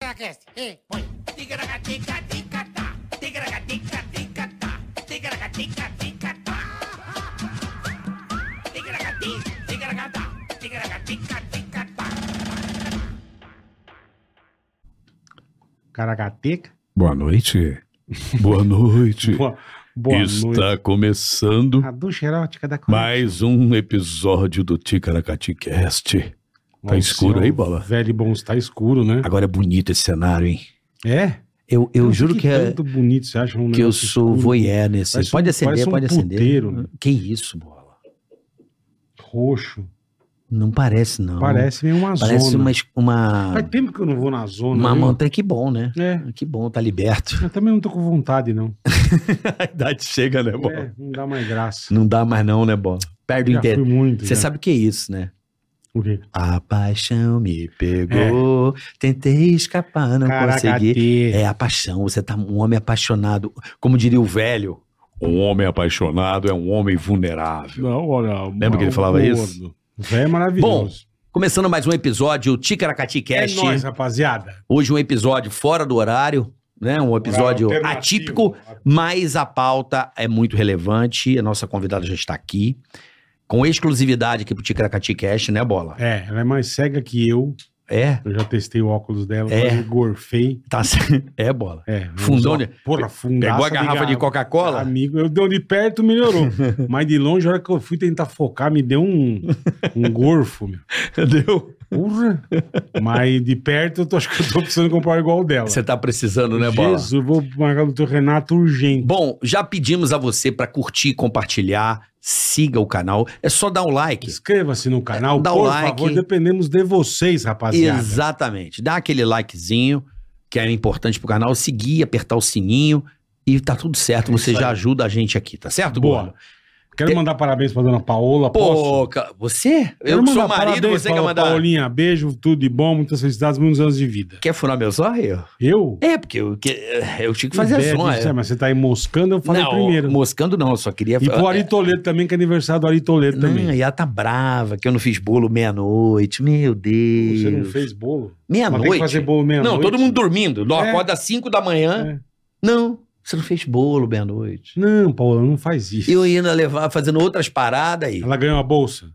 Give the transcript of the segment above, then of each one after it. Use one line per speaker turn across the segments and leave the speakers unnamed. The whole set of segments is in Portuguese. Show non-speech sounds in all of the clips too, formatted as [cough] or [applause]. Ticaracast. E põe.
Ticaracatica-ticatá, ticaracatica-ticatá, ticaracatica-ticatá. Ticaracati, ticaracatá, ticaracatica-ticatá.
Caracateca.
Boa noite. Boa noite.
Boa, boa
Está
noite.
começando
A ducha erótica da coisa.
mais um episódio do Ticaracati Cast. Tá escuro aí, Bola?
Velho bom, tá escuro, né?
Agora é bonito esse cenário, hein?
É?
Eu, eu
Nossa,
juro que, é,
Tanto bonito, você acha um
que eu
negócio
sou
escuro,
voyeur nesse.
Parece um-
pode acender,
parece um
pode acender.
puteiro, né?
Que isso, Bola?
Roxo.
Não parece, não.
Parece meio uma
Parece
zona.
uma... es- uma...
Faz tempo que eu não vou na zona.
Uma
viu?
montanha, que bom, né?
É.
Que bom, tá liberto. [laughs]
Eu também não tô com vontade, não.
A idade chega, né,
É, não dá mais graça.
Não dá mais não, né, Bola? Perde o
Já fui
interesse.
muito.
Você
já.
sabe o que é isso, né?
O quê?
A paixão me pegou, tentei escapar, não consegui.
Caracateca.
É a paixão, você tá um homem apaixonado. Como diria o velho, um homem apaixonado é um homem vulnerável.
Não, olha. um
Lembra que ele falava isso?
Velho é maravilhoso.
Começando mais um episódio Ticaracati
é
Cast.
nóis, rapaziada.
Hoje um episódio fora do horário, né? Um episódio
Horário alternativo.
atípico, mas a pauta é muito relevante. A nossa convidada já está aqui. Com exclusividade aqui pro Ticaracati Cast, né, Bola?
É, ela é mais cega que eu.
É,
Eu já testei o óculos dela,
É.
quase gorfei.
tá [laughs] certo. É, Bola.
É, mas,
Fundão
ó,
de-
Porra, fundaça
Pegou a garrafa de
garra-
Coca-Cola?
Amigo, eu deu de perto, melhorou. Mas de longe, a hora que eu fui tentar focar, me deu um, um gorfo, meu.
[laughs] Entendeu?
Porra. Mas de perto, eu tô, acho que eu tô precisando comprar um igual o dela.
Você tá precisando, né, Bola?
Jesus, vou marcar do teu Renato urgente.
Bom, já pedimos a você pra curtir, compartilhar, siga o canal. É só dar um like.
Inscreva-se no canal,
Dá o
por
like.
favor, dependemos de vocês, rapaziada.
Exatamente. Dá aquele likezinho, que é importante pro canal, seguir, apertar o sininho e tá tudo certo. Você já ajuda a gente aqui, tá certo,
É Boa.
Bola?
Quero mandar parabéns pra dona Paola. posso?
Pô, ca- você?
Quero
Eu que sou
mandar
marido,
parabéns,
você quer
Paola-
mandar.
Paolinha, beijo, tudo de bom, muitas felicidades, muitos anos de vida.
Quer furar meu zóio?
Eu?
É, porque eu, que- eu tinha que fazer
Ideia
som.
disso, é,
é.
Mas você tá aí moscando, eu falei
Não,
primeiro.
moscando não, eu só queria
E pro Ari Toledo também, que é aniversário do Ari Toledo
Não,
também.
e ela tá brava, que eu não fiz bolo meia-noite. Meu Deus.
Você não fez bolo? Mas tem que fazer
Meia-noite?
bolo meia
É Não, todo mundo dormindo. Não,
É.
Acorda às 5 da manhã. Não, você não fez bolo meia-noite.
Não, Paula, não faz isso.
Eu indo levar, fazendo outras paradas aí.
Ela ganhou a bolsa.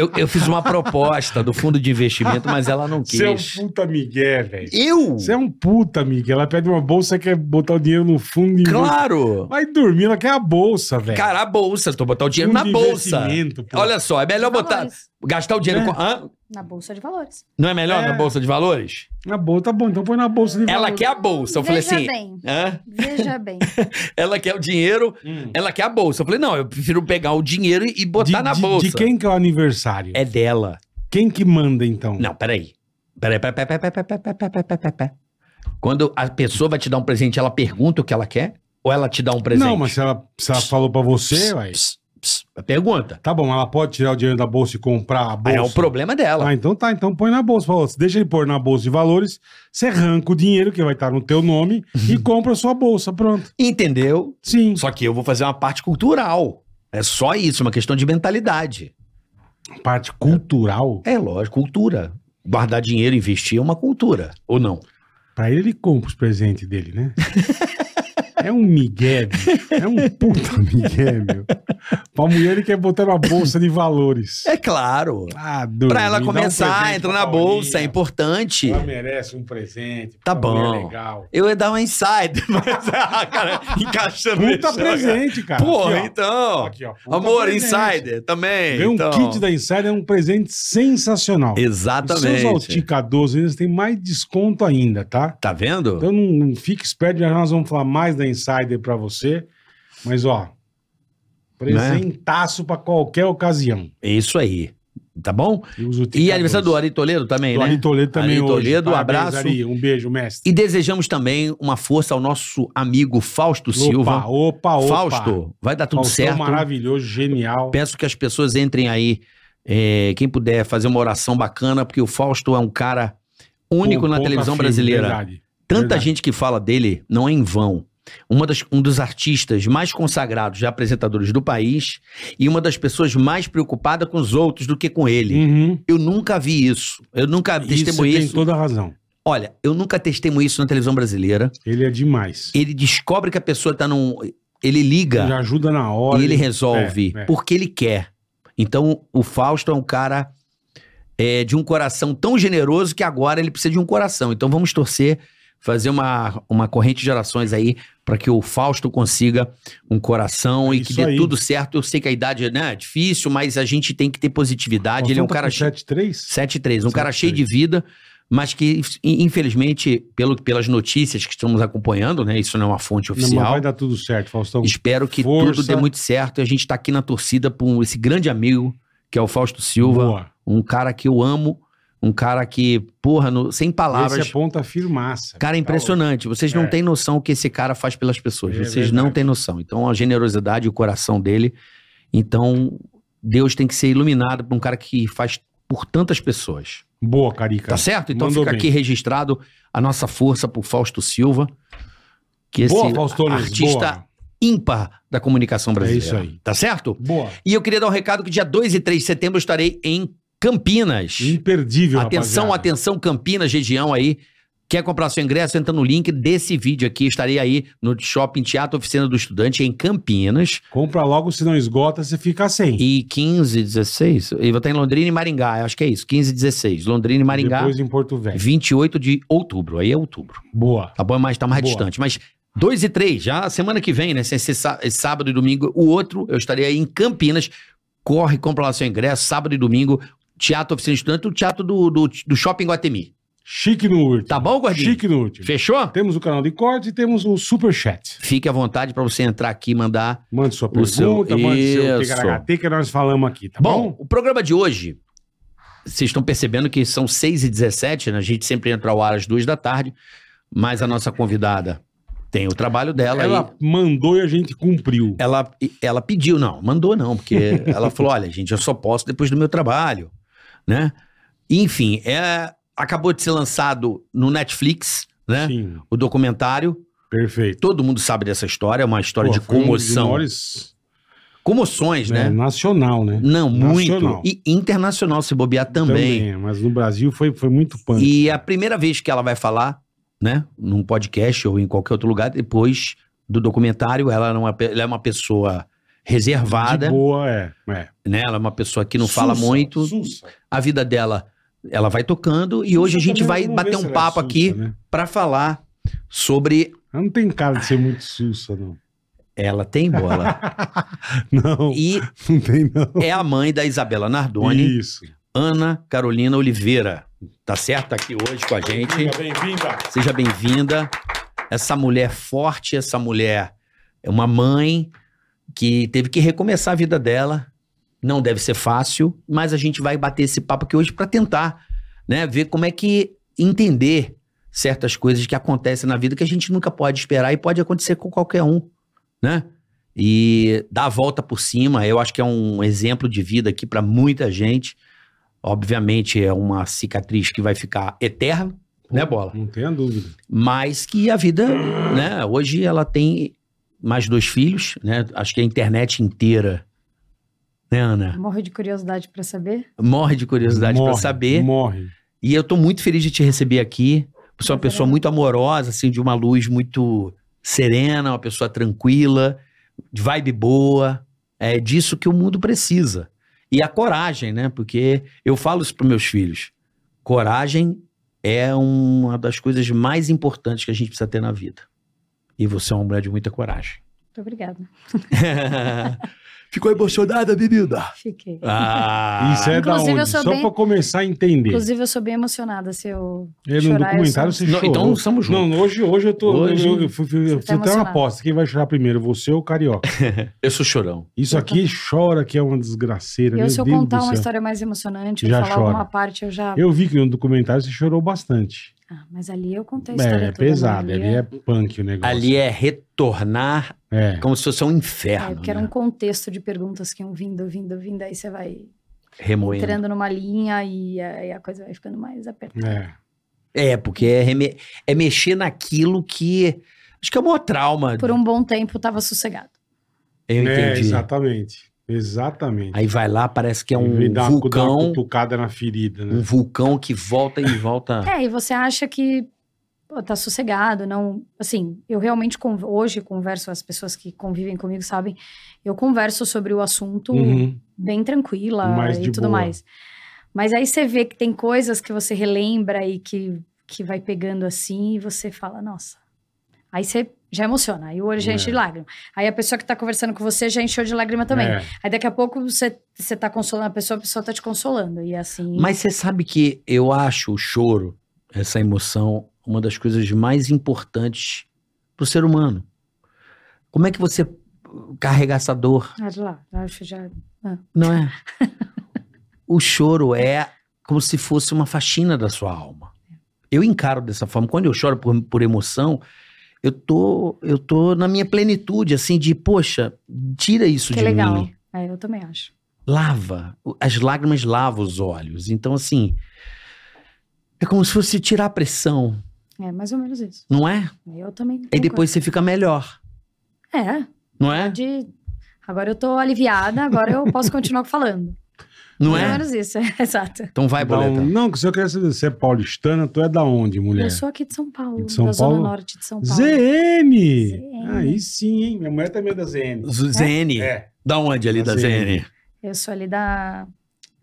Eu, eu fiz uma proposta do fundo de investimento, mas ela não
Você é um
quis.
puta migué, velho.
Eu?
Você é um puta migué. Ela pede uma bolsa, quer botar o dinheiro no fundo. de investimento.
Claro!
Vai dormir, ela quer a bolsa, velho.
Cara, a bolsa, tô botar o dinheiro
É. Fundo
na
de
bolsa.
investimento, pô.
Olha só, é melhor botar,
Valores.
gastar o dinheiro
É.
com- Hã?
Na Bolsa de Valores.
Não é melhor
É.
na bolsa de valores?
Na bolsa, tá bom, então põe na bolsa. De
Ela
valor.
quer a bolsa. Eu falei
veja
assim,
bem,
hã?
veja
[laughs]
bem.
ela quer o dinheiro,
Hum.
Ela quer a bolsa. Eu falei, não, eu prefiro pegar o dinheiro e botar
de,
na
de-
bolsa.
De quem que é o aniversário?
É dela.
Quem que manda, então?
Não, peraí. Peraí, peraí, peraí, peraí, peraí, peraí, peraí, peraí, peraí, peraí. Quando a pessoa vai te dar um presente, ela pergunta o que ela quer? Ou ela te dá um presente?
Não, mas se ela, se ela falou pra você, ué.
Pss, pss, pergunta.
Tá bom, ela pode tirar o dinheiro da bolsa e comprar a
Aí
bolsa.
é o problema dela.
Ah, então tá, então põe na bolsa. Falou, você deixa ele pôr na bolsa de valores, você arranca o dinheiro que vai estar no teu nome
Uhum.
e compra a sua bolsa, pronto.
Entendeu?
Sim.
Só que eu vou fazer uma parte cultural. É só isso, uma questão de mentalidade.
Parte cultural,
É lógico, cultura. Guardar dinheiro, investir é uma cultura. Ou não?
pra ele, ele compra os presentes dele,
[laughs]
né? É um migué, bicho. É um puta migué, meu. Pra mulher, ele quer botar na bolsa de valores.
É claro.
Ah,
Pra ela começar, entra na bolsa, é importante.
Ela merece um presente.
Tá
pra mulher
bom.
Legal.
Eu ia dar um insider, [laughs] mas ah, cara, encaixando
Puta
isso, cara.
presente, cara.
Porra,
Aqui, ó.
então.
Aqui, ó. Puta
Amor,
presente.
insider também.
Ganhou
então.
um kit da Insider, é um presente sensacional. Seus
Exatamente.
Altica 12 eles têm mais desconto ainda, tá?
Tá vendo?
Então não, não fique esperto, já nós vamos falar mais da Insider pra você. Mas, ó, presentaço pra qualquer ocasião.
É Isso aí. Tá bom?
Eu uso o Tica
E aniversário do
12.
Ari Toledo também,
Do
né?
Ari Toledo também
Ari
hoje.
Toledo,
Parabéns,
abraço.
Ari. Um beijo, mestre.
E desejamos também uma força ao nosso amigo Fausto Silva.
opa, opa.
Fausto, vai dar tudo
Faustão
certo.
maravilhoso, genial.
Peço que as pessoas entrem aí, eh, quem puder, fazer uma oração bacana, porque o Fausto é um cara único
Pon-
na
ponta
televisão
firme,
brasileira.
verdade.
Tanta
Verdade.
gente que fala dele não é em vão. uma das- um dos artistas mais consagrados e apresentadores do país e uma das pessoas mais preocupadas com os outros do que com ele.
Uhum.
Eu nunca vi isso. Eu nunca
Isso é você
testemunhei
tem
isso.
toda a razão.
Olha, eu nunca testemunhei isso na televisão brasileira.
Ele é demais.
Ele descobre que a pessoa tá num. Ele liga
Ele ajuda na hora.
e ele resolve
é, é.
porque ele quer. Então, o Fausto é um cara é, de um coração tão generoso que agora ele precisa de um coração. Então, vamos torcer, fazer uma, uma corrente de orações aí para que o Fausto consiga um coração
É
e que
isso
dê
aí.
tudo certo. Eu sei que a idade né, é difícil, mas a gente tem que ter positividade.
tá
Ele é um cara cheio.
7-3?
7-3, um cara
7-3.
cheio de vida, mas que, in- infelizmente, pelo, pelas notícias que estamos acompanhando, né? Isso não é uma fonte
Não, mas vai
oficial.
dar tudo certo, Faustão.
Espero que
Força.
tudo dê muito certo. E a gente tá aqui na torcida por um, esse grande amigo, que é o Fausto Silva.
Boa.
Um cara que eu amo, um cara que, porra, no- sem palavras.
Esse é ponta firmaça.
Cara, é impressionante. Vocês não
É.
têm noção o que esse cara faz pelas pessoas.
É
Vocês não
verdade.
têm noção. Então, a generosidade e o coração dele. Então, Deus tem que ser iluminado por um cara que faz por tantas pessoas.
Boa, Carica.
Tá certo? Então
Mandou
fica
bem.
aqui registrado a nossa força pro Fausto Silva, que esse
boa, Faustones.
artista ímpar da comunicação brasileira.
É isso aí.
Tá certo?
Boa. Boa.
E eu queria dar um recado que dia 2 e 3 de setembro eu estarei em Campinas.
Imperdível,
atenção,
rapaziada.
atenção, Campinas, região aí. Quer comprar seu ingresso? Entra no link desse vídeo aqui. Estarei aí no Shopping Teatro Oficina do Estudante em Campinas.
Compra logo, se não esgota, você fica sem.
E 15, 16. E vou estar em Londrina e Maringá. Acho que é isso. 15 e 16. Londrina e Maringá.
Depois em Porto Velho.
28 de outubro. Aí é outubro.
Boa.
Tá bom? Mas tá mais
Boa.
distante. Mas 2 e 3, já semana que vem, né? Sem ser sá- esse sábado e domingo. O outro, eu estarei aí em Campinas. Corre, compra lá seu ingresso. Sábado e domingo, Teatro Oficina Estudante, o Teatro do, do, do Shopping Guatemi.
Chique no último.
Tá bom, gordinho?
Chique no último.
Fechou?
Temos o canal de corte e temos o superchat.
Fique à vontade pra você entrar aqui e mandar.
Mande sua
O
pergunta,
seu-
mande seu
Isso.
TKHT que nós falamos aqui, tá
bom,
bom?
o programa de hoje, vocês estão percebendo que são 6 e 17 né? A gente sempre entra ao ar às 2 da tarde, mas a nossa convidada tem o trabalho dela.
Ela,
e-
mandou e a gente cumpriu.
ela, ela pediu, não, mandou
[laughs]
não, porque ela falou: olha, gente, eu só posso depois do meu trabalho, né? Enfim, é, acabou de ser lançado no Netflix, né?
Sim,
O documentário.
perfeito.
Todo mundo sabe dessa história, é uma história
Pô,
de
foi um dos
comoção.
maiores,
Comoções,
né,
né?
Nacional, né?
Não, muito.
Nacional.
E internacional, se bobear também.
é, Mas no Brasil foi, foi muito punk.
E é a primeira vez que ela vai falar, né? Num podcast ou em qualquer outro lugar, depois do documentário, ela, não é, pe- ela é uma pessoa
De
reservada,
boa, é. é.
né? Ela é uma pessoa que não fala
Sussa,
muito.
sussa.
a vida dela, ela vai tocando e hoje a
Sussa
gente
também,
vai
vamos
bater
ver se
um
ela é
papo
sussa,
aqui
né?
pra falar sobre
Ela não tem cara de ser muito sussa,
[laughs]
não.
ela
[laughs]
tem bola
não,
e
[laughs] não tem, não.
é a mãe da Isabela Nardoni,
Isso.
Ana Carolina Oliveira. Tá certo aqui hoje com a gente.
Bem-vinda, bem-vinda.
Seja bem-vinda. Essa mulher forte, essa mulher é uma mãe que teve que recomeçar a vida dela. Não deve ser fácil, mas a gente vai bater esse papo aqui hoje para tentar, né, ver como é que entender certas coisas que acontecem na vida que a gente nunca pode esperar e pode acontecer com qualquer um, né? E dar a volta por cima, eu acho que é um exemplo de vida aqui para muita gente. Obviamente é uma cicatriz que vai ficar eterna, né, bola?
Não tenha dúvida.
mas que a vida, né? Hoje ela tem mais dois filhos, né? Acho que a internet inteira, né, Ana?
Morro de curiosidade pra saber.
Morre de curiosidade pra
Morre,
saber.
Morre.
E eu tô muito feliz de te receber aqui. Você é uma
Prazer,
pessoa
Ana.
muito amorosa, assim, de uma luz muito serena, uma pessoa tranquila, de vibe boa. É disso que o mundo precisa. E a coragem, né? Porque eu falo isso para meus filhos. Coragem é uma das coisas mais importantes que a gente precisa ter na vida. E você é uma mulher de muita coragem.
Muito obrigada.
[laughs] Ficou emocionada, menina?
Fiquei.
Ah,
Isso é da
Inclusive,
onde?
eu sou
Só
bem-
pra começar a entender.
Inclusive, eu sou bem emocionada. Se eu.
É, no
chorar, eu
documentário
sou- um
você
Não,
chorou.
então estamos juntos.
Não, hoje, hoje eu tô.
Hoje-
eu, eu fui- fui-
Você tá
eu fiz até uma
emocionado.
aposta. Quem vai chorar primeiro, você ou o Carioca?
Eu sou chorão.
Isso aqui chora que é uma desgraceira.
Eu,
meu
se eu
Deus
contar
do
uma
céu.
história mais emocionante, ou
Já
falar
chora.
alguma parte, eu já.
Eu vi que no documentário você chorou bastante.
Ah, mas ali eu contei a história.
É, é
toda, né?
pesado, ali é
é.
punk o negócio.
Ali é retornar
É.
como se fosse um inferno.
É, porque era
né?
um contexto de perguntas que iam vindo, vindo, vindo, aí você vai
Remoendo.
entrando numa linha e aí a coisa vai ficando mais apertada.
É.
É, porque é, reme- é mexer naquilo que as Acho que é o maior trauma.
Por um bom tempo tava sossegado.
Eu
É,
entendi.
exatamente. Exatamente.
Aí vai lá, parece que é um
Ele dá- Dá uma
vulcão,
cutucada na ferida, né?
um vulcão que volta e volta.
[laughs]
Tá.
É, e você acha que pô, tá sossegado, não. Assim, eu realmente con- hoje converso, as pessoas que convivem comigo sabem, eu converso sobre o assunto
Uhum.
bem tranquila
Mais
e
de
tudo
boa.
mais. Mas aí você vê que tem coisas que você relembra e que, que vai pegando assim e você fala, nossa. Aí você já emociona, aí o olho já
É.
enche de lágrima. Aí a pessoa que tá conversando com você já encheu de lágrima também.
É.
Aí daqui a pouco você, você tá consolando a pessoa, a pessoa tá te consolando. E assim.
Mas você sabe que eu acho o choro, essa emoção, uma das coisas mais importantes pro ser humano. Como é que você carrega essa dor,
Ah, sei lá, acho já.
não é? [laughs] o choro é como se fosse uma faxina da sua alma. Eu encaro dessa forma. Quando eu choro por, por emoção, eu tô, eu tô na minha plenitude, assim, de, poxa, tira isso
Que
de
legal.
mim.
É, eu também acho.
lava, as lágrimas lavam os olhos. Então, assim, é como se fosse tirar a pressão,
É mais ou menos isso.
não é?
Eu também.
E
concordo.
depois você fica melhor,
É,
não é?
de. Agora eu tô aliviada, agora eu posso continuar falando.
[laughs] Não
mais ou
é?
menos isso, [laughs] é, exato.
Então vai,
Dá um-
boleta.
Não, que se eu queria saber, você é paulistana, tu é da onde, mulher?
Eu sou aqui de São Paulo,
De São
da
Paulo?
Zona Norte de São Paulo.
ZN!
ZN.
Aí sim, hein? Minha mulher também é da ZN.
Z- ZN.
É.
Da onde ali
Da
da
ZN?
ZN?
Eu sou ali da.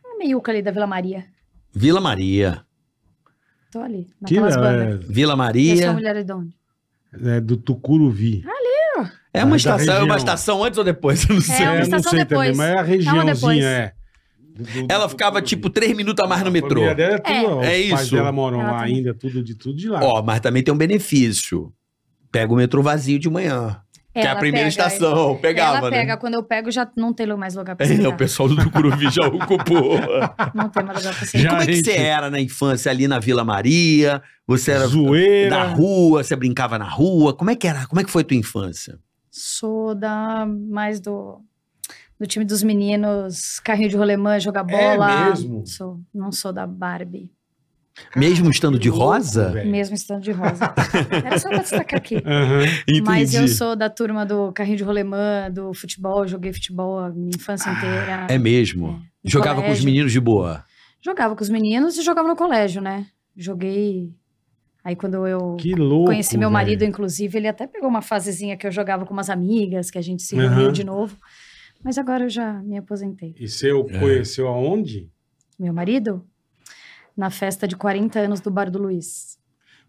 é Meiuca ali da Vila Maria.
Vila Maria.
Tô ali,
Que
naquelas bandas.
é,
Vila
Eu sou
Maria.
mulher de onde?
é do Tucuruvi.
Ah,
É
da
uma estação, é uma
região.
estação antes ou depois? [laughs] Eu não sei.
É uma
eu
estação depois.
mas é a
depois.
regiãozinha, é. Do- do-
Ela
do
ficava
Tucuruvi.
tipo três minutos a mais no metrô.
A família dela é tudo,
É.
Os
É
pais
isso.
dela moram
Ela
lá
também.
ainda, tudo de tudo de lá.
Ó, mas também tem um benefício. Pega o metrô vazio de manhã. que é a
Ela
primeira
pega-
estação. Pegava,
ela
né?
pega, quando eu pego, já não tem mais lugar pra
[laughs] É, o
sentar.
pessoal do Curuvi já [laughs] ocupou.
não tem mais lugar pra
E [laughs]
sentar.
como é que
Gente.
você era na infância ali na Vila Maria? Você era
Zoeira.
da rua, você brincava na rua? Como é que era? Como é que foi tua infância?
Sou da mais do, do time dos meninos, carrinho de rolemã, jogar
É
bola.
mesmo?
Sou, não sou da Barbie,
Mesmo estando de rosa?
velho.
mesmo estando de rosa.
[laughs]
Era só pra destacar aqui.
Aham.
Mas eu sou da turma do carrinho de rolemã, do futebol, joguei futebol a minha infância
Ah,
inteira.
É mesmo.
No
Jogava com os
colégio.
meninos de boa.
Jogava com os meninos e jogava no colégio, né? Joguei. Aí quando eu
Que louco.
conheci meu
velho.
marido, inclusive, ele até pegou uma fasezinha que eu jogava com umas amigas, que a gente se
Aham.
reunia de novo. Mas agora eu já me aposentei.
E seu
É.
conheceu aonde?
Meu marido? Na festa de 40 anos do Bar do Luiz.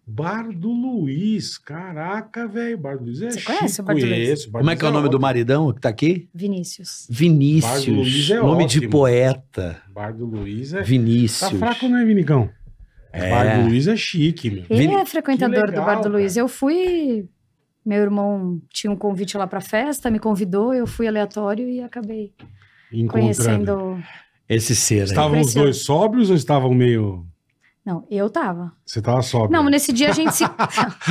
Bar do Luiz. Caraca, velho. Bar do Luiz é
Você
chique.
conhece o Bar do Luiz?
Conheço. Bar
Como é que é o nome do
ótimo.
maridão que tá aqui?
Vinícius.
Vinícius.
Bardo Luiz é
nome de
ótimo.
poeta.
Bar do Luiz é... Tá
Vinícius.
fraco, né, Vinicão?
É.
Bar do Luiz é chique, meu.
Ele
Vini-
é frequentador
Que
do
legal,
Bar do Luiz.
cara.
Eu fui. Meu irmão tinha um convite lá pra festa, me convidou, eu fui aleatório e acabei
Encontrando.
conhecendo.
Esse ser aí.
Estavam os
Impressionante.
dois sóbrios ou estavam meio...
Não, eu tava.
Você tava sóbrio?
Não,
[laughs]
nesse dia a gente se. [laughs]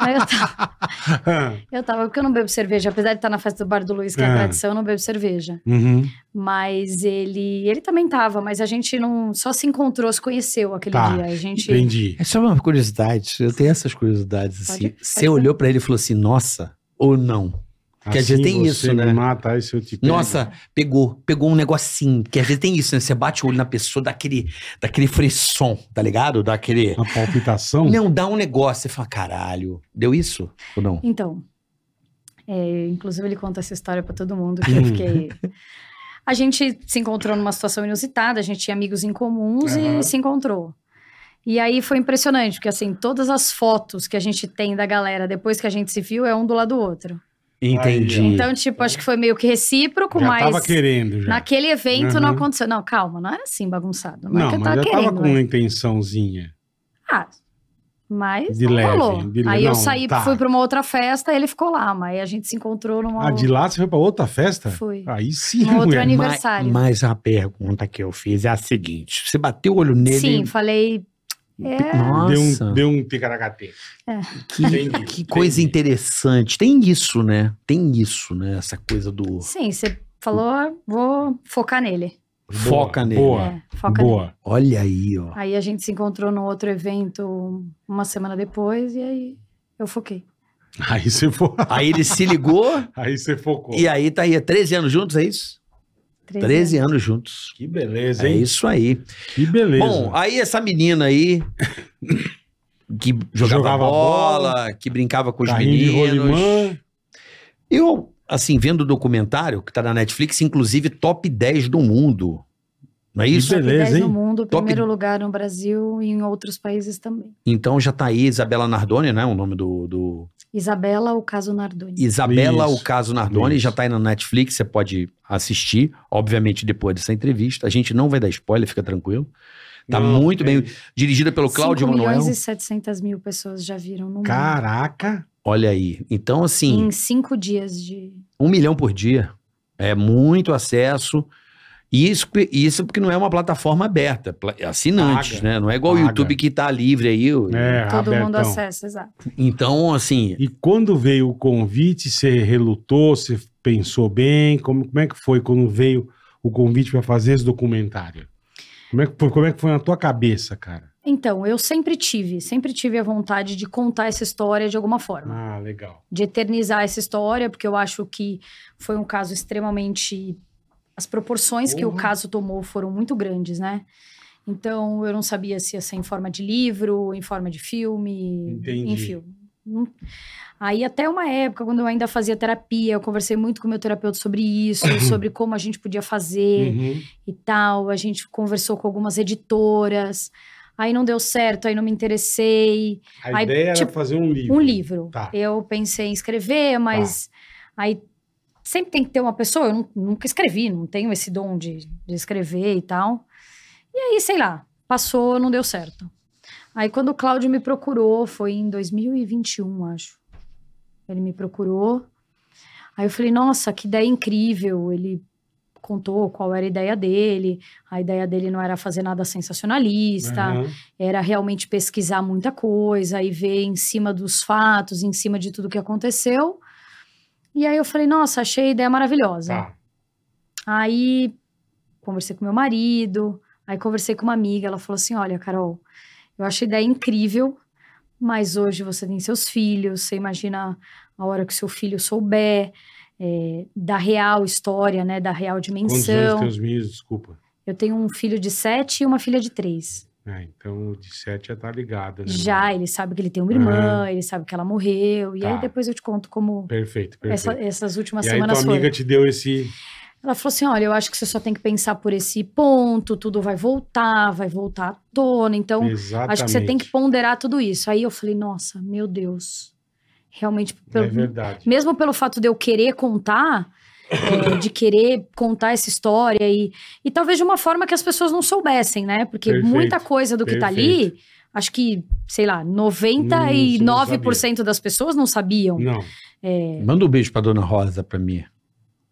Não, eu, tava, eu tava, porque eu não bebo cerveja. Apesar de estar na festa do Bar do Luiz, que é
Ah.
a tradição, eu não bebo cerveja.
Uhum.
Mas ele ele também tava, mas a gente não só se encontrou, se conheceu aquele
Tá,
dia. A gente.
Entendi.
É só uma curiosidade. Eu tenho essas curiosidades
Pode-
assim.
pode
Você
falar.
olhou pra ele e falou assim: nossa, ou não? Quer dizer,
Assim
tem isso,
você me
né?
Mata, aí se eu te pego.
Nossa, pegou, pegou um negocinho. Que às vezes tem isso, né? Você bate o olho na pessoa, dá aquele, dá aquele frisson, tá ligado? Dá aquele.
Uma palpitação?
Não, dá um negócio. Você fala, caralho, deu isso? Ou não?
Então, é, inclusive ele conta essa história pra todo mundo que eu fiquei. A gente se encontrou numa situação inusitada, a gente tinha amigos em comuns
Aham.
e se encontrou. E aí foi impressionante, porque assim, todas as fotos que a gente tem da galera depois que a gente se viu é um do lado do outro.
Entendi.
Aí, ó.
Então, tipo, acho que foi meio que recíproco,
já
mas
tava querendo já.
naquele evento não
Aham.
aconteceu. Não, calma, não era assim bagunçado. Não, é
Não,
que eu
mas
tava
já
querendo.
tava com uma intençãozinha.
Ah, mas
De
não
leve,
rolou.
de le-
aí
não,
eu saí,
tá.
fui pra uma outra festa, ele ficou lá, mas aí a gente se encontrou numa
Ah, de Ah, lá você foi pra outra festa?
Fui.
Aí sim,
Um outro
mulher.
aniversário. aniversário.
Mas, a pergunta que eu fiz é a seguinte: você bateu o olho nele.
Sim, falei. É,
Nossa,
Deu um, deu um ticaracatê.
que,
Entendi,
que coisa
entendi.
interessante. Tem isso, né? Tem isso, né? Essa coisa do.
sim, você falou, ah, vou focar nele.
Boa,
Foca nele.
Boa,
É, foca nele.
boa.
Olha aí, ó.
Aí a gente se encontrou num outro evento uma semana depois e aí eu foquei.
Aí você fo... [laughs]
Aí ele se ligou
aí você focou.
e aí tá aí. é 13 anos juntos, é isso?
13.
13 anos juntos.
Que beleza,
É
hein?
isso aí.
Que beleza.
Bom, aí essa
[laughs]
menina aí que jogava,
Jogava
bola, que brincava com os
Carrinho de
meninos.
rolimã.
Eu, assim, vendo o documentário que tá na Netflix, inclusive top 10 do mundo. Não é
Que
isso?
Top
Beleza,
10 no
hein?
mundo,
Top-
primeiro lugar no Brasil e em outros países também.
Então já tá aí Isabela Nardoni, né? O nome do. do...
Isabela, o caso Nardoni.
Isabela,
Isso,
o caso Nardoni,
isso.
já tá aí na Netflix, você pode assistir, obviamente, depois dessa entrevista. A gente não vai dar spoiler, fica tranquilo. Tá
Não,
muito
tem-
bem. Dirigida pelo Cláudio
5
Manuel.
milhões e 700 mil pessoas já viram no mundo.
Caraca.
Olha aí. Então, assim.
Em cinco dias de.
um milhão por dia. É muito acesso. E isso, que- isso porque não é uma plataforma aberta, pla- assinantes,
Paga.
né? Não é igual o
Paga.
YouTube que tá livre aí. o-
É,
Todo mundo
Albertão.
acessa, exato.
Então, assim,
E quando veio o convite, você relutou, você pensou bem? Como, como é que foi quando veio o convite para fazer esse documentário? Como é, que foi, como é que foi na tua cabeça, cara?
Então, eu sempre tive, sempre tive a vontade de contar essa história de alguma forma.
Ah, legal.
de eternizar essa história, porque eu acho que foi um caso extremamente. As proporções que o
Porra.
caso tomou foram muito grandes, né? Então, eu não sabia se ia ser em forma de livro, em forma de filme,
Entendi.
enfim. Hum. Aí, até uma época, quando eu ainda fazia terapia, eu conversei muito com o meu terapeuta sobre
[coughs]
isso, sobre como a gente podia fazer
Uhum.
e tal. A gente conversou com algumas editoras. Aí não deu certo, aí não me interessei
A
Aí,
ideia era
tipo,
fazer um livro.
um livro.
Tá.
Eu pensei em escrever, mas aí sempre tem que ter uma pessoa. Eu nu- nunca escrevi, não tenho esse dom de, de escrever e tal. E aí, sei lá, passou, não deu certo. Aí quando o Cláudio me procurou, foi em 2021, acho. Ele me procurou. Aí eu falei, nossa, que ideia incrível. Ele contou qual era a ideia dele. A ideia dele não era fazer nada sensacionalista
Uhum.
era realmente pesquisar muita coisa e ver em cima dos fatos, em cima de tudo que aconteceu. E aí eu falei, nossa, achei a ideia maravilhosa.
Tá.
Aí conversei com meu marido, aí conversei com uma amiga, ela falou assim: "Olha, Carol, eu achei a ideia incrível, mas hoje você tem seus filhos, você imagina a hora que seu filho souber é, da real história, né, da real
Quantos anos
dimensão.
teus meninos? Desculpa.
Eu tenho um filho de sete e uma filha de três.
Ah, então, de sete já tá ligado, né?
Já, ele sabe que ele tem uma irmã, ele sabe que ela morreu. E
Tá.
aí depois eu te conto como
Perfeito, perfeito.
essa- é essas últimas
e aí tua
semanas foram.
amiga te deu esse...
Ela falou assim: olha, eu acho que você só tem que pensar por esse ponto, tudo vai voltar, vai voltar à tona. Então,
Exatamente.
acho que você tem que ponderar tudo isso. Aí eu falei, nossa, meu Deus. Realmente,
É
pelo,
verdade.
mesmo pelo fato de eu querer contar, é, de querer contar essa história e, e talvez de uma forma que as pessoas não soubessem, né? Porque
Perfeito,
muita coisa do que tá ali, acho que, sei lá, 99% das pessoas não sabiam.
Não.
É.
manda um beijo pra Dona Rosa pra mim.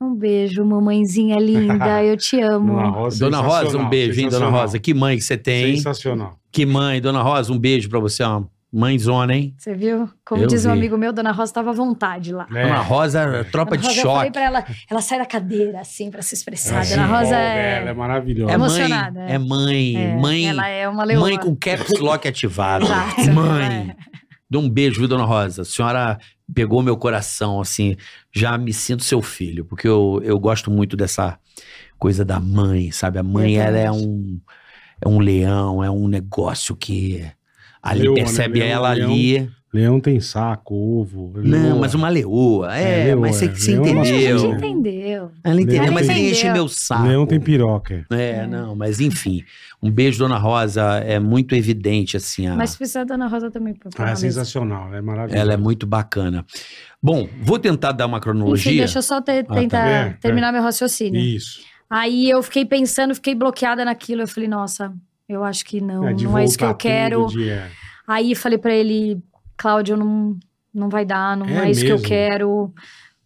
Um beijo, mamãezinha
[laughs]
linda, eu te
Dona
amo.
Rosa, é
Dona Rosa, um
sensacional,
beijo, hein, Dona
sensacional.
Rosa? Que mãe que você tem, hein?
Sensacional.
Que mãe, Dona Rosa, um beijo pra você, ó. Mãezona, hein?
Você viu? Como
Eu
diz um
vi.
amigo meu, Dona Rosa estava à vontade lá.
É.
Dona Rosa,
É.
tropa
Dona
de
Rosa, eu falei
choque.
pra ela, ela sai da cadeira, assim, pra se expressar.
Ela se
Dona Rosa
empolga,
é...
Ela é maravilhosa.
É mãe,
emocionada, é.
é mãe,
é,
mãe,
Ela é uma leoa.
mãe com caps lock ativado.
Exato.
mãe.
É.
Dou um beijo, viu, dona Rosa? A senhora pegou meu coração, assim. Já me sinto seu filho, porque eu, eu gosto muito dessa coisa da mãe, sabe? A mãe,
Eu
ela
também
é
acho.
um, é um leão, é um negócio que. Ali
Leoa, né?
percebe
Leão-
ela
leão-
ali.
Leão tem saco, ovo.
Não,
leoa.
mas uma leoa. É,
É, leoa,
mas você,
é.
você
Leão é uma
A gente
Eu.
entendeu.
entendeu.
Ela entendeu,
Leão
mas
tem-
você enche
entendeu.
meu saco.
Leão tem piroca.
É,
É.
não, mas enfim. Um beijo, dona Rosa. É muito evidente, assim. A...
Mas se precisar da Ana Rosa também pra falar
Ah, é
mesmo.
sensacional, ela é maravilhosa.
Ela é muito bacana. Bom, vou tentar dar uma
Enfim,
cronologia.
deixa eu só te-
tá.
tentar
É,
terminar meu raciocínio.
Isso.
Aí eu fiquei pensando, fiquei bloqueada naquilo. Eu falei, nossa, eu acho que não,
de
não é isso que eu
voltar
quero.
tudo, de- é.
Aí falei pra ele, Cláudio, não, não vai dar, não
É
é, isso que
mesmo?
eu quero.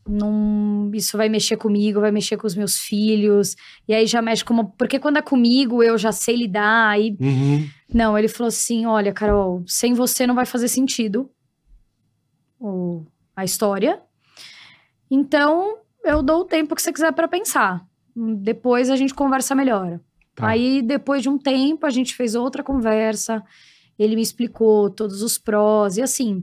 Não, isso vai mexer comigo, vai mexer com os meus filhos. E aí já mexe como. Porque quando é comigo, eu já sei lidar. Aí...
Uhum.
Não, ele falou assim: olha, Carol, sem você não vai fazer sentido o- a história. Então, eu dou o tempo que você quiser pra pensar. Hum, Depois a gente conversa melhor.
Tá.
Aí, depois de um tempo, a gente fez outra conversa. Ele me explicou todos os prós. E assim,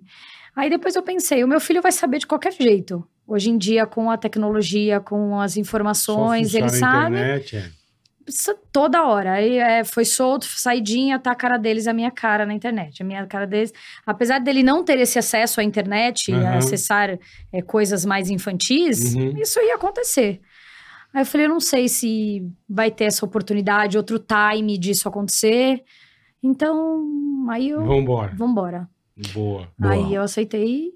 Aí depois eu pensei, o meu filho vai saber de qualquer jeito. Hoje em dia, com a tecnologia, com as informações, ele sabe.
Internet, é.
Isso toda hora. Aí é, foi solto, saidinha, tá a cara deles, a minha cara na internet. A minha cara deles. Apesar dele não ter esse acesso à internet,
Aham.
a acessar é, coisas mais infantis,
Uhum.
isso ia acontecer. Aí eu falei, eu não sei se vai ter essa oportunidade, outro time disso acontecer. Então, aí eu.
Vambora.
Vambora.
Boa.
Boa.
Aí eu aceitei.
E,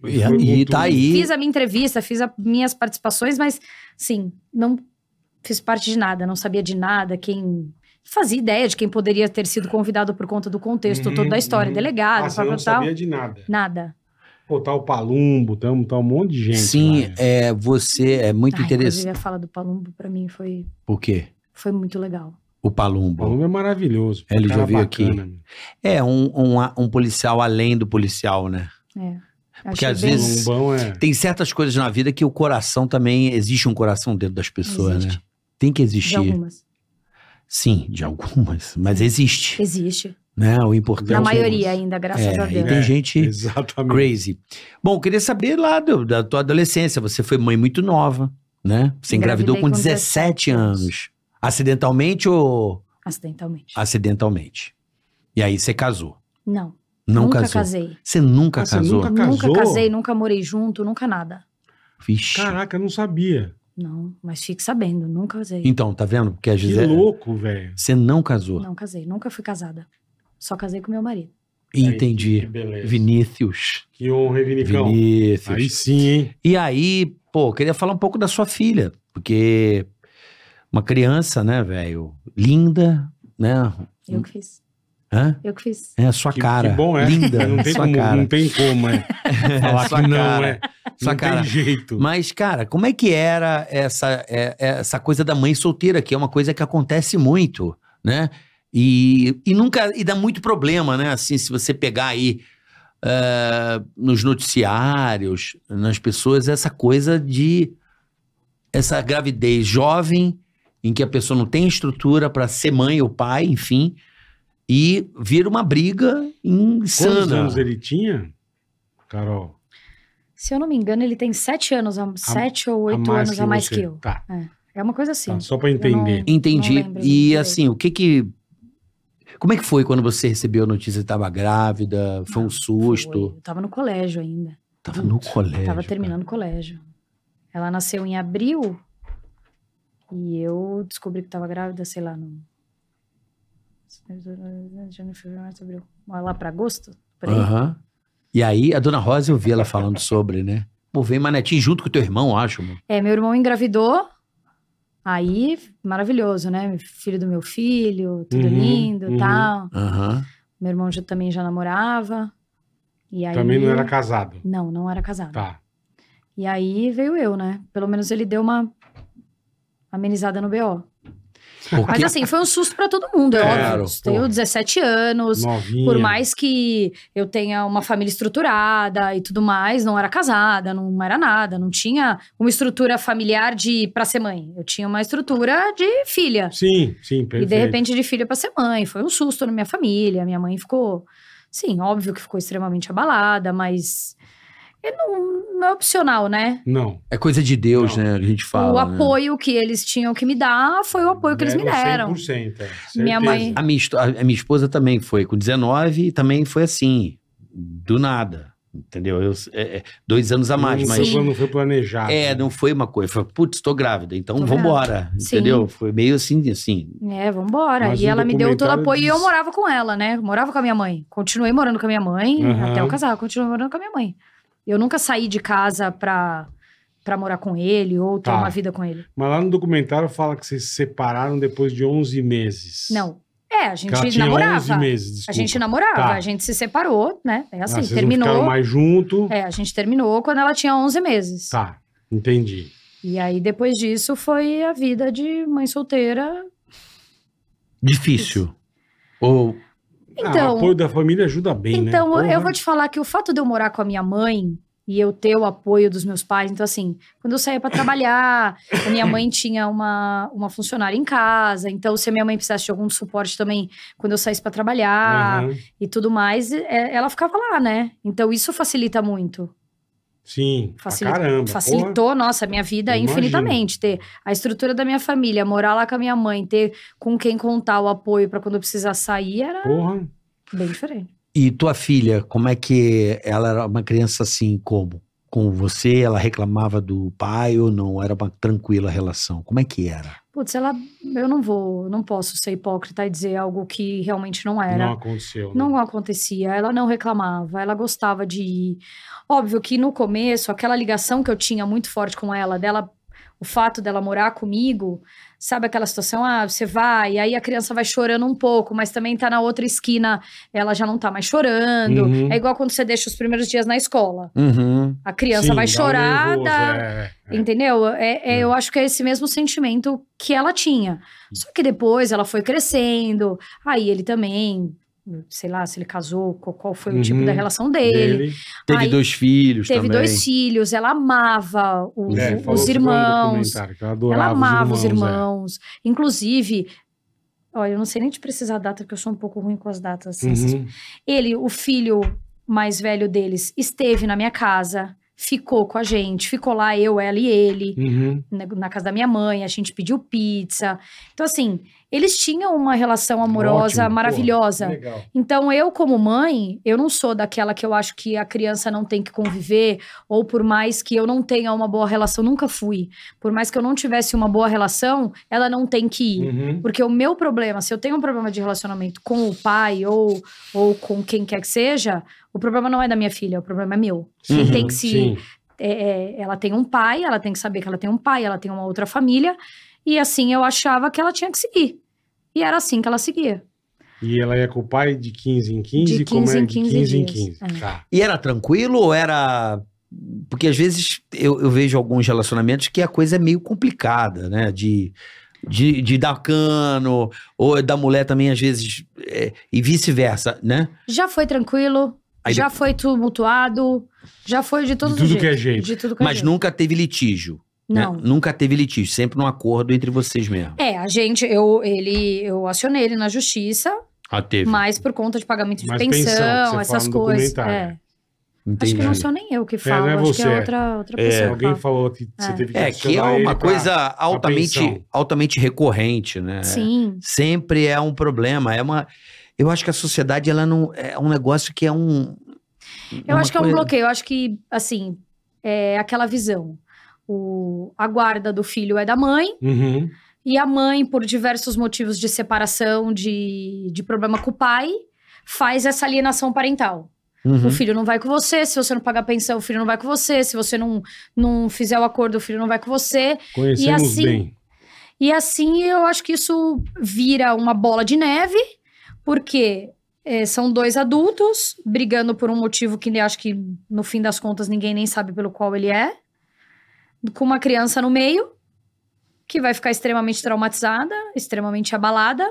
Foi
e
muito-
tá aí.
Fiz a minha entrevista, fiz as minhas participações, mas, sim, não fiz parte de nada, não sabia de nada, quem fazia ideia de quem poderia ter sido convidado por conta do contexto
Uhum,
todo da história,
uhum.
delegado,
Ah, você
tal,
não
tal, tal.
sabia de nada.
Nada.
Pô, tá o Palumbo, tá, tá um monte de gente.
Sim,
lá, né?
é, você é muito
Ai,
interessante.
Tá, inclusive, a fala do Palumbo, pra mim, foi,
Por quê?
foi muito legal.
O
O
Palumbo.
Palumbo é maravilhoso.
É, ele já
Cara
veio aqui.
bacana, meu.
É um, um, a- um policial além do policial, né?
É.
Porque
Achei
às
bem-
vezes-
Palumbão é.
Tem certas coisas na vida que o coração também. Existe um coração dentro das pessoas,
Existe.
né? Tem que
De
existir.
algumas.
Sim, de algumas. Mas existe.
Existe.
Né? O importante.
Na
algumas.
maioria ainda, graças
É,
a
e
Deus.
tem gente
Exatamente.
crazy. Bom, queria saber lá do- da tua adolescência. Você foi mãe muito nova, né? Você
Engravidei
engravidou com
com
17 anos. Acidentalmente ou
Acidentalmente.
acidentalmente? E aí você casou.
Não.
Não
nunca
casou.
casei.
Você nunca
Ah, você
casou?
nunca-
Nunca
casou?
casei, nunca morei junto, nunca nada.
Vixe.
Caraca, eu não sabia.
Não, mas fique sabendo, nunca casei.
Então, tá vendo? Porque a
Que
Gisele...
louco, velho.
Você não casou.
Não casei, nunca fui casada. Só casei com meu marido.
Que
Entendi.
beleza.
Vinícius.
Que honra, hein, Vinicão?
Vinícius.
Aí sim, hein?
E aí, pô, queria falar um pouco da sua filha, porque uma criança, né, velho, linda, né?
Eu que fiz.
Hã?
Eu que fiz.
É a sua
Que-
cara.
Que bom é.
Linda.
Não tem,
sua
como,
cara.
não tem como, é.
[laughs]
Falar
Sua
que não,
cara.
é.
Sua
não
cara.
tem jeito.
Mas, cara, como é que era essa, é- é essa coisa da mãe solteira, que é uma coisa que acontece muito, né? E, e nunca. E dá muito problema, né? Assim, se você pegar aí eh, nos noticiários, nas pessoas, essa coisa de. Essa gravidez jovem, em que a pessoa não tem estrutura para ser mãe ou pai, enfim, e vira uma briga
Quantos
insana.
anos ele tinha, Carol?
Se eu não me engano, ele tem sete anos, a, sete ou oito anos
que
a mais
você.
que eu.
Tá,
É uma coisa assim.
tá, só pra entender.
Entendi.
Não lembro
E
direito.
assim, o que que. Como é que foi quando você recebeu a notícia que estava grávida? Foi um susto?
Ah, Foi, Eu tava no colégio ainda.
Tava no colégio.
tava terminando o colégio. Ela nasceu em abril e eu descobri que tava grávida, sei lá, no. Janeiro, fevereiro, março, abril. Lá pra agosto? Por aí.
Cara. Aham. E aí, a dona Rosa, eu vi ela falando sobre, né? Pô, vem Manetinho junto com o teu irmão, acho. Mano.
É, meu irmão engravidou. Aí, maravilhoso, né? Filho do meu filho, tudo
Uhum,
lindo e
uhum.
tal.
Aham.
Meu irmão já, também já namorava. E aí...
Também não era casado.
Não, não era casado.
Tá.
E aí veio eu, né? Pelo menos ele deu uma amenizada no BO. Mas
Porque
assim, foi um susto pra todo mundo, é
Claro,
óbvio. Tenho
porra.
17 anos,
Novinha.
por mais que eu tenha uma família estruturada e tudo mais, não era casada, não era nada, não tinha uma estrutura familiar de para ser mãe. Eu tinha uma estrutura de filha.
Sim, sim, perfeito.
E de repente de filha para ser mãe, foi um susto na minha família. Minha mãe ficou, sim, óbvio que ficou extremamente abalada, mas é não, não é opcional, né?
Não.
é coisa de Deus,
Não.
né? que A gente fala.
o
né?
apoio que eles tinham que me dar foi o apoio que eles
Né,
me deram.
100%, é, certeza.
Minha mãe-
A minha, histó- a minha esposa também foi com 19 e também foi assim, do nada. Entendeu? Eu, é- é, dois anos a mais,
não,
mas.
foi- Não foi planejado.
É, não foi uma coisa. Foi, putz, tô grávida, então
Ah, né? Tô
vambora.
Sim.
Entendeu? Foi meio assim, assim.
É, vambora.
Mas
e
no
ela me deu todo o
documentário
apoio e eu
diz-
morava com ela, né? Morava com a minha mãe. Continuei morando com a minha mãe
Aham.
até eu casar, continuei morando com a minha mãe. Eu nunca saí de casa pra, pra morar com ele ou ter
Tá.
uma vida com ele.
Mas lá no documentário fala que vocês se separaram depois de 11 meses.
Não. É, a
Que ela
gente
tinha
namorava.
11 meses, desculpa.
A gente namorava,
Tá.
a gente se separou, né? É assim,
Ah, vocês não
terminou.
ficaram mais junto.
É, a gente terminou quando ela tinha 11 meses.
Tá, entendi. Ah,
E aí, depois disso, foi a vida de mãe solteira.
Difícil.
Ah,
Ou.
o
Então,
apoio da família ajuda bem, né?
então eu
Porra.
vou te falar que o fato de eu morar com a minha mãe e eu ter o apoio dos meus pais. Então, assim, quando eu saía para trabalhar, a minha mãe tinha uma, uma funcionária em casa. Então, se a minha mãe precisasse de algum suporte também quando eu saísse para trabalhar
Uhum.
e tudo mais, é- ela ficava lá, né? Então, isso facilita muito.
Sim. pra
Facilita-
caramba. porra.
facilitou, nossa, a minha vida
Eu imagino.
infinitamente. Ter a estrutura da minha família, morar lá com a minha mãe, ter com quem contar o apoio para quando eu precisar sair era
Porra.
bem diferente.
E tua filha, como é que ela era uma criança assim como? Com você, ela reclamava do pai ou não? Era uma tranquila relação? Como é que era?
Putz, ela, eu não vou, não posso ser hipócrita e dizer algo que realmente não era.
Não aconteceu. né?
Não acontecia, ela não reclamava, ela gostava de ir. Óbvio que no começo, aquela ligação que eu tinha muito forte com ela, dela, o fato dela morar comigo, sabe aquela situação, ah, você vai, e aí a criança vai chorando um pouco, mas também tá na outra esquina, ela já não tá mais chorando.
Uhum.
É igual quando você deixa os primeiros dias na escola.
Uhum.
A criança
Sim,
vai
dá um
chorar, tá?
nervoso,
dá-
é.
Entendeu? É, é,
É.
Eu acho que é esse mesmo sentimento que ela tinha. Só que depois ela foi crescendo, aí ele também, sei lá, se ele casou, qual, qual foi o tipo
Uhum.
da relação dele.
Teve
Aí
dois filhos
Teve
também.
dois filhos, ela amava os,
É,
os
falou que foi no
irmãos.
documentário, que Ela
Ela
adorava
amava os
é.
irmãos. Inclusive, olha, eu não sei nem te precisar a data, porque eu sou um pouco ruim com as datas. assim, essas
Uhum.
ele, o filho mais velho deles, esteve na minha casa, ficou com a gente, ficou lá eu, ela e ele,
Uhum.
na, né, na casa da minha mãe, a gente pediu pizza. Então, assim, eles tinham uma relação amorosa
Ótimo, pô,
maravilhosa.
Legal.
Então, eu, como mãe, eu não sou daquela que eu acho que a criança não tem que conviver, ou por mais que eu não tenha uma boa relação, nunca fui. Por mais que eu não tivesse uma boa relação, ela não tem que ir.
Uhum.
Porque o meu problema, se eu tenho um problema de relacionamento com o pai ou, ou com quem quer que seja, o problema não é da minha filha, o problema é meu. Quem
Uhum,
tem que se.
Sim.
é, é, ela tem um pai, ela tem que saber que ela tem um pai, ela tem uma outra família. E assim eu achava que ela tinha que seguir. E era assim que ela seguia.
E ela ia com o pai de 15 em 15,
De
como
15
é
em É.
de
15
em
dias.
15. Tá.
E era tranquilo ou era. Porque às vezes eu, eu vejo alguns relacionamentos que a coisa é meio complicada, né? De, de, de dar cano, ou da mulher também, às vezes, é, e vice-versa, né?
Já foi tranquilo,
Aí
já foi tumultuado, já foi de todos
de tudo
os
que é
jeitos.
jeito.
de tudo que é
Mas
jeito.
nunca teve litígio. né?
Não.
Nunca teve litígio, sempre um acordo entre vocês mesmo.
É, a gente, eu, ele, eu acionei ele na justiça,
Ah, teve.
mas por conta de pagamento de
Mas
pensão,
pensão, que você
essas
fala no
coisas.
documentário,
É.
né?
Acho
Entendi.
que não sou nem eu que falo,
não é
acho que
você.
é outra, outra
É.
pessoa. que
Alguém
fala.
falou que você
É.
teve que
É, que é
acionar ele
uma
pra-
coisa altamente,
pensão.
altamente recorrente, né?
Sim.
Sempre é um problema, é uma... Eu acho que a sociedade, ela não... É um negócio que é um...
Eu acho que é um
coisa-
bloqueio, eu acho que, assim, é aquela visão. O, a guarda do filho é da mãe,
Uhum.
e a mãe, por diversos motivos de separação, de, de problema com o pai, faz essa alienação parental.
Uhum.
O filho não vai com você, se você não pagar pensão, o filho não vai com você, se você não, não fizer o acordo, o filho não vai com você.
Conhecemos
E assim,
bem.
E assim eu acho que isso vira uma bola de neve, porque eh, são dois adultos brigando por um motivo que eu acho que no fim das contas ninguém nem sabe pelo qual ele é, com uma criança no meio que vai ficar extremamente traumatizada, extremamente abalada,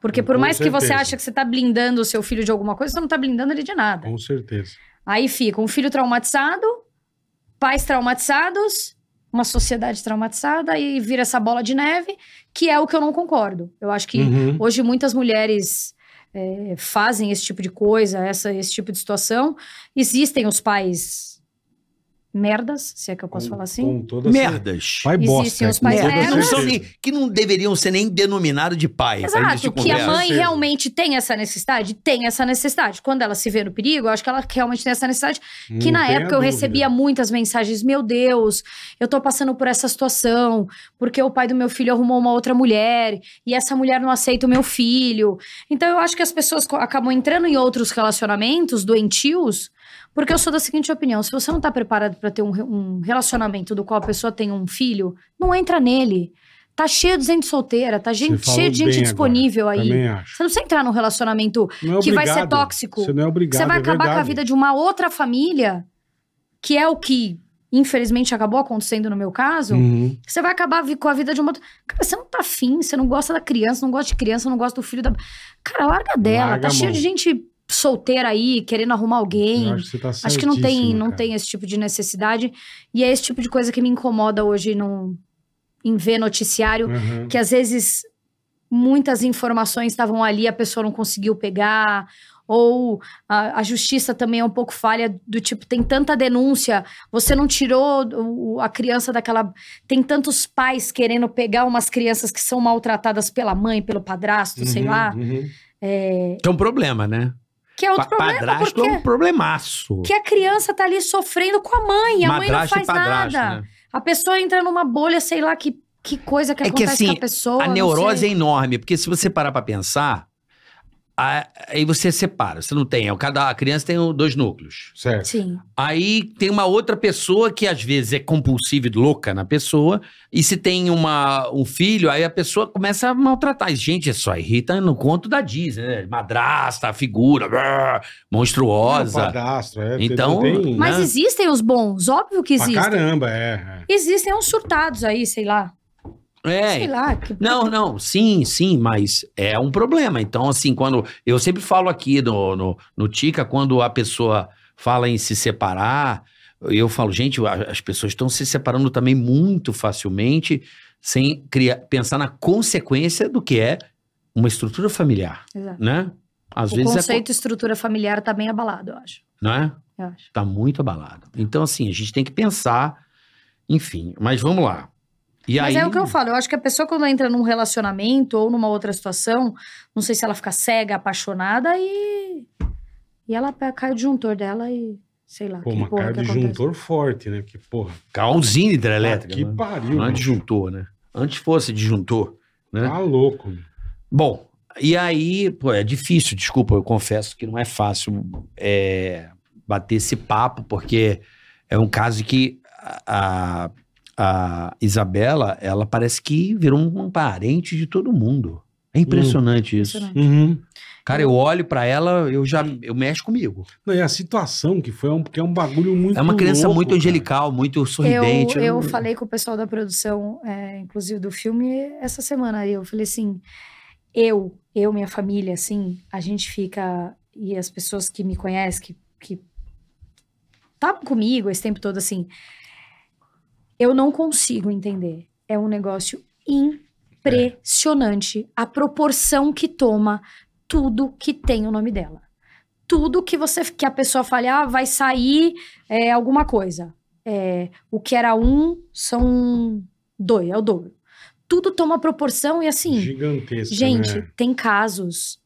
porque por
Hum, Com
mais que você
certeza.
acha que você está blindando o seu filho de alguma coisa, você não está blindando ele de nada.
Com certeza.
Aí fica um filho traumatizado, pais traumatizados, uma sociedade traumatizada e vira essa bola de neve, que é o que eu não concordo. Eu acho que
Uhum.
hoje muitas mulheres eh, fazem esse tipo de coisa, essa, esse tipo de situação. Existem os pais merdas, se é que eu posso
Com-
falar assim.
Com toda certeza.
Merdas.
Pai
Existem
bosta.
os
com
pais
toda
É,
Merdas. Não
merdas.
são
certeza.
nem, que não deveriam ser nem denominados de pai. pra início
Exato,
de
que a
conversa.
mãe
certeza.
realmente tem essa necessidade? Tem essa necessidade. Quando ela se vê no perigo, eu acho que ela realmente tem essa necessidade. Que
Não
na
tenha
época eu
dúvida.
recebia muitas mensagens: Meu Deus, eu tô passando por essa situação, porque o pai do meu filho arrumou uma outra mulher, e essa mulher não aceita o meu filho. Então eu acho que as pessoas co- acabam entrando em outros relacionamentos doentios, porque eu sou da seguinte opinião: se você não tá preparado pra ter um, re- um relacionamento do qual a pessoa tem um filho, não entra nele. Tá cheio de gente solteira, tá gente-
falou
cheio de
bem
gente
agora,
disponível aí.
Também acho.
Você não precisa entrar num relacionamento
Não é
que vai ser
obrigado.
tóxico.
Você não é obrigado.
você vai
é
acabar com a
verdade.
vida de uma outra família, que é o que, infelizmente, acabou acontecendo no meu caso.
Uhum.
Você vai acabar vi- com a vida de uma outra. Cara, você não tá afim, você não gosta da criança, não gosta de criança, não gosta do filho da. Cara, larga dela.
Larga
tá
a
cheio
mão.
de gente solteira aí, querendo arrumar alguém.
Eu acho que você tá
Acho que não tem,
certíssima,
não
cara.
tem esse tipo de necessidade. E é esse tipo de coisa que me incomoda hoje num- em ver noticiário,
Aham.
que às vezes muitas informações estavam ali, a pessoa não conseguiu pegar, ou a, a justiça também é um pouco falha, do tipo, tem tanta denúncia, você não tirou o- o- a criança daquela. Tem tantos pais querendo pegar umas crianças que são maltratadas pela mãe, pelo padrasto, sei
Uhum,
lá.
uhum.
Que é um problema, né?
Que é outro
Pa-
problema,
padrasto é
porque.
um problemaço.
Que a criança tá ali sofrendo com a mãe, a mãe não
Madrasto e
faz
padrasto,
nada.
né?
A pessoa entra numa bolha, sei lá que, que coisa que
É que,
acontece com
assim,
a pessoa.
A
não
neurose é
sei.
enorme, porque se você parar pra pensar, a- aí você separa. Você não tem. é Cada a criança tem o- dois núcleos.
Certo.
Sim.
Aí tem uma outra pessoa que às vezes é compulsiva e louca na pessoa. E se tem uma, um filho, aí a pessoa começa a maltratar. E, Gente, isso aí irrita no conto da Disney, né? Madrasta, figura, brrr,
É um
monstruosa.
Padrasto, é.
Então-
tem- tem-
Mas
Né?
existem os bons, óbvio que
Pra
existem.
caramba, é. é.
Existem uns surtados aí, sei lá.
É, né?
Sei lá. que-
Não, não, sim, sim, mas é um problema. Então, assim, quando. Eu sempre falo aqui no, no, no Tica, quando a pessoa fala em se separar, eu falo, gente, a- as pessoas estão se separando também muito facilmente, sem criar, pensar na consequência do que é uma estrutura familiar,
Exato.
né? Às
O
vezes
conceito de estrutura familiar tá bem abalado, eu acho.
é. co- Não é?
Eu acho.
Tá muito abalado. Então, assim, a gente tem que pensar, enfim, mas vamos lá. E
Mas
aí,
é o que eu falo, eu acho que a pessoa quando entra num relacionamento ou numa outra situação, não sei se ela fica cega, apaixonada e. E ela pe- cai o disjuntor dela e. Sei lá.
Pô,
que
uma
porra
cara
que
de
acontece.
juntor forte, né? Porque, porra,
Calzinha hidrelétrica.
Ah, que
né?
pariu.
Não é
mano.
disjuntor, né? Antes fosse disjuntor, né?
Tá louco. meu.
Bom, e aí, pô, é difícil, desculpa, eu confesso que não é fácil é, bater esse papo, porque é um caso que a, a Isabela, ela parece que virou um parente de todo mundo. É impressionante isso.
Impressionante.
Uhum.
Cara, eu olho pra ela, eu já eu mexo comigo.
Não, e a situação que foi, é um, porque é um bagulho muito
É uma criança
louco,
muito
cara.
angelical, muito sorridente.
Eu, eu falei com o pessoal da produção, é, inclusive do filme, essa semana. e Eu falei assim: eu, eu, minha família, assim, a gente fica. E as pessoas que me conhecem, que, que estavam comigo esse tempo todo, assim. Eu não consigo entender. É um negócio impressionante a proporção que toma tudo que tem o nome dela. Tudo que você que a pessoa fale, ah, vai sair é, alguma coisa. É, o que era um são dois, é o dobro. Tudo toma proporção e assim.
Gigantesca.
Gente,
né?
tem casos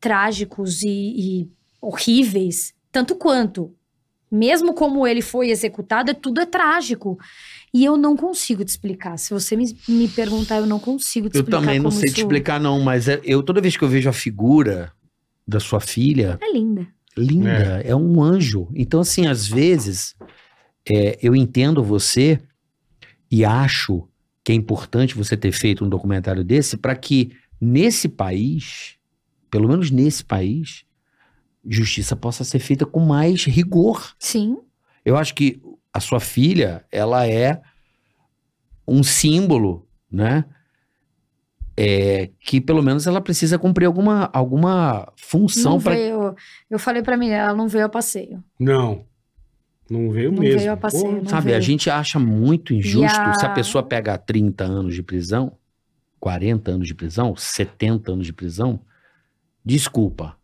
trágicos e, e horríveis, tanto quanto. Mesmo como ele foi executado, é- tudo é trágico. E eu não consigo te explicar. Se você me, me perguntar, eu não consigo te
Eu
explicar.
também não
como
sei te
isso
explicar, não, mas é- eu toda vez que eu vejo a figura da sua filha,
É linda.
linda, é, um anjo. Então, assim, às vezes é, eu entendo você e acho que é importante você ter feito um documentário desse para que nesse país, pelo menos nesse país, justiça possa ser feita com mais rigor.
Sim.
Eu acho que a sua filha, ela é um símbolo, né? É, que pelo menos ela precisa cumprir alguma, alguma função
não
para
veio- eu falei pra mim, ela não veio a passeio.
Não. Não veio
Não
mesmo.
veio a passeio, né? não
Sabe, a
veio.
gente acha muito injusto
a-
se a pessoa pega 30 anos de prisão, 40 anos de prisão, 70 anos de prisão. Desculpa.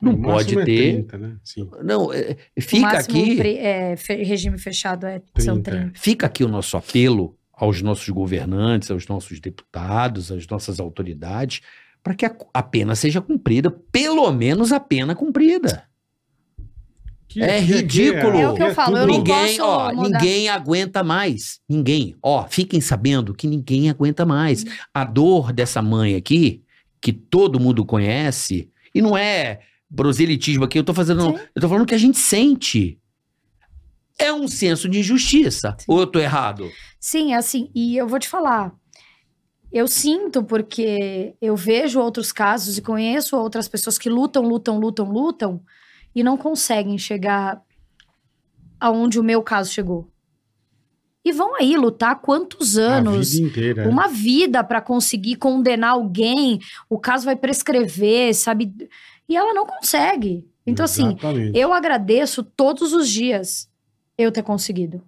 Não
O máximo
pode
é
ter.
30, né? Sim.
Não, é,
O
fica
máximo
aqui.
pre- é, fe- regime fechado é, são
30.
30.
Fica aqui o nosso apelo aos nossos governantes, aos nossos deputados, às nossas autoridades, para que a, a pena seja cumprida, pelo menos a pena cumprida.
Que-
É
que- que
ridículo.
É o que eu falo, eu não
tudo-
ninguém,
posso
ó,
mudar.
ninguém aguenta mais. Ninguém. Ó, fiquem sabendo que ninguém aguenta mais. A dor dessa mãe aqui, que todo mundo conhece, e não é proselitismo aqui, eu tô fazendo, não.
Sim.
eu tô falando que a gente sente. É um senso de injustiça. Ou eu tô errado?
Sim, é assim, e eu vou te falar. Eu sinto porque eu vejo outros casos e conheço outras pessoas que lutam, lutam, lutam, lutam e não conseguem chegar aonde o meu caso chegou. E vão aí lutar quantos
A
anos?
vida inteira. é.
Uma vida pra conseguir condenar alguém, o caso vai prescrever, sabe? E ela não consegue. Então, assim,
Exatamente.
eu agradeço todos os dias eu ter conseguido.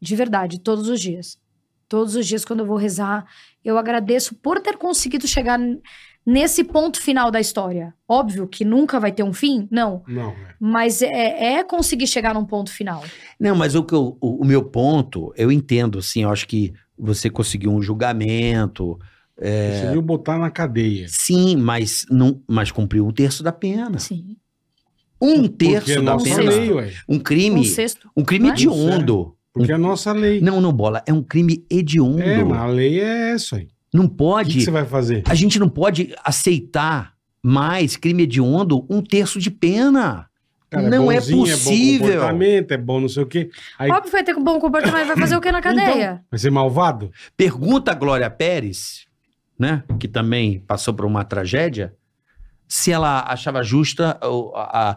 De verdade, todos os dias. Todos os dias, quando eu vou rezar, eu agradeço por ter conseguido chegar n- nesse ponto final da história. Óbvio que nunca vai ter um fim, não.
Não, é.
Mas é, é conseguir chegar num ponto final.
Não, mas o, que eu- o, o meu ponto, eu entendo, assim, eu acho que você conseguiu um julgamento. É.
Conseguiu botar na cadeia.
Sim, mas, não, mas cumpriu um terço da pena.
Sim.
Um
Porque
terço
é
da
nossa
pena.
lei, ué.
Um
Um
crime.
sexto.
Um crime
Não é?
hediondo.
Porque é nossa lei.
Não, não, bola. É um crime hediondo.
é, mas a lei é essa aí.
Não
O que,
pode.
que você vai fazer?
A gente não pode aceitar mais crime hediondo um terço de pena. Não é possível.
É bom comportamento, é bom não sei o quê. Aí- Então,
Óbvio que vai ter um bom comportamento, vai fazer o que na cadeia?
Vai ser malvado?
Pergunta a Glória Pérez, né, que também passou por uma tragédia, se ela achava justa o, a- a-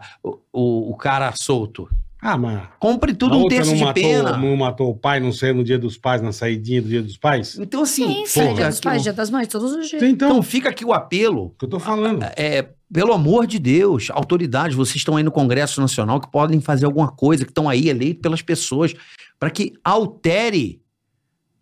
o, o cara solto.
Ah, mas.
Compre tudo
a
um
outra
terço
não
de
matou,
pena.
Não matou o pai, não saiu no dia dos pais, na saidinha do dia dos pais?
Então, assim,
Sim, sim.
fica
Dia dos
aqui
pais,
o-
dia das mães, todos os dias.
Então,
então fica aqui o apelo
o que eu tô falando.
é, pelo amor de Deus, autoridades, vocês estão aí no Congresso Nacional que podem fazer alguma coisa, que estão aí eleitos pelas pessoas, para que altere.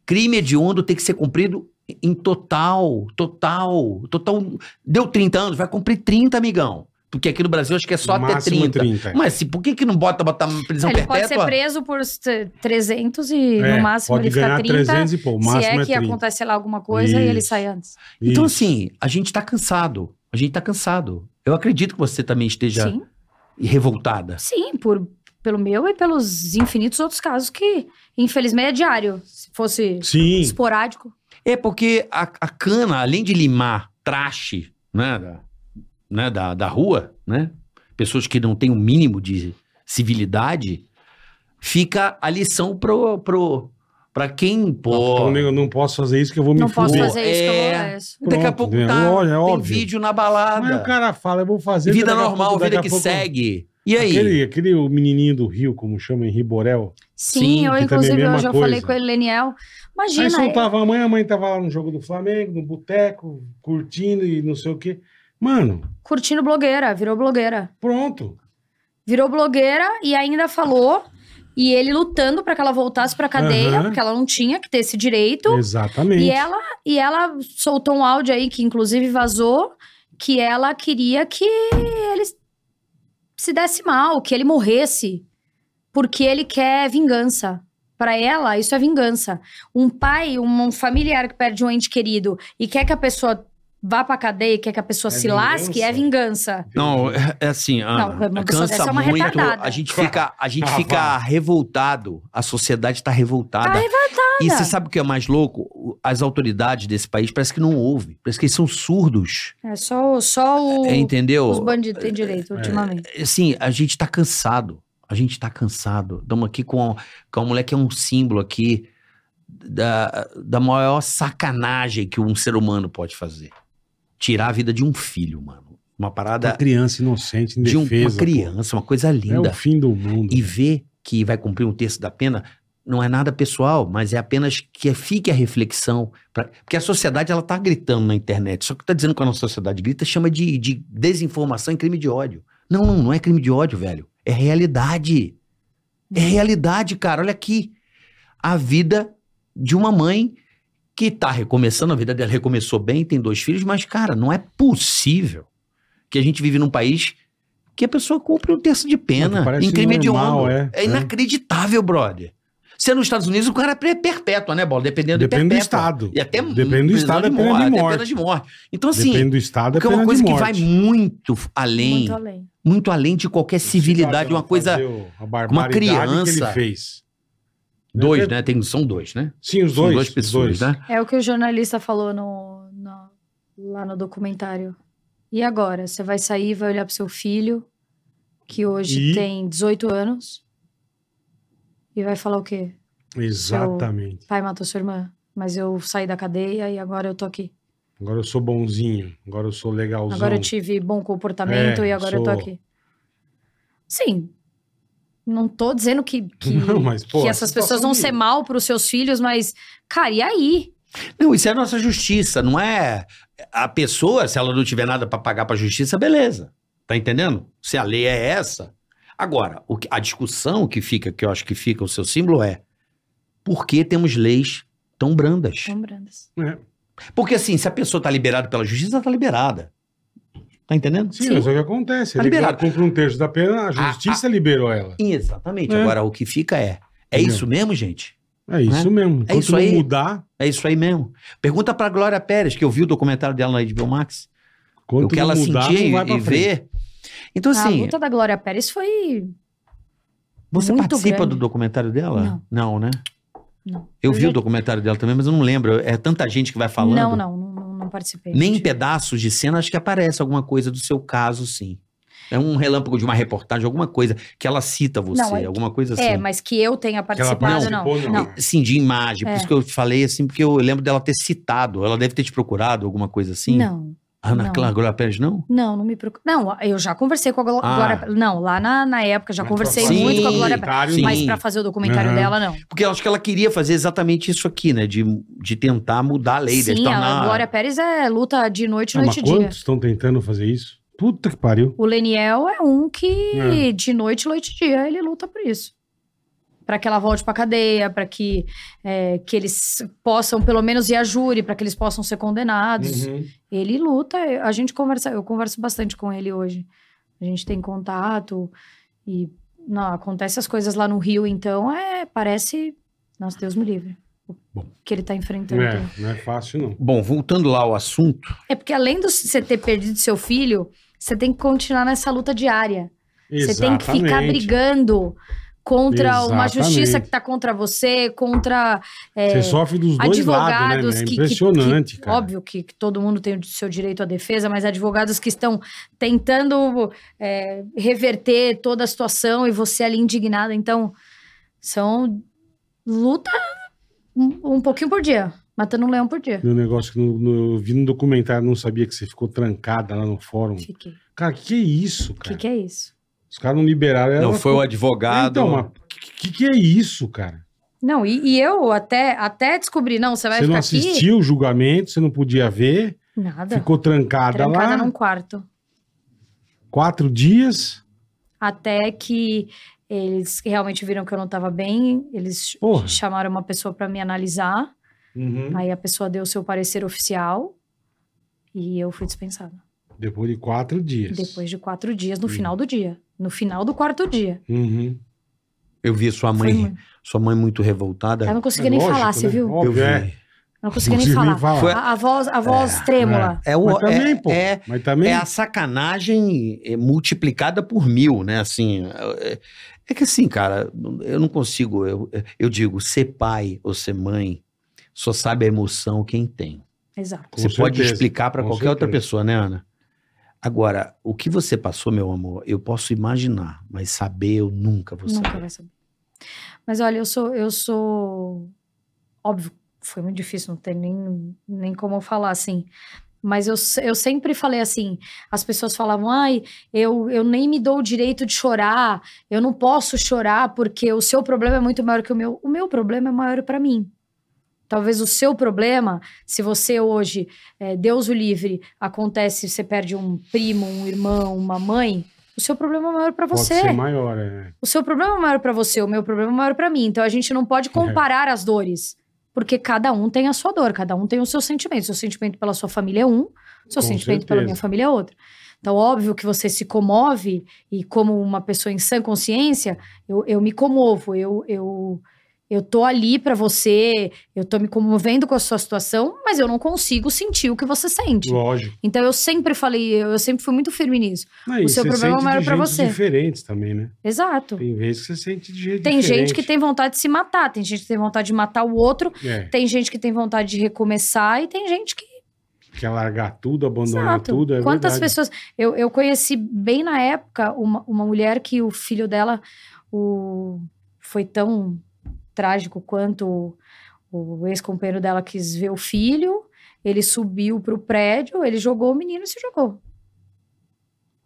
Crime hediondo tem que ser cumprido em total, total, total. Deu 30 anos, vai cumprir 30, amigão. Porque aqui no Brasil acho que é só até
Máximo
30.
30.
Mas se, por que, que não bota botar uma prisão
Ele pode ser
perpétua?
preso por t- 300 e
É,
no máximo
pode
ele fica
ganhar
30.
300 e pô, o
Se
máximo
é
é,
que
30.
acontece, sei lá, alguma coisa e ele
Isso.
sai antes.
então,
Isso.
assim, a gente tá cansado. A gente tá cansado. Eu acredito que você também esteja
Sim,
revoltada.
sim, por, pelo meu e pelos infinitos outros casos que, infelizmente, é diário. Se fosse
Sim.
esporádico.
É porque a, a cana, além de limar traste né, da, né, da, da rua, né, pessoas que não têm o mínimo de civilidade, fica a lição pro, pro, pra quem
Então,
pô.
nego, eu não posso fazer isso que eu vou me
não posso
fuder.
fazer isso que eu vou.
É.
é isso.
Daqui a
Pronto,
pouco
né?
tá,
Ó, é
tem
óbvio.
vídeo na
Mas o
balada,
cara fala, eu vou fazer.
vida
daqui a
normal,
pouco- daqui
vida
a
que
pouco-
segue. E aí?
Aquele, aquele o menininho do Rio, como chama, em Riborel.
Sim,
Sim,
eu,
que também é a
inclusive,
mesma
hoje eu
coisa.
falei com o Eleniel.
Aí
Imagina, é,
soltava a mãe, a mãe tava lá no jogo do Flamengo, no boteco, curtindo e não sei o quê. Mano,
curtindo blogueira, virou blogueira.
pronto.
virou blogueira e ainda falou. E ele lutando pra que ela voltasse pra cadeia,
Aham.
porque ela não tinha que ter esse direito.
Exatamente.
E ela, e ela soltou um áudio aí, que inclusive vazou, que ela queria que ele se desse mal, que ele morresse, porque ele quer vingança. Pra ela, isso é vingança. Um pai, um familiar que perde um ente querido e quer que a pessoa vá pra cadeia, quer que a pessoa
É
se
vingança?
lasque, é vingança.
Não, é é assim,
Não,
Ana,
uma pessoa
cansa
dessa é uma
muito.
retardada.
A gente fica, a gente
[laughs] Ah,
fica
vá.
revoltado. A sociedade tá revoltada.
Tá
E você sabe o que é mais louco? O- As autoridades desse país parece que não ouvem. Parece que eles são surdos.
É só, o- só o,
É entendeu?
os bandidos
é,
têm direito ultimamente.
Assim, a gente tá cansado. A gente tá cansado. Estamos aqui com, com uma mulher que é um símbolo aqui da, da maior sacanagem que um ser humano pode fazer. Tirar a vida de um filho, mano. Uma
Uma
parada
criança inocente,
de um-
indefesa.
uma criança, uma coisa
pô. É
linda.
o fim do mundo.
e ver que vai cumprir um terço da pena não é nada pessoal, mas é apenas que fique a reflexão. pra- porque a sociedade ela tá gritando na internet. Só que tá dizendo que a nossa sociedade grita, chama de, de desinformação e crime de ódio. Não, não, não é crime de ódio, velho. É realidade. É realidade, cara. Olha aqui. A vida de uma mãe que tá recomeçando, a vida dela recomeçou bem, tem dois filhos, mas, cara, não é possível que a gente vive num país que a pessoa cumpre um terço de
Não,
pena
parece
em crime de
normal,
honra.
é,
É,
é.
inacreditável, brother. Você nos Estados Unidos, o cara é perpétua, né, Bola? Dependendo
Depende
de
do
perpétua.
Estado.
E até
Depende do
prisão
Estado, é pena de
até
morte.
pena de morte. Então, assim,
Depende do estado,
porque é uma
pena de
coisa que vai
morte.
muito além,
Muito
muito além,
além.
de qualquer civilidade,
Cidadão
uma coisa...
fazer o- a barbaridade que
criança.
ele fez.
Dois,
É,
né? Tem, são dois, né?
Sim, os
São
dois.
duas
os
pessoas,
dois.
né?
É o que o jornalista falou no, no- lá no documentário. E agora? Você vai sair, vai olhar pro seu filho, que hoje
E?
tem 18 anos, e vai falar o quê?
Exatamente.
Pai matou sua irmã, mas eu saí da cadeia e agora eu tô aqui.
Agora eu sou bonzinho. Agora eu sou legalzão.
Agora eu tive bom comportamento
É,
e agora eu tô
sou-
aqui. Sim. Não tô dizendo que, que,
[laughs] Não, mas, pô,
que
a
essas
situação
pessoas vão
de-
ser mal pros seus filhos, mas, cara, e aí?
Não, isso é a nossa justiça, não é... A pessoa, se ela não tiver nada pra pagar pra justiça, beleza. Tá entendendo? Se a lei é essa. Agora, o que- a discussão que fica, que eu acho que fica o seu símbolo é por que temos leis tão brandas?
João Brandas.
É.
Porque assim, se a pessoa tá liberada pela justiça, ela tá liberada. Tá entendendo?
Sim,
Sim.
mas é o que acontece.
Tá
Ele
liberado. Ah,
cumpre um terço da pena, a justiça liberou ela.
Exatamente.
É. Uhum.
Agora, o que fica é, é
Entendeu?
isso mesmo, gente?
É isso mesmo. Enquanto
Né? isso
não
aí.
mudar,
É isso aí mesmo. Pergunta pra Glória Pérez, que eu vi o documentário dela na HBO Max.
quanto
o que ela
não mudar,
sentia
não vai pra
e
frente.
ver. Então,
a
assim,
luta da Glória Pérez foi.
você
muito
participa
grande.
do documentário dela? Não, né?
Não.
Eu vi
já-
o documentário dela também, mas eu não lembro. É tanta gente que vai falando.
Não, não, não, não participei. Tipo,
Nem em pedaços de cena, acho que aparece alguma coisa do seu caso, sim. É um relâmpago de uma reportagem, alguma coisa que ela cita você,
Não, é-
alguma coisa assim.
É, mas que eu tenha
ela
participado, não.
participou, não.
Não.
Sim, de imagem. Por
É.
isso que eu falei assim, porque eu lembro dela ter citado. Ela deve ter te procurado alguma coisa assim.
Não,
Ana
não.
Clara Glória Pérez, não?
não, não me preocupo. Não, eu já conversei com a Glo-
Ah.
Glória Pérez. Não, lá na, na época já
Mas
conversei
pra fazer
muito com a Glória Pérez.
documentário,
Sim.
Mas pra fazer o documentário
Aham.
dela, não.
Porque eu acho que ela queria fazer exatamente isso aqui, né? De, de tentar mudar a lei. de
Sim,
tornar...
a Glória Pérez é luta de noite,
Ah, mas
noite e dia.
quantos estão tentando fazer isso? Puta que pariu.
O Leniel é um que
É.
de noite, noite e dia ele luta por isso. Pra que ela volte pra cadeia, pra que, é, que eles possam pelo menos ir a júri, pra que eles possam ser
Uhum.
condenados.
Uhum.
Ele luta, a gente conversa, eu converso bastante com ele hoje. A gente tem contato e não, acontece as coisas lá no Rio, então é, parece, nossa, Deus me livre. O que ele tá enfrentando. É.
É, não é fácil, não.
Bom, voltando lá ao assunto.
porque além de você ter perdido seu filho, você tem que continuar nessa luta diária. Você tem que ficar
Exatamente.
brigando contra uma
Exatamente.
justiça que tá contra você, contra é,
Você sofre dos dois lados, né?
advogados
meu?
que-
É
que-
impressionante,
que-
cara.
Óbvio que, que todo mundo tem o seu direito à defesa, mas advogados que estão tentando é, reverter toda a situação e você ali indignado. Então, são luta um, um pouquinho por dia, matando um leão por dia.
Meu negócio que no- no- eu vi no documentário, não sabia que você ficou trancada lá no fórum.
Fiquei.
Cara, que isso,
O que,
cara?
que é isso?
Os caras não liberaram ela.
não foi o advogado.
Então, mas que, que é isso, cara?
Não, e, e eu até, até descobri, não, você vai
Você não
ficar aqui?
assistiu o julgamento, você não podia ver,
Nada.
ficou trancada,
trancada
lá
num quarto.
quatro dias.
Até que eles realmente viram que eu não estava bem, eles
Porra.
chamaram uma pessoa para me analisar,
Uhum.
aí a pessoa deu seu parecer oficial e eu fui dispensada.
Depois de quatro dias.
Depois de quatro dias, no
Hum.
final do dia. No final do quarto dia.
Uhum.
Eu vi sua
Foi
mãe,
muito.
sua mãe muito revoltada.
Eu não conseguia
É
nem
lógico,
falar,
né?
você viu? Eu
Eu
Óbvio,
vi.
é.
não conseguia nem
Não consegui
falar.
nem falar.
Foi-
A, a voz, a voz trêmula.
É, o,
Mas também,
é,
pô.
é-
Mas também.
é a sacanagem é, multiplicada por mil, né? Assim, é, é que assim, cara, eu não consigo. Eu, eu digo, ser pai ou ser mãe só sabe a emoção quem tem.
Exato.
Com
você pode
certeza,
explicar para
com
qualquer outra
certeza.
pessoa, né, Ana? Agora, o que você passou, meu amor, eu posso imaginar, mas saber eu nunca vou
Nunca
saber.
vai saber. Mas olha, eu sou, eu sou. Óbvio, foi muito difícil, não tem nem, nem como eu falar assim. Mas eu, se- eu sempre falei assim: as pessoas falavam, ai, eu, eu nem me dou o direito de chorar, eu não posso chorar porque o seu problema é muito maior que o meu. O meu problema é maior para mim. Talvez o seu problema, se você hoje, eh, Deus o livre, acontece, você perde um primo, um irmão, uma mãe, o seu problema é maior para
Pode
você.
ser maior, é.
O seu problema é maior pra você, o meu problema é maior pra mim. Então a gente não
É.
pode comparar as dores, porque cada um tem a sua dor, cada um tem o seu sentimento. Seu sentimento pela sua família é um, seu
Com
sentimento pela
certeza.
minha família é outro. Então, óbvio que você se comove, e como uma pessoa em sã consciência, eu, eu me comovo, eu, eu, eu tô ali pra você, eu tô me comovendo com a sua situação, mas eu não consigo sentir o que você sente.
Lógico.
Então, eu sempre falei, eu eu sempre fui muito firme nisso.
Não, e
O seu
você
problema
sente
é maior
de
pra
jeitos
você.
diferentes também, né?
Exato.
Tem vezes que você sente de jeito
Tem
diferente.
gente que tem vontade de se matar, tem gente que tem vontade de matar o outro,
É,
tem gente que tem vontade de recomeçar e tem gente que.
quer largar tudo, abandonar
Exato.
tudo. É
Quantas
verdade.
pessoas. Eu, eu conheci bem na época uma, uma mulher que o filho dela o... foi tão trágico quanto o, o ex-companheiro dela quis ver o filho. Ele subiu pro prédio, ele jogou o menino e se jogou.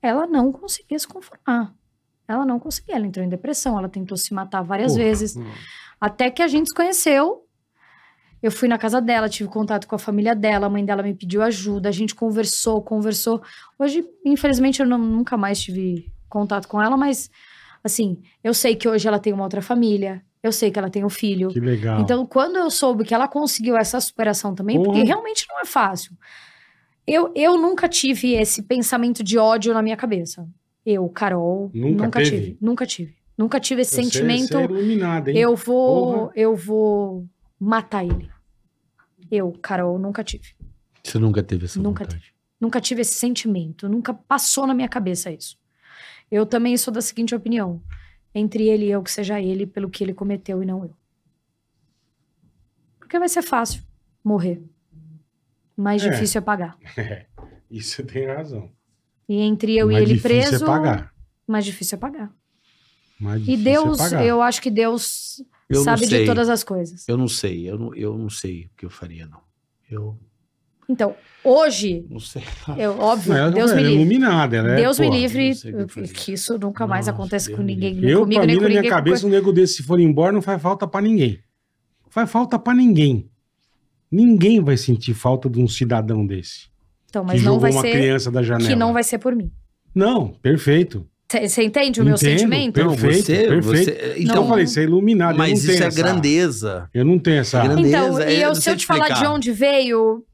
Ela não conseguia se conformar. Ela não conseguia, ela
Hum,
entrou em depressão, ela tentou se matar várias
Porra.
vezes. Até que a gente se conheceu. Eu fui na casa dela, tive contato com a família dela, a mãe dela me pediu ajuda, a gente conversou, conversou. Hoje, infelizmente, eu não- nunca mais tive contato com ela, mas assim, eu sei que hoje ela tem uma outra família, eu sei que ela tem um filho.
Que legal.
Então, quando eu soube que ela conseguiu essa superação também, porque
Porra.
realmente não é fácil. Eu, eu nunca tive esse pensamento de ódio na minha cabeça. Eu, Carol,
Nunca
nunca,
teve?
tive. Nunca tive. Nunca tive esse
Você-
sentimento.
você é iluminada, hein?
eu vou.
Porra.
Eu vou matar ele. Eu, Carol, nunca tive.
Você nunca teve essa
Nunca
vontade?
Nunca tive esse sentimento, nunca passou na minha cabeça isso. Eu também sou da seguinte opinião: entre ele e eu, que seja ele, pelo que ele cometeu e não eu. Porque vai ser fácil morrer. Mais
É.
difícil é pagar.
Isso você tem razão.
E entre eu
Mais
e ele
difícil
preso,
É pagar.
mais difícil é pagar.
Mais
E
difícil
Deus,
é pagar.
eu acho que Deus
Eu não
sabe
sei.
de todas as coisas.
Eu não sei, eu não, eu não sei o que eu faria, não. Eu
Então, hoje,
[laughs]
não sei.
eu,
Não,
óbvio,
ela,
Deus
ela
me
é
livre.
iluminada, ela é,
Deus me
pô,
livre
não sei o que eu faria.
que isso nunca mais
Nossa,
aconteça
Deus
com
me
ninguém, nem
Eu,
é comigo,
pra
nem
mim,
com
na minha
ninguém. com-
cabeça, um nego desse, se for embora, não faz falta pra ninguém. Não faz falta pra ninguém. Ninguém vai sentir falta de um cidadão desse.
Então,
que
mas
jogou
não vai
uma
ser
criança da janela.
que não vai ser por mim.
Não, perfeito.
Você entende o meu
Entendo,
sentimento?
Não,
Perfeito,
você,
perfeito.
você.
Então,
Então,
eu falei, você é iluminado. eu
mas
não
isso
tenho
é
essa-
grandeza.
Eu não tenho essa...
grande-
Então,
Grandeza,
e
é,
eu,
não
se
sei
eu te falar
explicar.
de onde veio.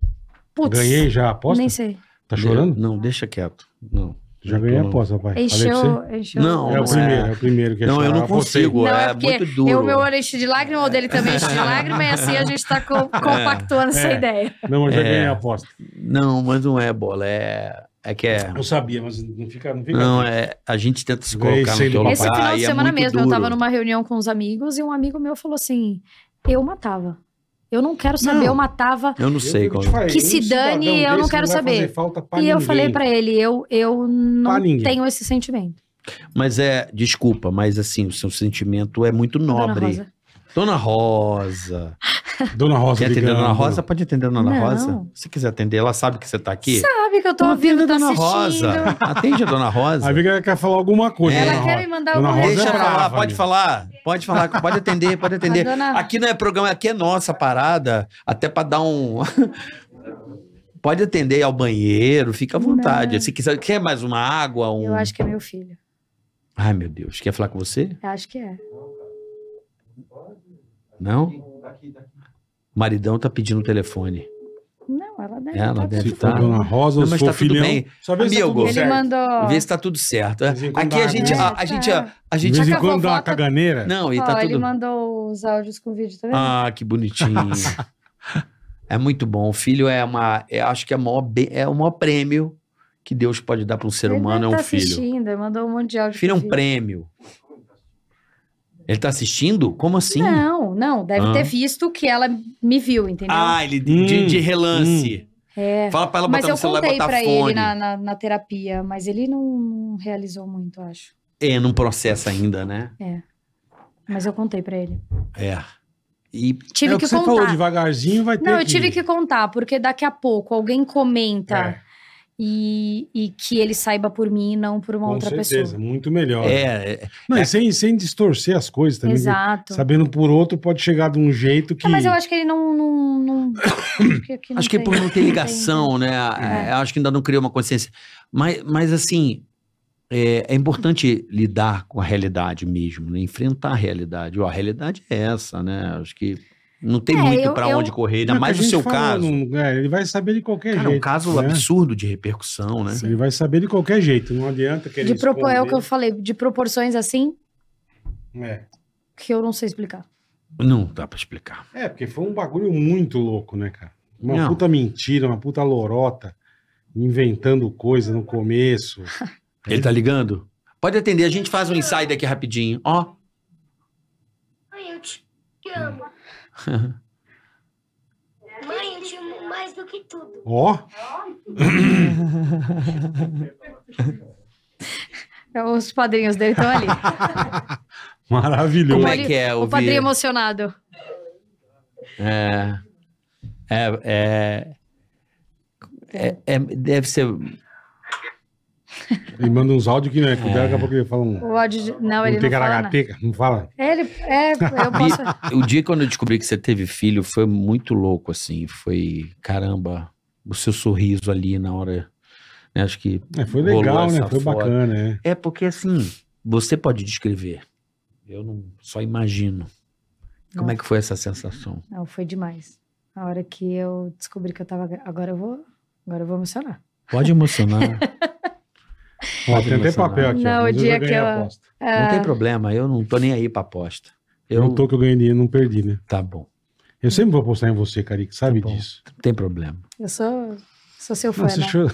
Putz,
Ganhei já a aposta?
nem sei.
Tá chorando?
Não, deixa quieto. Não.
Já ganhei a
Não.
aposta, pai. Falei pra você.
Encheu. encheu
Não,
É o
eu-
primeiro, é o primeiro que é
Não, eu
chorar,
não
você.
consigo.
Não,
é,
é porque
muito duro.
Eu, meu olho enche de lágrima, o dele também
[laughs]
enche de lágrima, e assim a gente tá co- compactuando essa
É.
ideia.
Não, eu já
É.
ganhei a aposta.
Não, mas não é bola. É, é que é.
Eu sabia, mas não fica... Não fica
Não, é. A gente tenta se
Esse
colocar no teu
Opa,
lugar.
Esse final
e
de
é
semana
muito
mesmo, eu
duro.
tava numa reunião com uns amigos e um amigo meu falou assim: eu matava. Eu não quero saber,
Não.
eu matava.
Eu não sei
eu
qual. é,
te falei,
Que se
um cidadão
dane, eu não
desse
quero
vai
saber.
fazer falta pra
e eu
ninguém.
falei pra ele: eu, eu
Pra
não
ninguém.
tenho esse sentimento.
Mas é, desculpa, mas assim, o seu sentimento é muito nobre.
Dona Rosa.
Dona Rosa.
Dona Rosa
Quer atender a
ligando.
Dona Rosa? Pode atender a Dona
Não.
Rosa? Se quiser atender, ela sabe que você tá aqui.
Sabe que eu tô
Então
ouvindo, tá
a Dona
assistindo.
Rosa. É. Atende a Dona Rosa.
Aí vê que ela quer falar alguma coisa.
Ela
Dona
Ela quer
Rosa.
me mandar
Dona
alguma
Rosa é
Deixa ela
brava,
falar, pode
meu.
falar, pode falar, pode atender, pode
A
atender.
dona-
Aqui não é programa, aqui é nossa parada, até pra dar um. [laughs] pode atender ao banheiro, fica à vontade.
Não.
Se quiser, quer mais uma água, um.
Eu acho que é meu filho.
Ai, meu Deus, quer falar com você?
Eu acho que é.
Não? O maridão tá pedindo o telefone.
Não, ela deve
Ela
tá
Se
deve
tudo
tá.
for
bem.
Dona Rosa,
Não,
se
mas
for
tá tudo
filhão,
bem.
só vê se tá
Amigo,
tudo
Ele
certo.
mandou.
Vê se tá tudo certo.
De vez em quando
Aqui a
dá,
gente.
né?
A, a gente. A, a
De
gente.
vez em
Taca a
quando dá uma
fofoca.
caganeira.
Não, e
Ó,
tá
Ele
tudo.
mandou os áudios com vídeo, tá vendo?
Ah, que bonitinho. [laughs] é muito bom. O filho é uma. é- acho que é, o maior be- é o maior prêmio que Deus pode dar para um ser
ele
humano. É
deve
um
tá
filho.
assistindo, ele mandou um monte de áudio.
Filho é
com
um
vídeo.
prêmio. Ele tá assistindo? Como assim?
Não, não, deve
Ah.
ter visto que ela me viu, entendeu?
Ah, ele de,
Hum,
de- de relance.
é.
Fala pra ela
Mas
botar
eu
no celular e
contei
botar
pra
fone.
ele na, na, na terapia, mas ele não, não realizou muito, acho.
É, não processa ainda, né?
Mas eu contei pra ele.
É. E
Tive
é o
que,
que, você
contar.
falou, devagarzinho vai ter
Não, eu tive que contar, porque daqui a pouco alguém comenta
É,
e, e que ele saiba por mim e não por uma
com
outra
certeza,
pessoa.
muito melhor.
é, é,
Não, e sem, sem distorcer as coisas também.
Exato.
Sabendo por outro, pode chegar de um jeito que...
É, mas eu acho que ele não. não, não- [coughs] acho que, não
acho que
tem-
por não ter
tem-
ligação, né? É, Acho que ainda não criou uma consciência. Mas, mas assim, é, é importante lidar com a realidade mesmo, né? enfrentar a realidade. Ó, a realidade é essa, né? Acho que não tem
É,
muito
eu-
pra
eu-
onde correr, ainda
É o que a
mais no
gente
seu
falou,
caso.
não- é, ele vai saber de qualquer
Cara, é
jeito.
um caso
né?
absurdo de repercussão, né?
Ele vai saber de qualquer jeito, não adianta querer
De propor, é o que eu
esconder.
falei, de proporções assim
É.
que eu não sei explicar.
Não dá pra explicar.
É, porque foi um bagulho muito louco, né, cara? Uma
Não.
puta mentira, uma puta lorota, inventando coisa no começo.
Ele tá ligando? Pode atender, a gente faz um insight aqui rapidinho. Ó.
Mãe, eu te te amo. Mãe, eu te amo mais do que tudo.
Ó, [laughs]
É, Os padrinhos dele estão ali.
maravilhoso.
Como
O
é
padrinho-
que é?
o
ouvir?
padrinho emocionado.
É. É, é, é, é- Deve ser.
Ele manda uns áudios que não é. Cuidado, daqui a pouco ele fala um.
O ódio de... Não, ele
Um
não fala. nada.
ticaracateca. Não fala.
Ele, é, eu
Bi-
posso...
O dia quando eu descobri que você teve filho foi muito louco, assim. Foi, caramba, o seu sorriso ali na hora. né, Acho que.
É, foi
rolou
legal, né?
essa
Foi
foto.
bacana, né?
É porque, assim, você pode descrever. Eu não só imagino. Como é que foi essa sensação?
Não, foi demais. A hora que eu descobri que eu tava... gra- Agora eu vou... Agora eu vou emocionar.
Pode emocionar.
Ó, tem até
emocionado.
papel aqui. ó.
Não,
Às
o
vezes
dia
eu
que
ganhei
eu-
a aposta.
Não tem problema, eu não tô nem aí pra aposta.
Eu
Eu,
não tô que eu ganhei dinheiro, não perdi, né?
Tá bom,
Eu sempre vou apostar em você, Carica, sabe
Tá bom.
disso.
não tem problema.
Eu sou, sou seu fã,
Nossa,
né? [laughs]
show-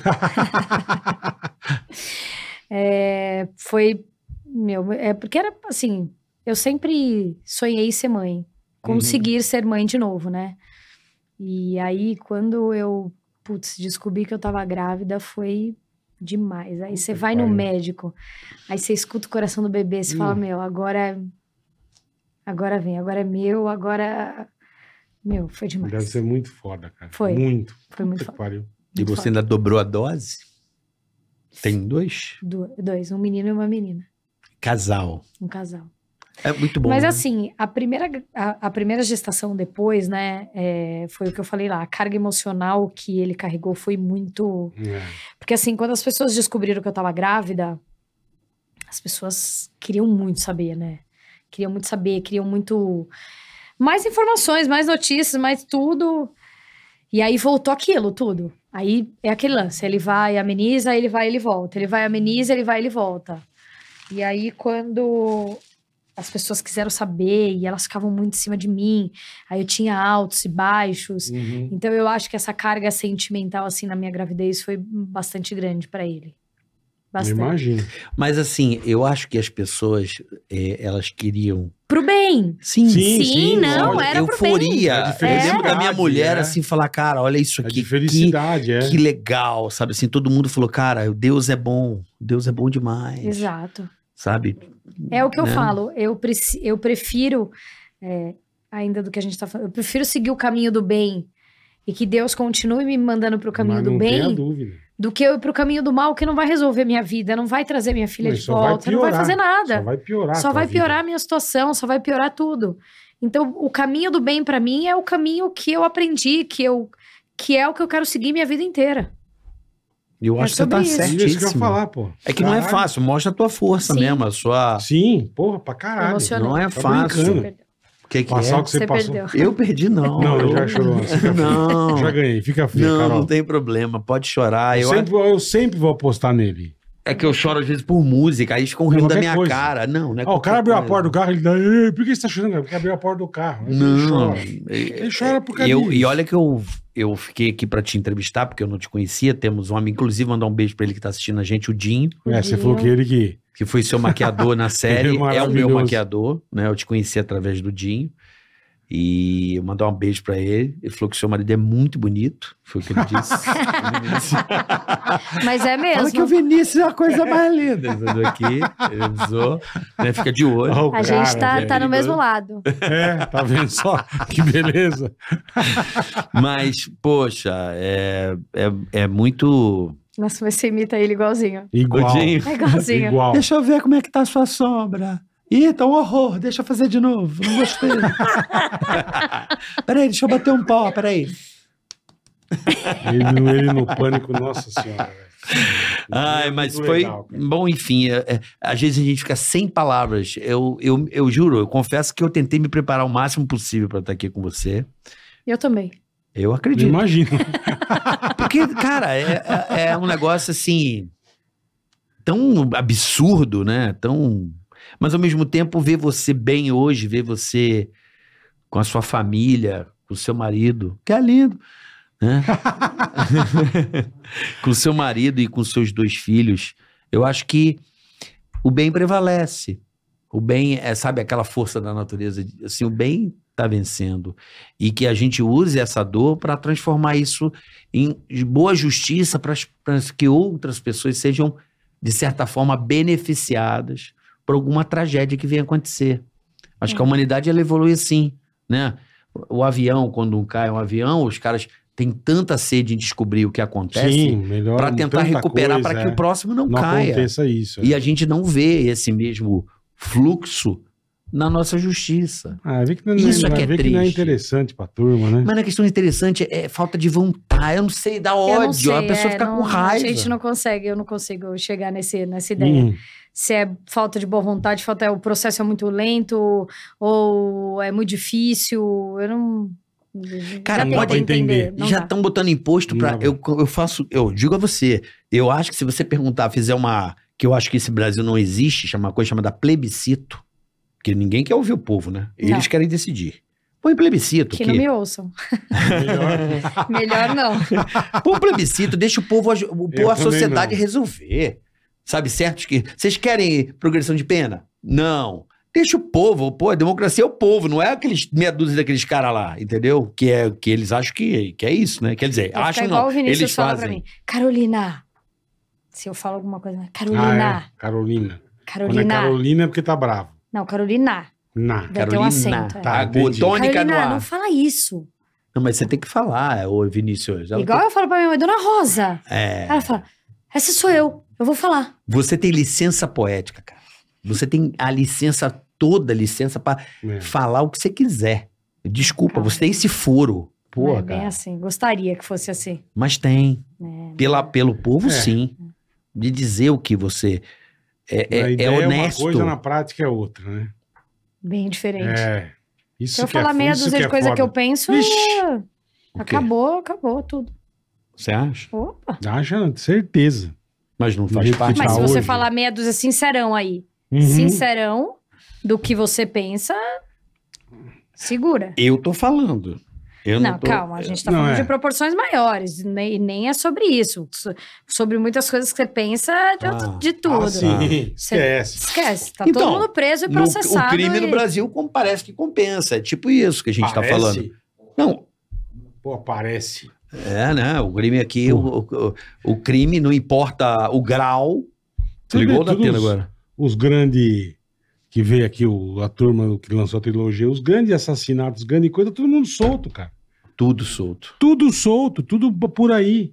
É, foi, meu, é porque era assim, eu sempre sonhei ser
Uhum.
mãe, conseguir ser mãe de novo, né? E aí, quando eu, putz, descobri que eu tava grávida, foi demais. Aí você
que
vai no
pariu.
médico, aí você escuta o coração do bebê, você fala, meu, agora, agora vem, agora é meu, agora, meu, foi
Deve
demais.
ser muito foda, cara.
Foi.
Muito.
Foi muito
Puta que
foda.
pariu.
E
muito
você ainda dobrou a dose? Tem dois?
foda. Du- Dois, um menino e uma menina,
Casal.
um casal.
É muito bom.
Mas
né?
assim, a primeira, a, a primeira gestação depois, né, é, foi o que eu falei lá, a carga emocional que ele carregou foi muito...
É.
Porque assim, quando as pessoas descobriram que eu tava grávida, as pessoas queriam muito saber, né? Queriam muito saber, queriam muito... Mais informações, mais notícias, mais tudo. E aí voltou aquilo, tudo. Aí é aquele lance, ele vai, ameniza, ele vai, ele volta. Ele vai, ameniza, ele vai, ele volta. E aí quando as pessoas quiseram saber e elas ficavam muito em cima de mim. Aí eu tinha altos e baixos.
Uhum.
Então eu acho que essa carga sentimental assim na minha gravidez foi bastante grande pra ele. Bastante.
Imagina.
Mas assim, eu acho que as pessoas, é, elas queriam.
Pro bem.
Sim,
Sim, sim,
não,
lógico.
era pro bem.
euforia.
É
Eu lembro da minha
felicidade,
mulher
é.
assim falar, cara, olha isso
É
aqui.
de
que,
felicidade, é.
que legal, sabe? Assim, todo mundo falou, cara, Deus é bom, Deus é bom demais.
Exato.
Sabe?
É o que eu
Né?
falo. Eu, preci- eu prefiro, é, ainda do que a gente tá falando, eu prefiro seguir o caminho do bem e que Deus continue me mandando pro caminho
Mas
do
não tenha
bem
dúvida.
do que eu ir pro caminho do mal que não vai resolver minha vida, não vai trazer minha filha
Mas
de
só vai
volta, não vai
piorar,
fazer nada.
Só vai piorar. a
Só
tua
vai
vida.
piorar a minha situação, só vai piorar tudo. Então, o caminho do bem pra mim é o caminho que eu aprendi, que eu que é o que eu quero seguir minha vida inteira.
Eu
É
acho que você tá
sobre isso.
É isso que eu ia
certíssimo.
falar, pô.
É que não é
Caralho.
fácil, mostra a tua força
Sim.
mesmo, a sua.
Sim, porra, pra caralho.
Emocionante.
Não é
Tá
fácil.
brincando.
Perdeu.
O que, que
Passar o
é?
que você,
Você
passou.
perdeu.
Eu perdi, não.
Não,
eu
eu já chorou. antes. Fica frio.
Não.
Já ganhei. Fica frio,
Não,
Carol.
não tem problema, pode chorar. Eu
Sempre- eu sempre vou apostar nele.
É que eu choro às vezes por música, aí eles ficam rindo da
qualquer
minha
coisa.
cara. Não, não é
Ó, o cara
qualquer
abriu a
coisa.
porta do carro, ele dá. "Ei, Por que você tá chorando? cara? Porque abriu a porta do carro. Aí você
Não.
chora.
é-
Ele chora por causa
e eu-
disso.
E olha que eu, eu fiquei aqui pra te entrevistar, porque eu não te conhecia. Temos um amigo, inclusive, mandar um beijo pra ele que tá assistindo a gente, o Dinho,
É, você falou que ele que.
que foi seu
[laughs]
maquiador na
Ele é
série. é o meu
maravilhoso.
maquiador, né? Eu te conheci através do Dinho. E eu mandar um beijo pra ele. Ele falou que seu marido é muito bonito. Foi o que ele disse.
Mas
[laughs]
é
Fala
mesmo.
que o Vinícius é a coisa mais linda. Ele mandou aqui, ele avisou, né? Fica de
[laughs]
olho.
Ó, o
A gente tá,
velho.
tá no mesmo lado.
É, tá vendo só? [laughs] Que beleza.
Mas, poxa, é, é, é muito.
Nossa, mas você imita ele igualzinho.
Igual.
Godinho.
É igualzinho.
Igual.
Deixa eu ver como é que tá a sua sombra. Ih, tá um horror, deixa eu fazer de novo. Não [laughs] gostei. peraí, deixa eu bater um pau, peraí.
Ele, ele no pânico, nossa senhora. velho.
Ai,
Muito
mas foi.
legal, cara.
Bom, enfim, é- é, às vezes a gente fica sem palavras. Eu, eu, eu juro, eu confesso que eu tentei me preparar o máximo possível pra estar aqui com você.
Eu também.
Eu acredito.
Imagina.
Porque, cara, é, é- é um negócio assim. tão absurdo, né? Tão. Mas ao mesmo tempo, ver você bem hoje, ver você com a sua família, com o seu marido, que é lindo, né? com o seu marido e com seus dois filhos, eu acho que o bem prevalece. O bem é, sabe, aquela força da natureza, assim, o bem está vencendo. E que a gente use essa dor para transformar isso em boa justiça para que outras pessoas sejam, de certa forma, beneficiadas por alguma tragédia que venha acontecer. Acho que a humanidade ela evolui assim, né? O avião, quando cai um avião, os caras tem tanta sede em descobrir o que acontece
Sim, melhor.
para tentar
tanta
recuperar
coisa,
para que
é.
o próximo não,
não
caia.
aconteça isso. é.
E a gente não vê esse mesmo fluxo na nossa justiça.
Ah, vê que não,
Isso
não-
é que é
vê que não é
triste.
interessante pra turma, né?
Mas a questão interessante é falta de vontade. Eu não sei, dá
Eu não
ódio.
sei,
a pessoa
é,
fica
não-
com raiva.
A gente não consegue, eu não consigo chegar nesse, nessa ideia. [laughs]
Hum,
Se é falta de boa vontade, falta é, o processo é muito lento, ou é muito difícil, eu não...
Cara,
já
não dá pra
tentei
entender.
não
já
dá.
estão botando imposto
Não
para
dá.
eu, eu faço, eu digo a você, eu acho que se você perguntar, fizer uma que eu acho que esse Brasil não existe, chama uma coisa chamada plebiscito, que ninguém quer ouvir o povo, né? Eles
Não.
querem decidir. Põe plebiscito,
Que
que
não me ouçam.
melhor.
Melhor
[laughs]
não.
põe plebiscito, deixa o povo, ag- o povo a
também
sociedade
não.
resolver. Sabe certos que vocês querem progressão de pena? Não. Deixa o povo, pô, a democracia é o povo, não é aqueles meia dúzia daqueles caras lá, entendeu? Que é que eles acham que, que é isso, né? Quer dizer,
Vai ficar
acham
igual
não,
o Vinícius
eles
fala
fazem.
pra mim. Carolina. Se eu falo alguma coisa, né? Carolina.
Ah, é. Carolina. Quando é
Carolina.
Carolina é porque tá bravo.
Não, Carolina.
Na.
Vai ter um acento, é.
tá,
Tá, entendi.
agotônica no
Carolina,
ar.
não fala isso.
Não, mas você tem que falar, ô Vinícius. ela
Igual eu falo pra minha mãe, Dona Rosa.
tem- É,
Ela fala, essa sou eu, eu vou falar.
você tem licença poética, cara. Você tem a licença, toda a licença pra
É.
falar o que você quiser. Desculpa,
Cara.
você tem esse furo. Pô,
não é bem
cara.
assim, gostaria que fosse assim.
Mas tem.
né?
Pela, pelo povo,
É.
sim. De dizer o que você. É, é-
Na
é
ideia
honesto.
uma coisa, na prática é outra, né?
Bem diferente.
É. Isso
Se eu
que
falar
é,
meia
isso
dúzia
que
de
é
coisa que eu
foda.
penso, é,
Vixe.
O quê?
acabou, acabou tudo.
Você acha?
Opa.
Acha, certeza.
Mas não
Do
faz
jeito que
parte.
Mas
tá
se você
hoje.
falar meia dúzia sincerão aí,
Uhum.
sincerão do que você pensa, segura.
Eu tô falando. Eu não,
Não,
tô-
calma, a gente tá
Não,
falando
é.
de proporções maiores, nem, nem é sobre isso. So- Sobre muitas coisas que você pensa de,
Ah,
outro- de
Ah,
tudo.
sim, esquece.
Esquece, tá
Então,
todo mundo preso e
No- o
processado.
crime
e-
no Brasil como parece que compensa. É tipo isso que a gente tá
Parece-
falando. Não,
Pô, parece.
é, né? O crime aqui, o, o, o crime não importa o grau.
Tudo- é
Ligou da
tudo
tela
uns-
agora.
Os grandes que veio aqui, o- a turma que lançou a trilogia, os grandes assassinatos, grande coisa, todo mundo solto, cara.
Tudo solto.
Tudo solto, tudo b- por aí.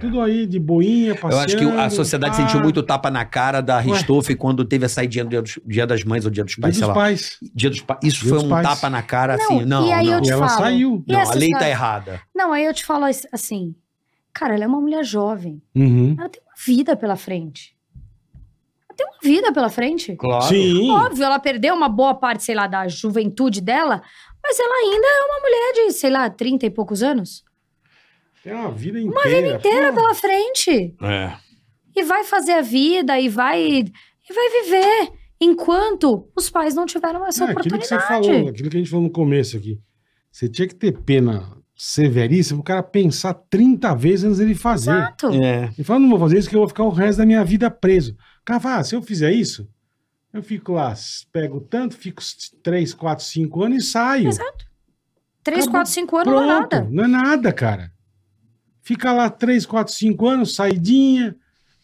Tudo aí de boinha, passeando.
É. Eu acho que a sociedade
pá,
sentiu muito tapa na cara da Ristoff quando teve a saidinha do dia, dos, Dia das Mães ou Dia dos
Dia
Pais,
dos
sei lá.
pais.
Dia dos Pais. Isso
Dia
foi
dos
um
Pais.
tapa na cara,
Não,
assim, não,
e aí
não.
eu
E
te
ela
falo.
saiu.
E
Não,
essa
a lei tá
história?
errada.
Não, aí eu te falo as- assim, cara, ela é uma mulher jovem,
Uhum.
ela tem uma vida pela frente. Ela tem uma vida pela frente.
Claro.
Sim.
Óbvio, ela perdeu uma boa parte, sei lá, da juventude dela, mas ela ainda é uma mulher de, sei lá, 30 e poucos anos.
Tem uma vida inteira. Uma vida inteira,
Pela frente.
É.
e vai fazer a vida e vai e vai viver enquanto os pais não tiveram essa
É, aquilo
oportunidade.
que você falou, aquilo que a gente falou no começo aqui. Você tinha que ter pena severíssima, o cara pensar 30 vezes antes dele fazer.
Exato.
É.
Ele fala, não vou fazer isso que eu vou ficar o resto da minha vida preso. O cara fala, ah, se eu fizer isso, eu fico lá, s- pego tanto, fico 3, 4, 5 anos e saio.
Exato. Três,
Acabou.
quatro, cinco anos
Pronto,
não é nada.
não é nada, cara. Fica lá 3, 4, 5 anos, saidinha,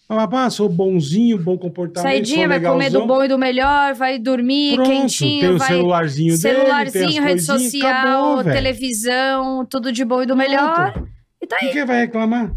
papapá, sou bonzinho, bom comportamento,
Saidinha,
sou
vai comer do
legalzinho.
bom e do melhor, vai dormir
Pronto, tem
quentinho,
o
vai
celularzinho, dele, tem
celularzinho,
as
rede
coisinhas,
social,
acabou, velho.
televisão, tudo de bom e do melhor.
Pronto.
E tá aí.
Quem que vai reclamar?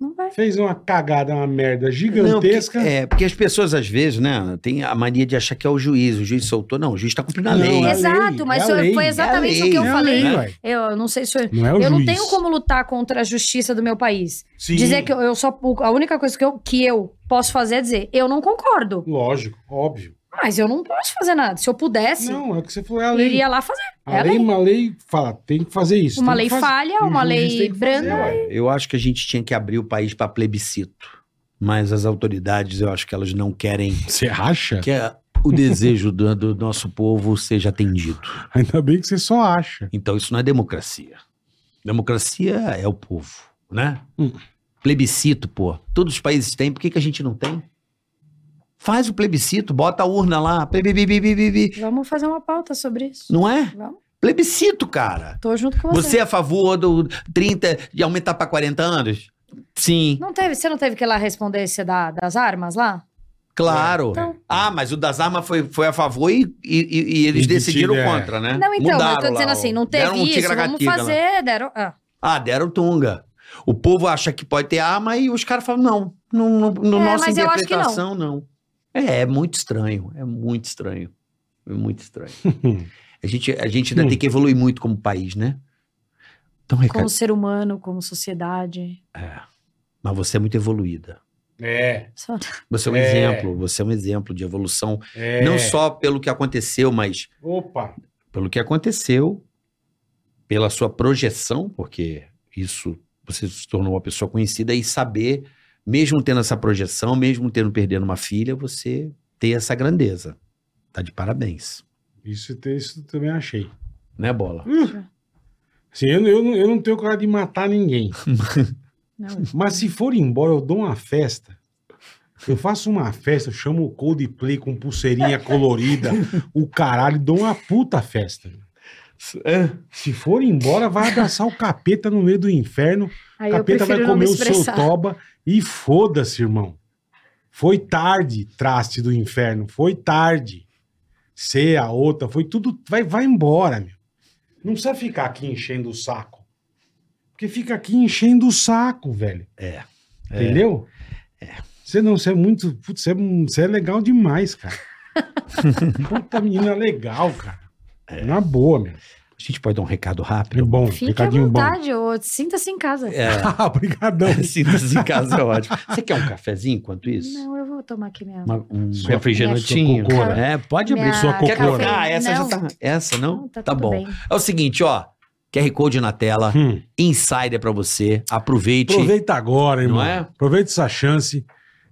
Não vai.
Fez uma cagada, uma merda
Não, porque-
gigantesca.
é, porque as pessoas, às vezes, né, tem a mania de achar que é o juiz. O juiz soltou. Não, o juiz tá cumprindo a
Não,
lei.
é a
Exato,
lei,
mas
é a lei,
foi
é a
exatamente
lei,
o que eu
é
a
falei.
lei, ué.
eu, eu não sei se eu,
Não é o
eu
juiz.
não tenho como lutar contra a justiça do meu país.
Sim,
Dizer que eu, eu só. o- A única coisa que eu, que eu posso fazer é dizer, eu não concordo.
Lógico, óbvio.
Mas eu não posso fazer nada. Se eu pudesse,
Não, é o que você falou, é a
eu
lei.
iria lá fazer. é
A
a
lei,
lei.
uma lei fala, tem que fazer isso.
uma
tem
lei
que fazer.
falha,
E o
uma
juiz
lei
tem que fazer,
branca.
ué.
Eu acho que a gente tinha que abrir o país para plebiscito. Mas as autoridades, eu acho que elas não querem
Você acha?
que a- o desejo do, do nosso povo seja atendido.
Ainda bem que você só acha.
Então isso não é democracia. Democracia é o povo, né?
Hum.
Plebiscito, pô. Todos os países têm, por que, que a gente não tem? Faz o plebiscito, bota a urna lá. pi, pi, pi, pi, pi, pi, pi.
Vamos fazer uma pauta sobre isso.
Não é?
Vamos.
Plebiscito, cara.
Tô junto com você.
Você é a favor do 30 de aumentar para 40 anos? Sim.
Não teve, você não teve que ir lá responder esse da, das armas lá?
Claro.
Então-
Ah, mas o das armas foi, foi a favor e, e- e- e eles
E de
decidiram
tiro, é.
contra, né?
Não, então, mas eu tô
lá
dizendo
o-
assim, não teve
deram um
isso, vamos
né?
tigra-gatiga lá.
fazer, deram... ah.
Ah, deram tunga. O povo acha que pode ter arma e os caras falam, não, no, no, no
É,
nossa
mas eu acho que não.
interpretação, não. É, é muito estranho, é muito estranho. É muito estranho. a, gente, a gente ainda
Hum.
tem que evoluir muito como país, né? Então,
como
Ricardo,
ser humano, como sociedade.
mas você é muito evoluída.
É,
Só-
Você é um
É.
exemplo, você é um exemplo de evolução,
é.
não só pelo que aconteceu, mas
Opa.
pelo que aconteceu, pela sua projeção, porque isso você se tornou uma pessoa conhecida e saber, mesmo tendo essa projeção, mesmo tendo perdendo uma filha, você ter essa grandeza. Tá de parabéns,
Isso, te- isso eu também achei.
né, bola?
Assim, eu, eu, não- eu não tenho coragem de matar ninguém.
Não.
Mas se for embora, eu dou uma festa. Eu faço uma festa, eu chamo o Coldplay com
[laughs]
pulseirinha colorida, o caralho, dou uma puta festa. É. Se for embora, vai abraçar o capeta no meio do inferno, o
Aí eu
capeta vai
prefiro não me
comer o seu
expressar.
toba e foda-se, irmão. Foi tarde, traste do inferno, foi tarde. Cê, a outra, foi tudo. Vai, vai embora, meu. Não precisa ficar aqui enchendo o saco. Porque fica aqui enchendo o saco, velho.
É.
Entendeu? Você não, você é muito. Putz, você é, um- você é legal demais,
[laughs]
cara. Puta menina legal, cara.
É.
Na boa, meu.
A gente pode dar um recado
É
rápido?
bom,
Fique à
recadinho bom.
vontade, ou sinta-se em casa.
É.
Ah, [laughs] obrigadão.
Sinta-se em casa, é ótimo. Você quer um cafezinho enquanto isso?
Não, eu vou tomar aqui minha...
Uma- um
Sua-
refrigerantinho?
sua cocora.
É, pode abrir.
minha
sua
Quer
cocora.
cafeína.
Ah, essa
não.
já tá. Essa não?
Não,
Tá,
tá tudo
bom.
bem.
É o seguinte, ó. QR Code na tela,
Hum.
insider pra você. Aproveite.
Aproveita agora, irmão.
Não é?
Aproveita essa chance.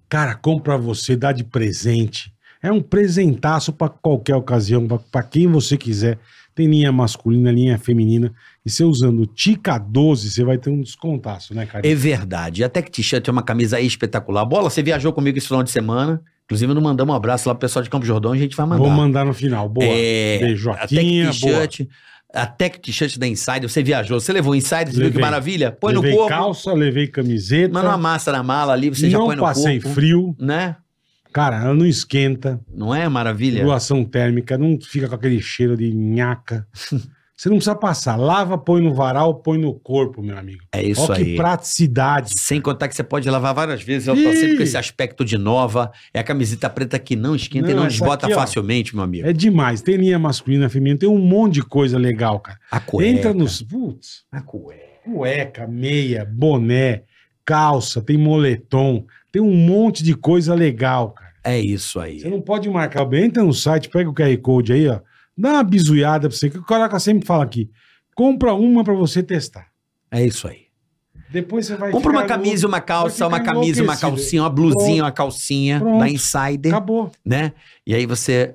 Cara, compra você, dá de presente. É um presentaço pra qualquer ocasião, pra- pra quem você quiser. Tem linha masculina, linha feminina. E você usando o Tica 12, você vai ter um descontaço, né, cara?
É verdade. Até que T-shirt é uma camisa espetacular. Bola, você viajou comigo esse final de semana. Inclusive, não mandamos um abraço lá pro pessoal de Campo Jordão, a gente vai mandar.
Vou mandar no final. Boa.
É,
Beijo,
a Tech
Joaquinha. Boa.
T-shirt, a Tech T-shirt da Insider, você viajou, você levou o Insider, você viu que
Levei.
maravilha? Põe
levei
no corpo,
calça, levei camiseta.
manda uma massa na mala ali, você já põe
não
no
passei
corpo.
frio.
Né?
Cara, ela não esquenta.
Não é maravilha?
doação térmica, não fica com aquele cheiro de
[laughs]
nhaca. Você não precisa passar. Lava, põe no varal, põe no corpo, meu amigo.
É isso
Olha
aí.
que praticidade.
Sem contar que você pode lavar várias vezes, ela tá
Ih!
sempre com esse aspecto de nova. É a camiseta preta que não esquenta e
Não,
não
essa
desbota
aqui, ó.
facilmente, meu amigo.
É demais. Tem linha masculina, feminina, tem um monte de coisa legal, cara.
A cueca.
Entra nos. Putz,
A cueca.
cueca, meia, boné, calça, tem moletom, tem um monte de coisa legal, cara.
É isso
Você
aí.
não pode marcar bem. Entra no site, pega o QR Code aí, ó. Dá uma bizuiada pra você, que o Caraca sempre fala aqui. Compra uma pra você testar.
É isso aí.
Depois você vai
Compra uma
ficar louco.
camisa, uma calça,
vai
uma
ficar
camisa, uma
enlouquecido.
calcinha, uma blusinha, uma calcinha
Pronto.
da Insider,
Acabou.
né? E aí você.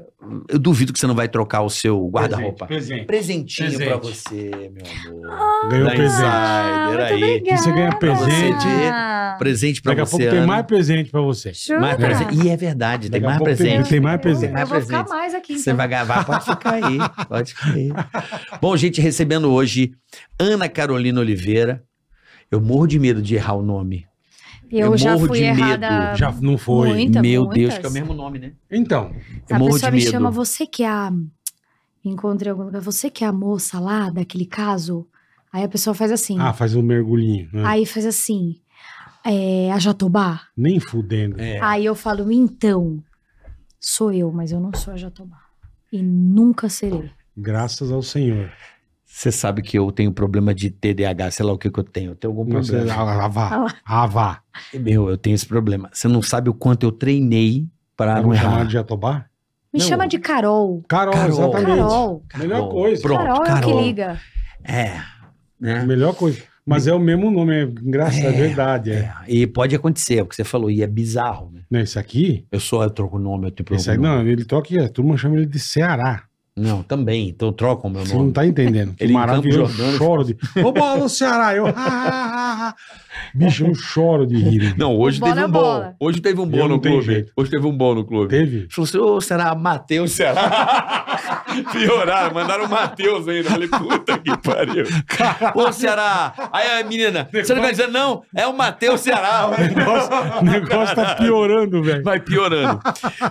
Eu duvido que você não vai trocar o seu guarda-roupa.
Presente.
Presentinho
Presente.
pra você, meu amor.
Ganhou
Da
presente.
Ah,
Insider
muito
aí.
obrigada.
Você ganha presente.
Ah,
Presente pra
Daqui a
você.
pouco tem
Ana.
mais presente pra você.
Jura?
Mais presen- E é verdade, tem
Daqui a
mais
pouco tem-
presente.
Tem mais presente.
Eu, eu vou ficar
presente.
mais aqui,
Você
então.
vai gravar, pode ficar aí, pode ficar aí. Bom, gente, recebendo hoje Ana Carolina Oliveira. Eu morro de medo de errar o nome.
Eu,
eu
já
morro
fui
de medo.
errada
Já não foi.
muita,
Meu
Então, muitas.
Deus, que é o mesmo nome, né?
Então,
Eu
a
morro
pessoa
de
me
medo.
chama, você que é a. Encontrei algum lugar, você que é a moça lá daquele caso. Aí a pessoa faz assim.
ah, faz um mergulhinho.
hum.
né?
Aí faz assim. É, a Jatobá.
Nem fudendo.
É.
Aí eu falo, então, sou eu, mas eu não sou a Jatobá. E nunca serei.
Graças ao Senhor.
Você sabe que eu tenho problema de TDAH, sei lá o que que eu tenho. Eu tenho algum
Não sei,
problema. É
ah, ah,
Ah
vá.
lá.
Ah, vá.
Meu, eu tenho esse problema. Você não sabe o quanto eu treinei pra
Tá
não
me chamando
errar.
de Jatobá?
Me
Não.
chama de Carol.
Carol,
Carol.
exatamente.
Carol.
Melhor coisa.
Pronto,
Carol, é o
Carol.
que liga.
É. Né?
Melhor coisa. Mas é o mesmo nome, é engraçado, é,
É,
verdade. É.
É. E pode acontecer, é o que você falou, e é bizarro, né?
Não, esse aqui,
Eu sou, eu troco o nome, eu tenho
esse aí,
problema.
não, ele toca aqui, a turma chama ele de Ceará.
Não, também. Então trocam o meu
Você não
nome.
tá entendendo. Que
Ele em
maravilhoso.
Campos Jordânia-
Eu choro de.
tá-
Ô,
[laughs]
bola, o Ceará! Eu. [laughs] Bicho, eu choro de rir. né?
Não, hoje
O bola
teve
é
um bom.
bola.
Hoje teve um
Eu
bom
não
no
tenho
clube.
jeito.
[laughs] Hoje teve um bom no clube.
Teve?
Ele Falou assim, ô, [laughs] será Matheus, será?
Pioraram, mandaram o Matheus ainda. Falei, puta que pariu.
Ô, Ceará! Aí a menina, você não vai dizer, não, é o Matheus Ceará.
O negócio, o negócio tá piorando, velho.
Vai piorando.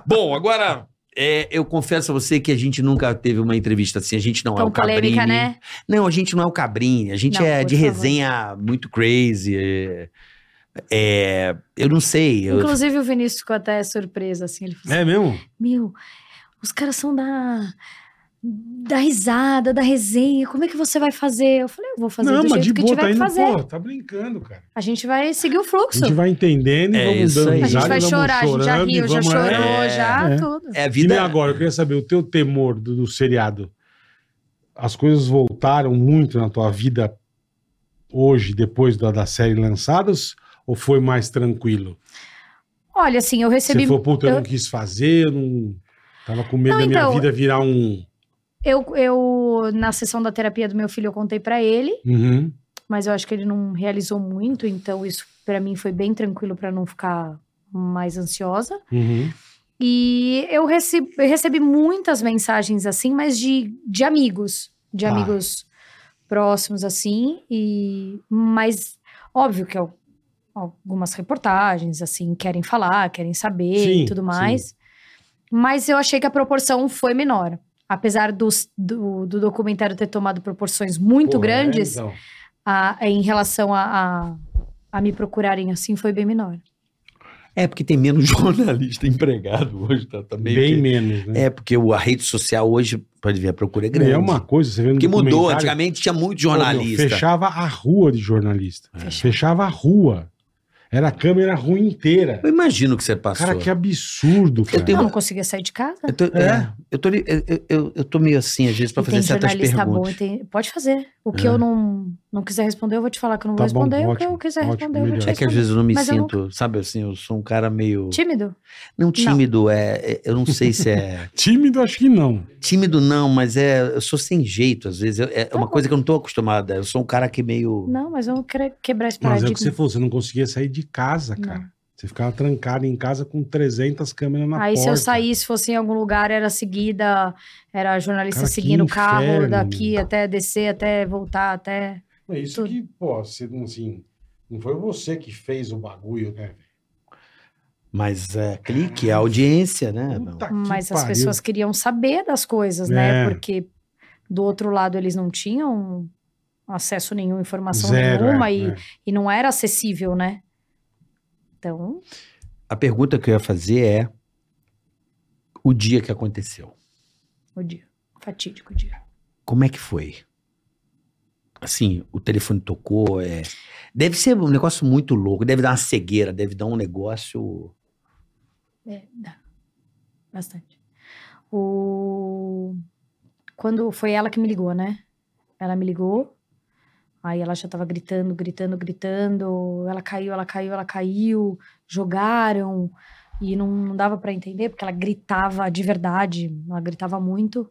Bom, agora, é, eu confesso a você que a gente nunca teve uma entrevista assim. A gente não é
Tão
o Cabrini.
polêmica, né?
Não, a gente não é o Cabrini. A gente
Não,
é
por
de
favor.
resenha muito crazy. É, é, eu não sei. eu-
Inclusive o Vinícius ficou até surpreso, assim. Ele falou
É mesmo?
Meu, os caras são da, da risada, da resenha. Como é que você vai fazer? Eu falei, eu vou fazer
não,
do
mas de
jeito que
boa,
tiver
tá
que
indo,
fazer.
pô, tá brincando, cara.
A gente vai seguir o
A
fluxo.
gente vai entendendo e
É
vamos
isso
dando
aí.
A
vai-
gente
risada
vai
e vamos
chorar, a gente já
chorando e
riu, já
vamos-
chorou,
É,
já
é.
tudo.
é a
E nem
vida.
agora, eu queria saber o teu temor do, do seriado. As coisas voltaram muito na tua vida hoje, depois da, da série lançadas, ou foi mais tranquilo?
Olha, assim, eu
Você
recebi.
falou, puta, eu não
eu-
quis fazer, eu não. Tava com medo
Não,
da minha
então-
vida virar um.
Eu, eu, na sessão da terapia do meu filho, eu contei pra ele,
Uhum.
mas eu acho que ele não realizou muito, então isso pra mim foi bem tranquilo pra não ficar mais ansiosa.
Uhum.
E eu recebi, eu recebi muitas mensagens assim, mas de, de amigos, de
Ah.
amigos próximos assim, e mas óbvio que eu- algumas reportagens assim querem falar, querem saber
Sim,
e tudo
sim.
mais. Mas eu achei que a proporção foi menor. Apesar dos- do, do documentário ter tomado proporções muito
Porra,
grandes,
é, então.
a- em relação a, a, a me procurarem assim, foi bem menor.
É porque tem menos [laughs] jornalista empregado hoje, tá? tá meio
Bem
que-
menos, né?
É porque o- a rede social hoje, pode ver, a procura é
É,
grande.
uma coisa, você vê no
Porque mudou,
documentário,
antigamente tinha muito
pô, meu,
jornalista. É.
Fechava a rua de jornalista.
Fechava.
Fechava a rua. Era a câmera rua inteira.
eu imagino o que você passou.
Cara, que absurdo, cara.
Eu não conseguia sair de casa.
Eu tô, é, eu, tô, eu, eu- eu tô meio assim, às vezes, pra
E
fazer
tem
certas
jornalista
perguntas.
bom, e tem... pode fazer. O que
É.
eu não, não quiser responder, eu vou te falar que eu não
Tá
vou responder.
bom,
o que
ótimo,
eu quiser
ótimo,
responder, eu vou te
melhor.
É que
responder.
às vezes eu não me
Mas eu
sinto, sabe assim, eu sou um cara meio.
Tímido?
Não tímido, é. é, Eu não sei se
[laughs]
é.
Tímido, acho que não.
tímido não, mas é. Eu sou sem jeito, às vezes. eu- É uma
Tá bom.
coisa que eu não tô acostumada. Eu sou um cara que meio.
Não, mas vamos querer quebrar esse
Mas é o
paradigma.
que você falou, você não conseguia sair de casa, cara.
Não.
Você ficava trancado em casa com 300 câmeras na
Aí
porta.
se eu saísse, fosse em algum lugar, era seguida, era jornalista
Cara, que
seguindo o carro
inferno,
daqui
meu.
até descer, até voltar, até...
É isso
tudo.
que, pô, você, não- assim, não foi você que fez o bagulho, né?
Mas é clique, é audiência, né? Não.
Puta Ah, que
Mas as
pariu.
pessoas queriam saber das coisas, né?
É.
Porque do outro lado eles não tinham acesso nenhum, informação
Zero,
nenhuma
é,
e,
é.
e não era acessível, né? Então,
A pergunta que eu ia fazer é. O dia que aconteceu.
o dia. Fatídico dia.
Como é que foi? Assim, o telefone tocou, é. Deve ser um negócio muito louco, deve dar uma cegueira, deve dar um negócio.
É, dá. Bastante. O... Quando foi ela que me ligou, né? Ela me ligou. Aí ela já tava gritando, gritando, gritando. Ela caiu, ela caiu, ela caiu. Jogaram. E não, não dava pra entender, porque ela gritava de verdade. Ela gritava muito.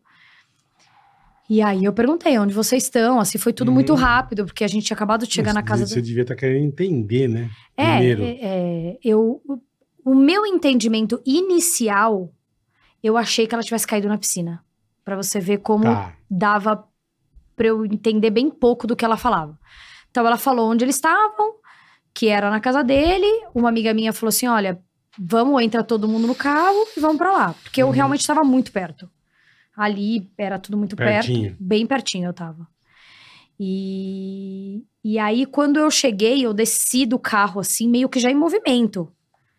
E aí eu perguntei, onde vocês estão? Assim, foi tudo muito
Hum.
rápido, porque a gente tinha acabado de chegar
Mas
na casa...
Você devia estar querendo entender, né?
É,
Primeiro.
é, é, eu, o- o meu entendimento inicial, eu achei que ela tivesse caído na piscina. Pra você ver como
Tá.
dava pra eu entender bem pouco do que ela falava. Então ela falou onde eles estavam, que era na casa dele. Uma amiga minha falou assim: olha, vamos, entra todo mundo no carro e vamos pra lá. Porque eu
Uhum.
realmente estava muito perto. Ali era tudo muito
Pertinho.
perto. Bem pertinho eu tava. E, e aí, quando eu cheguei, eu desci do carro, assim, meio que já em movimento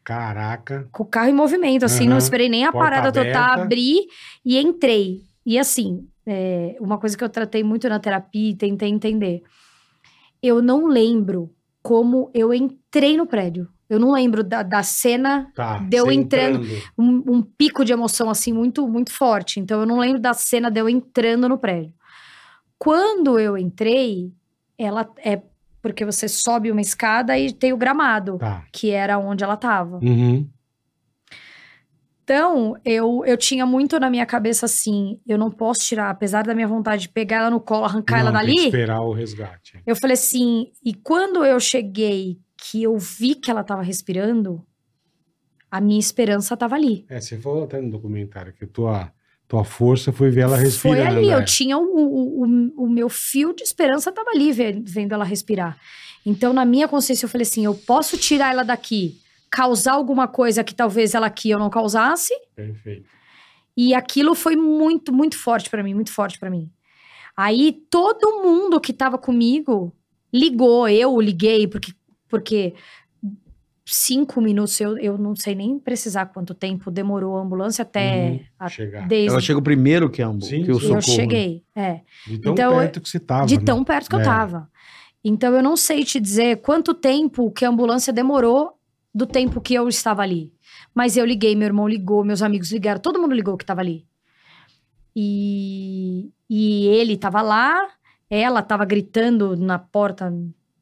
Caraca.
com o carro em movimento, assim,
Aham.
não esperei nem a
Uhum. Porta
parada total,
aberta.
abri e entrei. E assim, é, uma coisa que eu tratei muito na terapia e tentei entender. Eu não lembro como eu entrei no prédio. Eu não lembro da, da cena,
Tá.
Deu
você
entrando.
entrando.
um, um pico de emoção assim muito, muito forte. Então eu não lembro da cena de eu entrando no prédio. Quando eu entrei, ela é porque você sobe uma escada e tem o gramado,
Tá.
que era onde ela tava.
Uhum.
Então, eu, eu tinha muito na minha cabeça assim: eu não posso tirar, apesar da minha vontade de pegar ela no colo, arrancar ela
Não, tem que
dali.
esperar o resgate.
Eu falei assim, e quando eu cheguei, que eu vi que ela tava respirando, a minha esperança tava ali.
É, você falou até no documentário que a tua Tua força foi ver ela respirar.
Foi
né,
ali, eu
velho?
tinha o, o, o, o meu fio de esperança estava ali ve- vendo ela respirar. Então, na minha consciência, eu falei assim: eu posso tirar ela daqui, causar alguma coisa que talvez ela aqui eu não causasse.
Perfeito.
E aquilo foi muito, muito forte pra mim, muito forte pra mim. Aí todo mundo que tava comigo ligou, eu liguei, porque, porque cinco minutos, eu, eu não sei nem precisar quanto tempo demorou a ambulância até.
Uhum,
a-
chegar.
desde
Ela chega primeiro que, a ambu-
Sim,
que
sim.
o
que
socorro.
eu cheguei. É.
De tão
Então,
perto que você tava.
De
né?
tão perto que
É.
eu tava. Então eu não sei te dizer quanto tempo que a ambulância demorou do tempo que eu estava ali. Mas eu liguei, meu irmão ligou, meus amigos ligaram, todo mundo ligou que tava ali. E, e ele tava lá, ela tava gritando na porta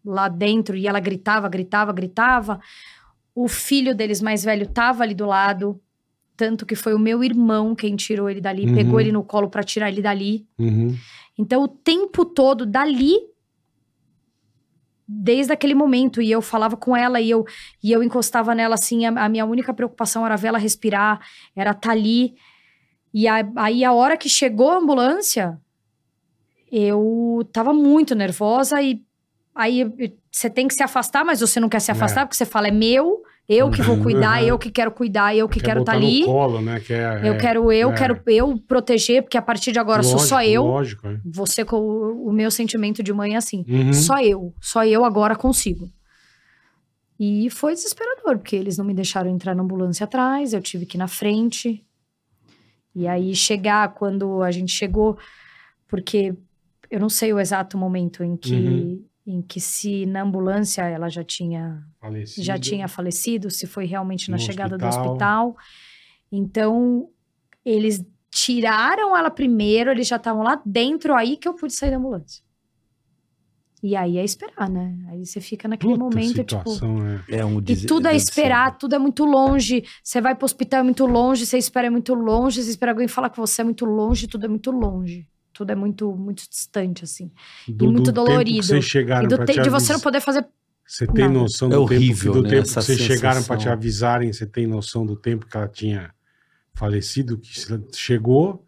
lá dentro e ela gritava, gritava, gritava. O filho deles mais velho tava ali do lado, tanto que foi o meu irmão quem tirou ele dali,
Uhum.
pegou ele no colo pra tirar ele dali.
Uhum.
Então, o tempo todo, dali, desde aquele momento, e eu falava com ela e eu, e eu encostava nela assim, a, a minha única preocupação era ver ela respirar, era estar ali. E a- aí, a hora que chegou a ambulância, eu tava muito nervosa e aí eu- você tem que se afastar, mas você não quer se
É.
afastar, porque você fala, é meu, eu que vou cuidar,
Uhum.
eu que quero cuidar, eu que
Quer
quero estar
botar no
ali.
Colo, né? que é-
Eu
é,
quero eu,
é.
quero eu proteger, porque a partir de agora sou só
lógico,
eu
Lógico, é.
você com o, o meu sentimento de mãe é assim.
Uhum.
Só eu, só eu agora consigo. E foi desesperador, porque eles não me deixaram entrar na ambulância atrás, eu tive que ir na frente. E aí chegar quando a gente chegou, porque eu não sei o exato momento em que
Uhum.
em que se na ambulância ela já tinha
Falecido.
já tinha falecido, se foi realmente na
No
chegada do
hospital.
hospital. Então, eles tiraram ela primeiro, eles já estavam lá dentro, aí que eu pude sair da ambulância. E aí é esperar, né? Aí você fica naquele
Puta
momento, tipo.
situação, é.
É um
E
des-
tudo é
deve ser.
esperar, tudo é muito longe. Você vai pro hospital, é muito longe, você espera é muito longe, você espera alguém falar com você é muito longe, tudo é muito longe. Tudo é muito, muito distante, assim.
Do,
muito
do tempo que
dolorido.
vocês chegaram
e do
pra
tempo
te
de você não
avisar.
poder fazer.
Você tem
Não.
noção
É
do tempo,
horrível,
do
né,
tempo que
essa
vocês chegaram pra te
sensação.
avisarem? Você tem noção do tempo que ela tinha falecido, que se- chegou?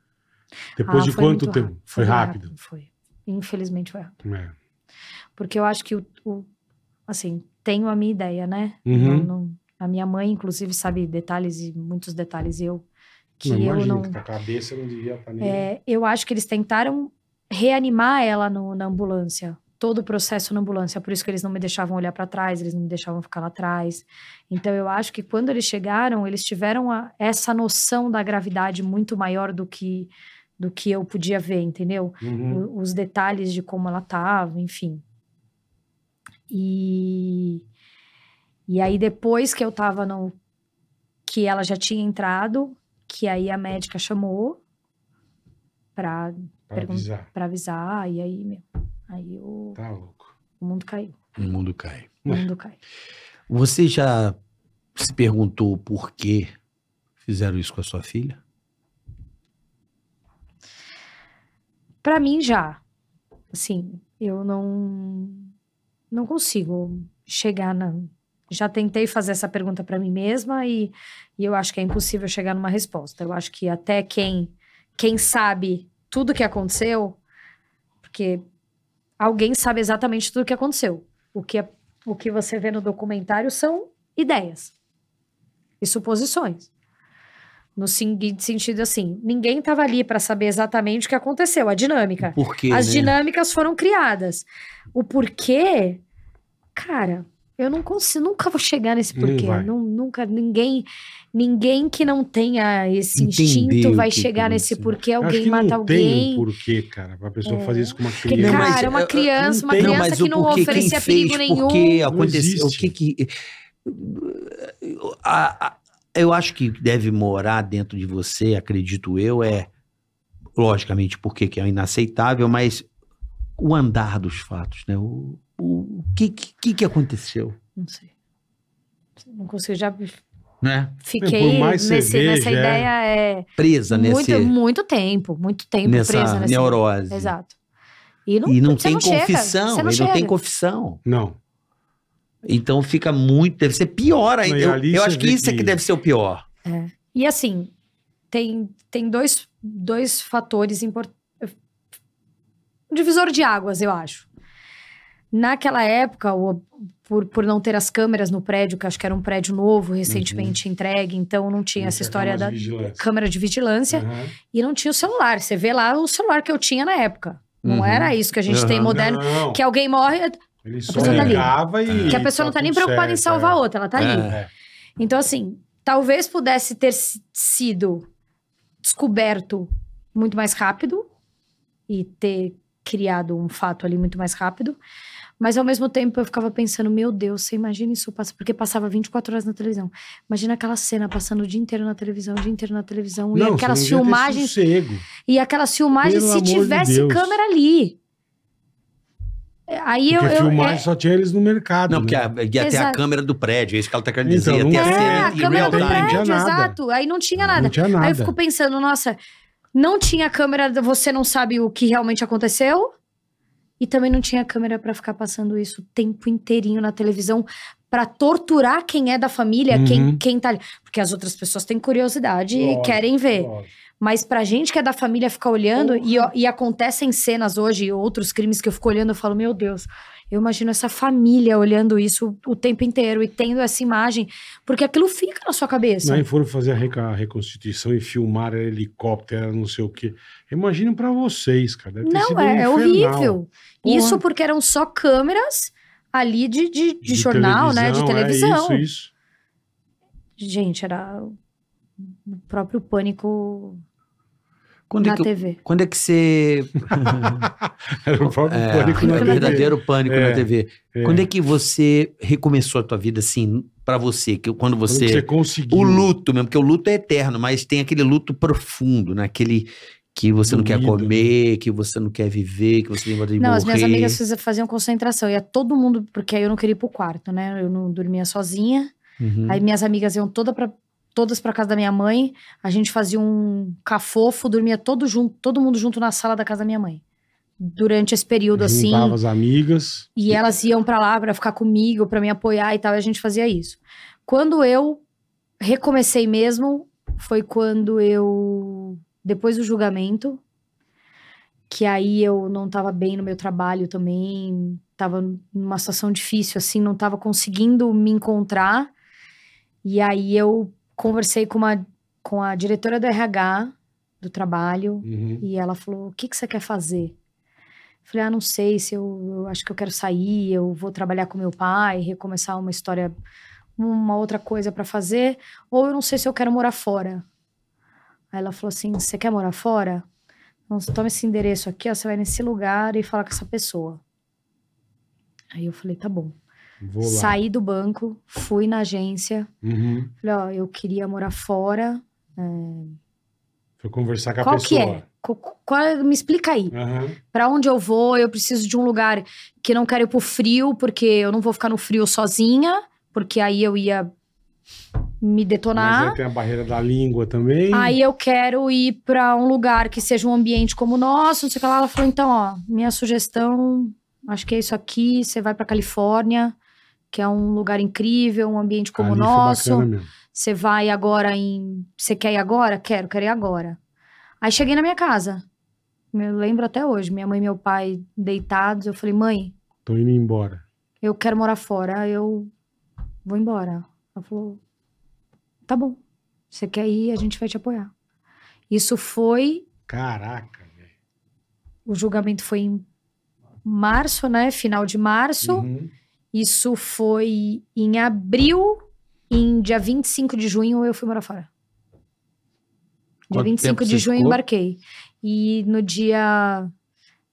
Depois
Ah,
de
foi
quanto
muito
tempo?
rápido,
Foi rápido.
Foi. Infelizmente foi rápido.
É.
Porque eu acho que o, o- assim, tenho a minha ideia, né?
Uhum.
Não- não- a minha mãe, inclusive, sabe detalhes e muitos detalhes. e Eu que
Não,
eu
imagino
não.
que tua cabeça não devia estar nem.
É, eu acho que eles tentaram reanimar ela no- na ambulância. Todo o processo na ambulância, por isso que eles não me deixavam olhar para trás, eles não me deixavam ficar lá atrás. Então eu acho que quando eles chegaram, eles tiveram a- essa noção da gravidade muito maior do que do que eu podia ver, entendeu?
Uhum.
o- os detalhes de como ela tava, enfim. E, e aí depois que eu tava no que ela já tinha entrado, que aí a médica chamou pra,
Pra
pergunta-
avisar.
pra avisar, e aí, meu, aí o,
Tá louco.
o mundo caiu,
O um mundo cai.
o mundo caiu.
Você já se perguntou por que fizeram isso com a sua filha?
Pra mim já, assim, eu não não consigo chegar na já tentei fazer essa pergunta pra mim mesma e, e eu acho que é impossível chegar numa resposta. Eu acho que até quem quem sabe tudo o que aconteceu, porque alguém sabe exatamente tudo o que aconteceu. O que é- o que você vê no documentário são ideias e suposições. No seguinte sentido assim, ninguém estava ali pra saber exatamente o que aconteceu, a dinâmica.
Por quê,
As
né?
dinâmicas foram criadas. O porquê, cara, eu não consigo, nunca vou chegar nesse
Não
porquê.
vai.
Nun- nunca ninguém, ninguém que não tenha esse
Entender
instinto
o
vai
que
chegar nesse
aconteceu.
porquê.
Eu acho
Alguém
que
mata
não Tem
alguém.
um porquê, cara, pra pessoa fazer isso com uma
Porque,
criança.
Não, mas,
cara, é
eu-
uma
eu-
criança, uma
não tem.
criança
mas
que
o
não
porquê, quem
oferecia
fez,
perigo nenhum.
Por que aconteceu? O
existe.
que que... A- a- eu acho que deve morar dentro de você, acredito eu, é logicamente porque que é inaceitável, mas o andar dos fatos, né? O, o, o que, que que aconteceu,
Não sei. Não consigo, já
né?
fiquei
mais você
nesse- nessa
veja, é.
ideia é,
Presa
muito,
nesse,
muito tempo, muito tempo presa
nessa
nessa
neurose.
Exato. E não,
E não
você
tem
chega,
confissão,
você
ele
chega.
não tem confissão.
Não.
Então fica muito, deve ser pior ainda.
Não, e
Eu,
ali
eu
você
acho é que
vê
isso é
que-
que deve ser o pior.
E assim, tem, tem dois, dois fatores importantes. Divisor de águas, eu acho. Naquela época, o- por, por não ter as câmeras no prédio, que acho que era um prédio novo, recentemente entregue, então não tinha essa história da câmera de vigilância
É.
e não tinha o celular. Você vê lá o celular que eu tinha na época. Não
Uhum.
era isso que a gente tem
Aham.
moderno.
Não,
Que alguém morre,
ele só
pessoa tá ali.
ligava e.
que a pessoa não tá nem
tudo
preocupada em
certo,
salvar
é.
outra, ela tá ali.
É.
Então, assim, talvez pudesse ter si- sido descoberto muito mais rápido e ter criado um fato ali muito mais rápido. Mas ao mesmo tempo eu ficava pensando, meu Deus, você imagina isso, passa- porque passava 24 horas na televisão. Imagina aquela cena passando o dia inteiro na televisão, o dia inteiro na televisão, e
Não,
aquelas
você não devia ter
filmagens
sossego.
e aquelas filmagens
Pelo
se
amor de
tivesse
Deus.
câmera ali. É, Aí eu.
Porque
eu-
filmagem
é-
só tinha eles no mercado.
É. Não, porque
né?
a, ia ter a
Exato.
câmera do prédio, é isso que ela tá querendo
Então,
dizer. ia
não
ter a
tem.
é,
cena
a
em
câmera
real
do
time.
Não
prédio,
tinha nada.
exato. Aí não tinha nada.
Não tinha nada.
Aí eu fico pensando, nossa, não tinha câmera, você não sabe o que realmente aconteceu. E também não tinha câmera pra ficar passando isso o tempo inteirinho na televisão pra torturar quem é da família,
Uhum.
quem, quem tá ali. Porque as outras pessoas têm curiosidade
Lógico,
e querem ver.
Lógico.
Mas pra gente que é da família ficar olhando, e, ó- e acontecem cenas hoje, e outros crimes que eu fico olhando, eu falo, meu Deus, eu imagino essa família olhando isso o tempo inteiro e tendo essa imagem, porque aquilo fica na sua cabeça.
Aí foram fazer a, reca- a reconstituição e filmaram era helicóptero, era não sei o quê. Imagino pra vocês, cara. Deve ter
Não,
sido um
é, é
infernal.
horrível.
Porra.
Isso porque eram só câmeras ali de, de, de jornal, né? De televisão.
É isso, [laughs] isso.
Gente, era o próprio pânico
Quando é,
na
que,
TV.
quando é
[laughs]
que você.
Era o próprio
É,
pânico na
o
TV.
verdadeiro pânico
É,
na TV.
É.
Quando é que você recomeçou a tua vida assim, pra você? Que quando
Quando que
você.
você conseguiu.
O luto mesmo, porque o luto é eterno, mas tem aquele luto profundo, né? Aquele que você não quer
Doído, né?
comer, que você não quer viver, que você tem vontade de
Não,
morrer.
as minhas amigas fiz- faziam concentração. Ia todo mundo, porque aí eu não queria ir pro quarto, né? Eu não dormia sozinha.
Hum.
Uhum.
Aí minhas amigas iam toda pra, todas pra casa da minha mãe. A gente fazia um cafofo, dormia todo, junto, todo mundo junto na sala da casa da minha mãe. Durante esse período, assim.
Juntava as amigas.
E elas iam pra lá pra ficar comigo, pra me apoiar e tal, e a gente fazia isso. Quando eu recomecei mesmo, foi quando eu depois do julgamento, que aí eu não tava bem no meu trabalho também, tava numa situação difícil assim, não tava conseguindo me encontrar. E aí eu conversei com uma com a diretora do RH do trabalho,
Uhum.
e ela falou: O que, que você quer fazer? Eu falei: Ah, não sei se eu, eu acho que eu quero sair, eu vou trabalhar com meu pai, recomeçar uma história, uma outra coisa pra fazer, ou eu não sei se eu quero morar fora. Aí ela falou assim: Você quer morar fora? Então você toma esse endereço aqui, ó, você vai nesse lugar e fala com essa pessoa. Aí eu falei: Tá bom.
Vou lá.
Saí do banco, fui na agência,
Uhum.
falei: Ó, eu queria morar fora.
Foi conversar com a
Qual que
pessoa.
é? Co- co- Qual, é? me explica aí.
Aham.
Pra onde eu vou, eu preciso de um lugar que não quero ir pro frio, porque eu não vou ficar no frio sozinha, porque aí eu ia me
Mas é aí
detonar.
tem a barreira da língua também.
Aí eu quero ir pra um lugar que seja um ambiente como o nosso, não sei o que lá. Ela falou, então, ó, minha sugestão, acho que é isso aqui, você vai pra Califórnia, que é um lugar incrível, um ambiente como o
Ali foi
nosso.
é bacana mesmo.
Você vai agora em. Você quer ir agora? Quero, quero ir agora. Aí cheguei na minha casa. Eu lembro até hoje, minha mãe e meu pai deitados. Eu falei, mãe,
Tô indo embora.
eu quero morar fora, eu vou embora. Ela falou, tá bom. Você quer ir, a gente vai te apoiar. Isso foi.
Caraca, velho.
O julgamento foi em março, né? Final de março.
Uhum.
Isso foi em abril. Em dia 25 de junho eu fui morar fora. Dia
Quanto
25
tempo
de
você
junho eu
ficou?
embarquei. E no dia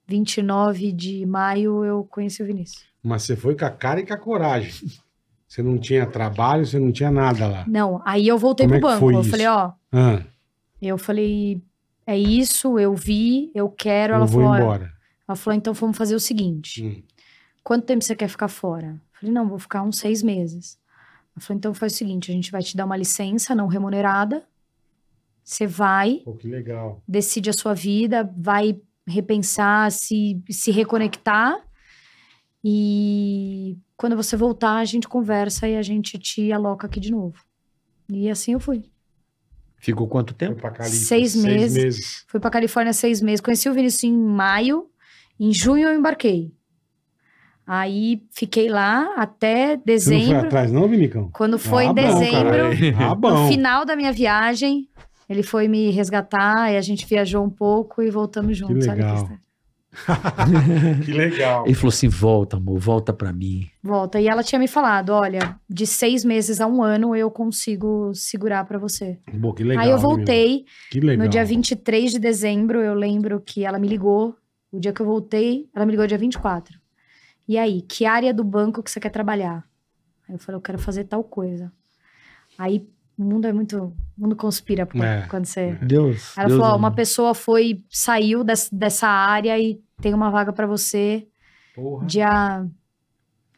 29 de maio eu conheci o Vinícius.
Mas você foi com a cara e com a coragem. Você não tinha trabalho, você não tinha nada lá.
Não, aí eu voltei
Como é
pro
que
banco.
foi
eu
isso?
falei, ó,
Ah,
eu falei, é isso, eu vi, eu quero.
eu
Ela
vou
falou, ó,
embora.
ela falou, então vamos fazer o seguinte.
Hum.
Quanto tempo você quer ficar fora? Eu falei, não, vou ficar uns seis meses. Ela falou, então faz o seguinte, a gente vai te dar uma licença não remunerada. Você vai,
Pô, que legal.
decide a sua vida, vai repensar, se, se reconectar. E quando você voltar, a gente conversa e a gente te aloca aqui de novo. E assim eu fui.
Ficou quanto
Foi
tempo?
pra Cali.
Seis meses. Fui pra Califórnia seis meses. Conheci o Vinícius em maio. Em junho eu embarquei. Aí fiquei lá até
Você não foi
dezembro.
atrás, não, Vinicão?
Quando foi
Ah,
em
bom,
dezembro,
Ah,
no
bom.
final da minha viagem, ele foi me resgatar e a gente viajou um pouco e voltamos juntos. Olha
legal.
história.
Que legal.
Ele falou assim: volta, amor, volta pra mim.
Volta. E ela tinha me falado: olha, de seis meses a um ano eu consigo segurar pra você.
Pô, que legal.
Aí eu
né,
voltei.
meu? Que legal.
No dia 23 de dezembro, eu lembro que ela me ligou. O dia que eu voltei, ela me ligou dia 24. E aí, que área do banco que você quer trabalhar? Aí eu falei, eu quero fazer tal coisa. Aí o mundo é muito. O mundo conspira por-
É,
quando você.
Deus.
Ela falou: ó, uma pessoa foi, saiu des- dessa área e tem uma vaga pra você.
Porra.
Dia.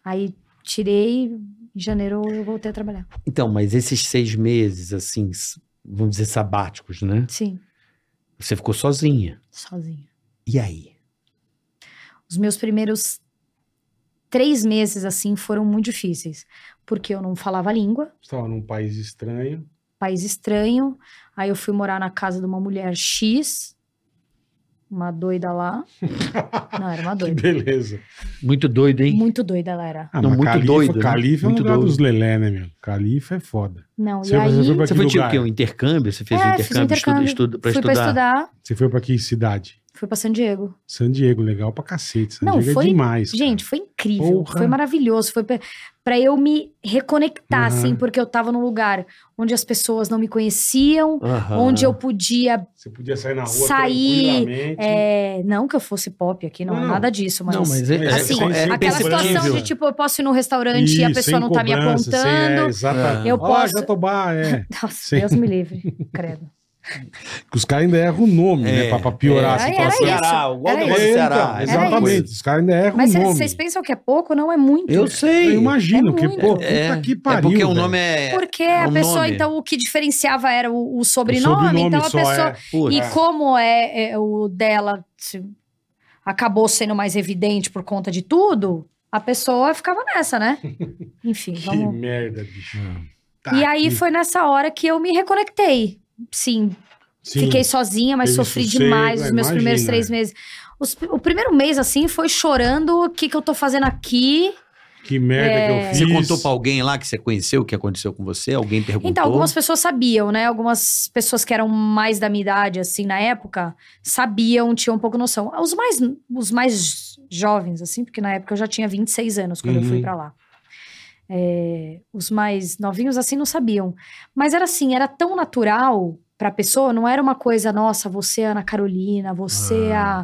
Aí tirei, em janeiro eu voltei a trabalhar.
Então, mas esses seis meses, assim, s- vamos dizer sabáticos, né?
Sim,
Você ficou sozinha.
sozinha.
E aí?
Os meus primeiros três meses, assim, foram muito difíceis. Porque eu não falava a língua,
Você tava num país estranho. [laughs]
país estranho. Aí eu fui morar na casa de uma mulher X, uma doida lá. Não, era
[laughs]
uma
Que
doida.
beleza.
Muito doido, hein?
Muito doida ela era.
Ah,
Não,
mas
muito
Califa,
doido, né?
Califa
Muito
é um lugar
doido.
dos lelé, né, meu? Califa é foda.
Não,
Você
e
vai-
aí
você vai pra
Você
que
foi tipo o
lugar?
quê? Um intercâmbio? Você fez
É,
um
fiz
intercâmbio, estu-
intercâmbio.
estudo- pra
fui
estudar?
pra estudar,
Você foi pra que cidade?
fui pra San Diego.
San Diego, legal pra cacete. San
Não,
Diego
foi-
é demais. cara.
Gente, foi incrível,
Porra.
foi maravilhoso, foi pra- pra eu me reconectar,
Uhum.
assim, porque eu tava num lugar onde as pessoas não me conheciam,
Aham.
onde eu podia
Você podia sair na rua
Saí,
tranquilamente.
É, não que eu fosse pop aqui, não,
Não.
nada disso, mas.
Não, mas é,
Mas
assim,
sem- sem
aquela situação
compreensível.
de tipo, eu posso ir num restaurante e a
Isso,
pessoa
sem
não tá me
cobrança, sem- é,
apontando.
exatamente.
Eu
Ó,
posso-
Jatobá, é.
Nossa,
Sim.
Deus me
[laughs]
livre, credo.
Que [laughs] os caras ainda erram o nome, né? Pra, pra piorar
É,
a
era
situação.
isso.
Ceará,
Era
o Golden Boy do
isso.
Ceará.
Então,
é uma coisa.
exatamente. Os caras ainda erram
Mas
o
cê-
um nome.
vocês pensam que é pouco? Não é muito.
Eu sei.
Eu imagino,
É
porque, pô,
muito.
puta
É,
que pariu.
é porque o
velho.
nome é.
Porque
É
a
um
pessoa,
nome.
então, o que diferenciava era o, o
O
sobrenome,
sobrenome
então a
só
pessoa.
é.
Putz.
E
É.
como é, é o dela se- acabou sendo mais evidente por conta de tudo, a pessoa ficava nessa,
[laughs]
né? Enfim,
Que
vamos.
merda, bicho. Tá
E aí
aqui.
foi nessa hora que eu me reconectei. Sim,
Sim.
Fiquei sozinha, mas
Teve
sofri
sossego,
demais
é,
os meus primeiros
imagina,
três
é.
meses. Os- o primeiro mês, assim, foi chorando. O que, que eu tô fazendo aqui?
Que merda que eu
É.
fiz.
Você contou pra alguém lá que você conheceu o que aconteceu com você? Alguém perguntou?
Então, algumas pessoas sabiam, né? Algumas pessoas que eram mais da minha idade, assim, na época, sabiam, tinham um pouco noção. Os mais, os mais jovens, assim, porque na época eu já tinha 26 anos quando eu
Uhum.
fui pra lá. É, os mais novinhos, assim, não sabiam. Mas era assim, era tão natural pra pessoa, não era uma coisa, nossa, você é a Ana Carolina, você é
Ah.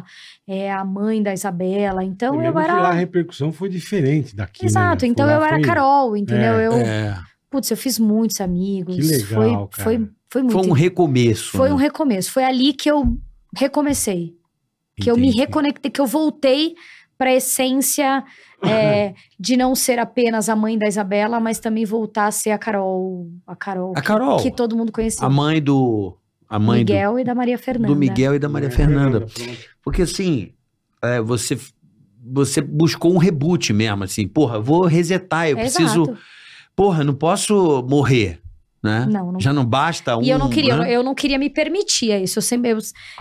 a- é a mãe da Isabela. Então
Primeiro
eu
que lá a
era.
repercussão foi diferente daqui. né,
Exato,
meu?
então
Lá
eu era
foi-
Carol, entendeu?
É,
eu,
É.
Putz, eu fiz muitos amigos.
Que legal,
foi, foi-
cara.
foi muito.
Foi um recomeço.
foi um
né?
recomeço. Foi ali que eu recomecei. Que eu me
Entendi.
reconectei, que eu voltei pra essência
[laughs]
é, de não ser apenas a mãe da Isabela, mas também voltar a ser a Carol. A Carol,
A Carol,
que todo mundo conhecia.
a mãe do. A mãe do-
Miguel e da Maria
do,
Fernanda.
Miguel e da Maria Fernanda.
É, pronto.
Porque assim, é, você. Você buscou um reboot mesmo, assim, porra, eu vou resetar, eu
É,
preciso.
exato.
Porra, eu não posso morrer, né?
Não, não
Já não basta um.
E eu não queria,
né?
eu não queria me permitir a isso. Eu sempre eu-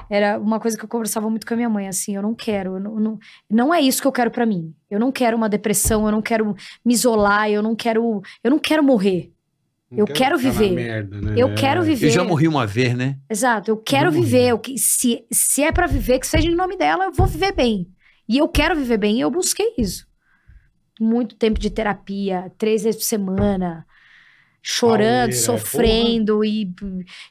era uma coisa que eu conversava muito com a minha mãe, assim, eu não quero, eu não, não, não é isso que eu quero pra mim. Eu não quero uma depressão, eu não quero me isolar, eu não quero, eu não quero morrer.
Não
Eu quero
ficar na
viver.
merda, né?
Eu quero viver.
Eu É. já morri uma vez, né?
Exato, eu quero
morrer.
viver. Eu que- se, se é pra viver, que seja em nome dela, eu vou viver bem. E eu quero viver bem, e eu busquei isso. Muito tempo de terapia, três vezes por semana, chorando,
Pauleira,
sofrendo e,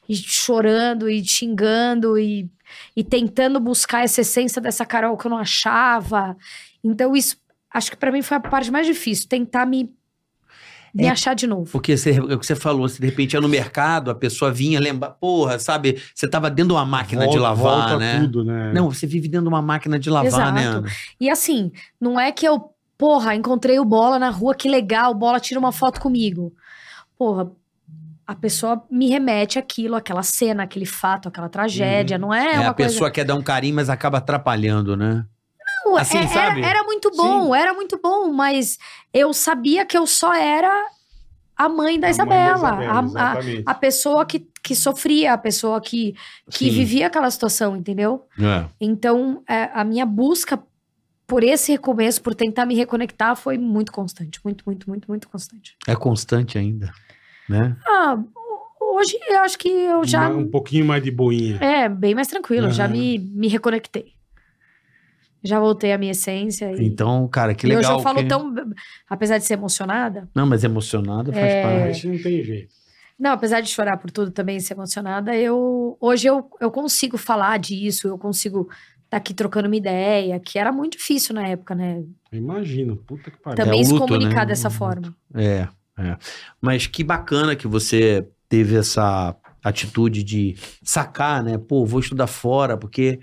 e chorando e xingando e, e tentando buscar essa essência dessa Carol que eu não achava. Então, isso acho que pra mim foi a parte mais difícil, tentar me, me
É.
achar de novo.
Porque você- é o que você falou, se de repente ia no mercado, a pessoa vinha, lembra, porra, sabe? Você tava dentro de uma máquina de
Volta-
lavar,
volta
né?
tudo, né?
Não, você vive dentro de uma máquina de lavar,
Exato.
né, Ana?
E assim, não é que eu, porra, encontrei o Bola na rua, que legal, o Bola tira uma foto comigo. Porra, a pessoa me remete àquilo, àquela cena, aquele fato, aquela tragédia, não é,
É,
uma
a
coisa...
pessoa quer dar um carinho, mas acaba atrapalhando, né?
Não,
assim,
é-
sabe?
Era, era muito bom, era muito bom, mas eu sabia que eu só era a mãe da
A mãe
Isabela, é a- a,
exatamente.
a pessoa que, que sofria, a pessoa que, que
Sim.
vivia aquela situação, entendeu?
É.
Então, é, a minha busca por esse recomeço, por tentar me reconectar, foi muito constante. Muito, muito, muito, muito constante.
É constante ainda, né?
Ah, ho- hoje eu acho que eu já.
Um pouquinho mais de boinha.
É, bem mais tranquilo. Já
Aham.
me, me reconectei. Já voltei à minha essência. E,
Então, cara, que
e
legal.
hoje eu falo
que-
tão. Apesar de ser emocionada.
Não, mas emocionado faz
É.
A
parte.
gente não tem jeito.
Não, apesar de chorar por tudo também e ser emocionada, eu hoje eu, eu consigo falar disso, eu consigo estar aqui trocando uma ideia, que era muito difícil na época, né?
Imagino, puta que pariu.
Também
o
se
luto,
comunicar
né?
dessa forma.
É, é. Mas que bacana que você teve essa atitude de sacar, né? Pô, vou estudar fora porque,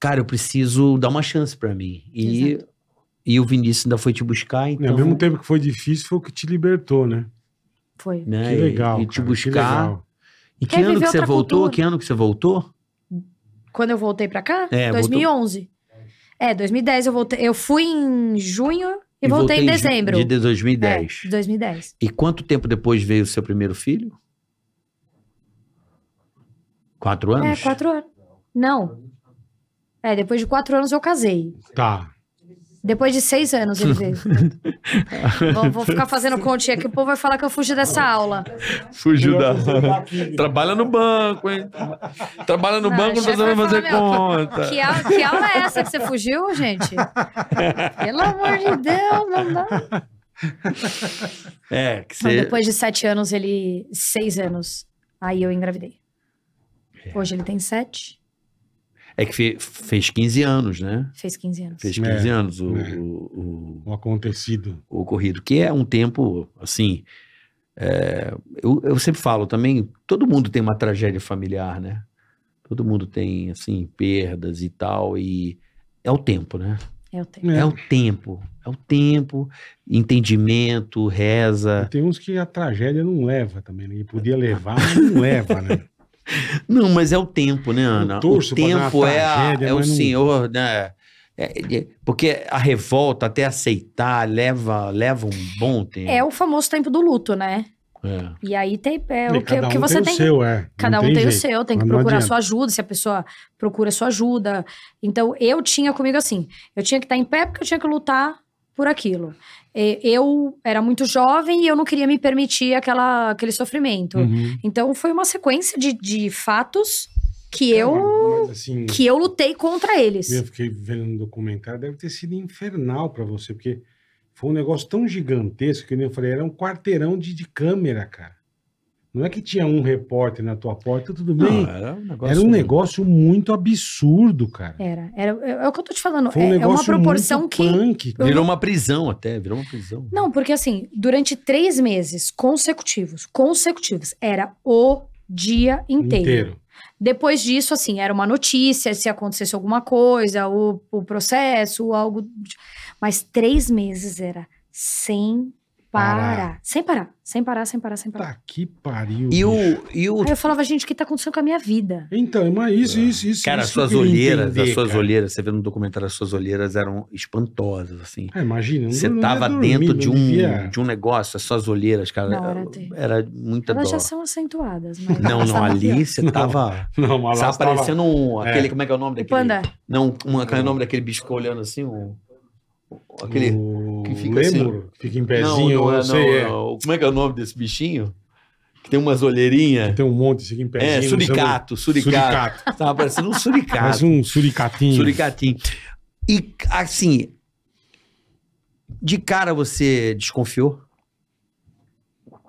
cara, eu preciso dar uma chance pra mim. E, e o Vinícius ainda foi te buscar,
E É, Ao
então.
mesmo tempo que foi difícil, foi o que te libertou, né?
Foi.
né?
Que
e-
legal.
E te
cara, que
buscar.
legal.
E que
Quer
ano
viver
que você
outra
voltou?
cultura.
Que ano que você voltou?
Quando eu voltei pra cá,
É, voltou-
2011. É, 2010 eu voltei, eu fui em junho e, voltei, em
ju-
dezembro.
De 2010.
É, 2010.
E quanto tempo depois veio o seu primeiro filho? Quatro anos?
É, quatro anos. Não. É, depois de quatro anos eu casei.
Tá.
Depois de seis anos ele
[laughs]
veio. vou, vou ficar fazendo continha aqui, o povo vai falar que eu fugi dessa aula.
Fugiu da. [laughs] Trabalha no banco, hein? Trabalha no
Não,
banco, não
o chefe
precisa
vai
fazer
falar,
conta.
Que, au- que aula é essa que você fugiu, gente? Pelo amor de Deus, não dá.
É, que
Não,
você.
depois de sete anos, ele. Seis anos. Aí eu engravidei. Hoje ele tem sete,
É que fe- fez 15 anos, né?
fez 15 anos.
Fez
É,
15 anos o,
é.
o- o-
O acontecido.
o ocorrido, que é um tempo, assim. é, eu, eu sempre falo também, todo mundo tem uma tragédia familiar, né? Todo mundo tem, assim, perdas e tal, e é o tempo, né?
É o tempo.
É.
É, o tempo. É o tempo, entendimento,
E
reza.
tem uns que a tragédia não leva também. Né? E podia levar, mas não leva, né?
Não, mas é o tempo, né, Ana? O
torço pra dar uma
tempo é, a-
tragédia,
é o
mas não-
senhor, né? É- é- porque a revolta até aceitar leva, leva um bom tempo.
É o famoso tempo do luto, né?
É.
E aí tem, é
E
o que,
cada
o
um
que você
tem,
tem
o
que
seu, é. Não
Cada um tem, o
jeito.
seu, tem que
Mas não
procurar
adianta.
sua ajuda, se a pessoa procura sua ajuda. Então, eu tinha comigo assim, eu tinha que estar em pé porque eu tinha que lutar por aquilo. E- Eu era muito jovem e eu não queria me permitir aquela, aquele sofrimento.
Uhum.
Então, foi uma sequência de, de fatos que
É,
eu,
Mas, assim,
que eu lutei contra
Eu
eles.
fiquei vendo no documentário, deve ter sido infernal pra você, porque foi um negócio tão gigantesco que nem eu falei, era um quarteirão de, de câmera, cara. Não é que tinha um repórter na tua porta, tudo bem.
Não, era um negócio.
era um negócio muito absurdo, cara.
Era, era, é o que eu tô te falando.
Foi
é-
um
é uma
negócio
proporção
muito
que.
punk, cara.
Virou uma prisão até, virou uma prisão.
Não, porque assim, durante três meses consecutivos, consecutivos, era o dia inteiro. Depois disso, assim, era uma notícia, se acontecesse alguma coisa, o, o processo, algo. de- Mas três meses era sem parar.
Parar.
Sem parar, sem parar, sem parar, sem parar.
Tá que pariu.
E o.
bicho.
E o
Aí eu falava, gente, o que tá acontecendo com a minha vida?
Então, mas isso, isso, isso.
Ah, cara, as
isso
suas
que eu queria
olheiras,
entender,
as suas
cara.
olheiras, você vê no documentário, as suas olheiras eram espantosas, assim.
Ah, imagina. não-
Você
não ia
tava
dormir,
dentro
não
de um,
devia-
de um negócio, as suas olheiras, cara.
Não, era terrível.
era, muita
Elas
dó.
já são acentuadas, mas.
[laughs] Não,
mas
não,
tava pior.
ali você tava.
Não, mas
um- Você
lá
tava
tava-
parecendo um.
É.
Aquele, como é que é o nome
O
daquele?
panda.
Não, uma, qual é o nome daquele bicho que fica olhando assim? O, o- aquele.
O
que fica assim,
Lêmur, que fica em pezinho,
não, não,
eu
é,
sei,
não,
é.
não. Como é que é o nome desse bichinho? Que tem umas olheirinhas.
Tem um monte, fica em pezinho.
É,
não sei
suricato,
o-
suricato. Tava parecendo um
Faz
suricato.
um suricatinho.
Suricatinho. E, assim. De cara você desconfiou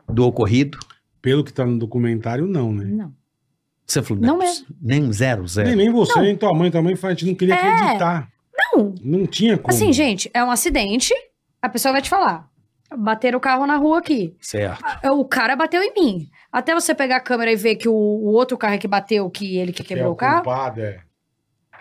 do ocorrido?
Pelo que tá no documentário, não, né?
Não.
Você falou,
Não
é poss- Nem zero, zero.
Nem, nem você, nem tua mãe. Tua mãe fala, a gente não queria
É.
acreditar.
Não.
Não tinha como.
Assim, gente, é um acidente, a pessoa vai te falar. Bateram o carro na rua aqui.
Certo.
Ah, O cara bateu em mim. Até você pegar a câmera e ver que o, o outro carro é que bateu, que ele que
Que é
quebrou o carro.
culpado, é.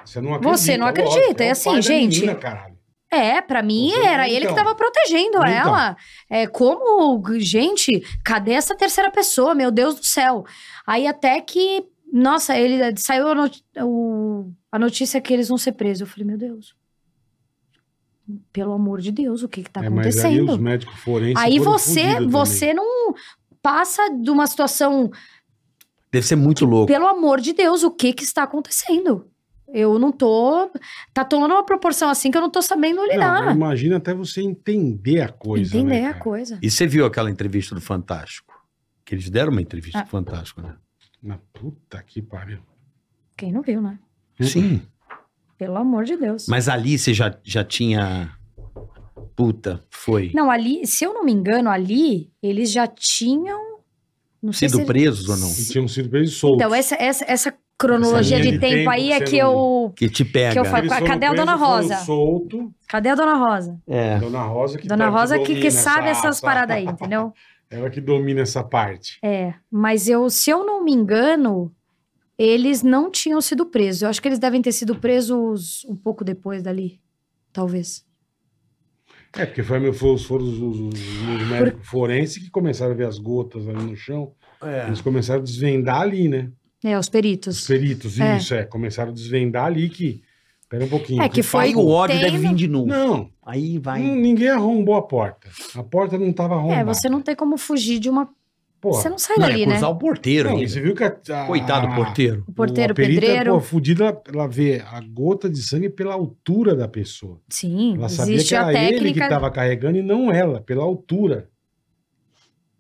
Você não acredita.
Você não
lógico,
acredita,
o
é
pai
assim,
da
gente.
menina, caralho.
É, pra mim
Você-
era ele que
então.
tava protegendo
Então.
ela. É como, gente, cadê essa terceira pessoa? Meu Deus do céu. Aí até que, nossa, ele saiu a, not- o- a notícia que eles vão ser presos. Eu falei, meu Deus. Pelo amor de Deus, o que que tá
É, mas aí
acontecendo?
os médicos forenses.
Aí
foram
você, é
fudidos
você não passa de uma situação
Deve ser muito louco.
Pelo amor de Deus, o que que está acontecendo? Eu não tô. Tá tomando uma proporção assim que eu não tô sabendo
Não,
é
lidar.
imagina até você entender a coisa.
Entender
né,
a
cara?
coisa.
E você viu aquela entrevista do Fantástico? Que eles deram uma entrevista
Ah.
do Fantástico, né?
Na puta que pariu.
Quem não viu, né?
Sim.
Pelo amor de Deus.
Mas ali você já, já tinha. Puta, foi.
Não, ali, se eu não me engano, ali eles já tinham. Não sei
Sido
se
presos ou não?
E tinham sido presos soltos.
Então, essa, essa, essa cronologia
Essa
de
linha de
tempo,
tempo
aí
que
é
você
que
não-
eu.
Que te pega.
Que eu falo-
Eles foram
Cadê a
presos,
Dona
foram
Rosa?
Solto.
Cadê a dona Rosa?
É.
Dona Rosa que
Dona
tá-
Rosa que, que
domina
sabe
essa-
essas
essa-
paradas aí, entendeu?
[laughs] Ela que domina essa parte.
É, mas eu, se eu não me engano, eles não tinham sido presos. Eu acho que eles devem ter sido presos um pouco depois dali, talvez.
É, porque foi, foi, foram os, os, os, os médicos forenses que começaram a ver as gotas ali no chão.
É.
Eles começaram a desvendar ali, né?
É, os
Os
peritos.
peritos,
É.
isso, é. Começaram a desvendar ali que... Pera um pouquinho.
É, que foi-
Aí o ódio
Tendo-
deve vir de novo.
Não,
Aí vai.
não, ninguém arrombou a porta. A porta não estava arrombada.
É, você não tem como fugir de uma.
Porra.
Você não sai
Não,
dali,
é
né?
cruzar o porteiro.
Não, Ah.
ainda.
e você viu que a, a-
Coitado do
a-
porteiro.
O porteiro,
a perita,
pedreiro.
é, Pô, fudida, ela, ela vê a gota de sangue pela altura da pessoa.
Sim,
Ela sabia
existe
que
a
era ele que
técnica.
estava carregando e não ela, pela altura.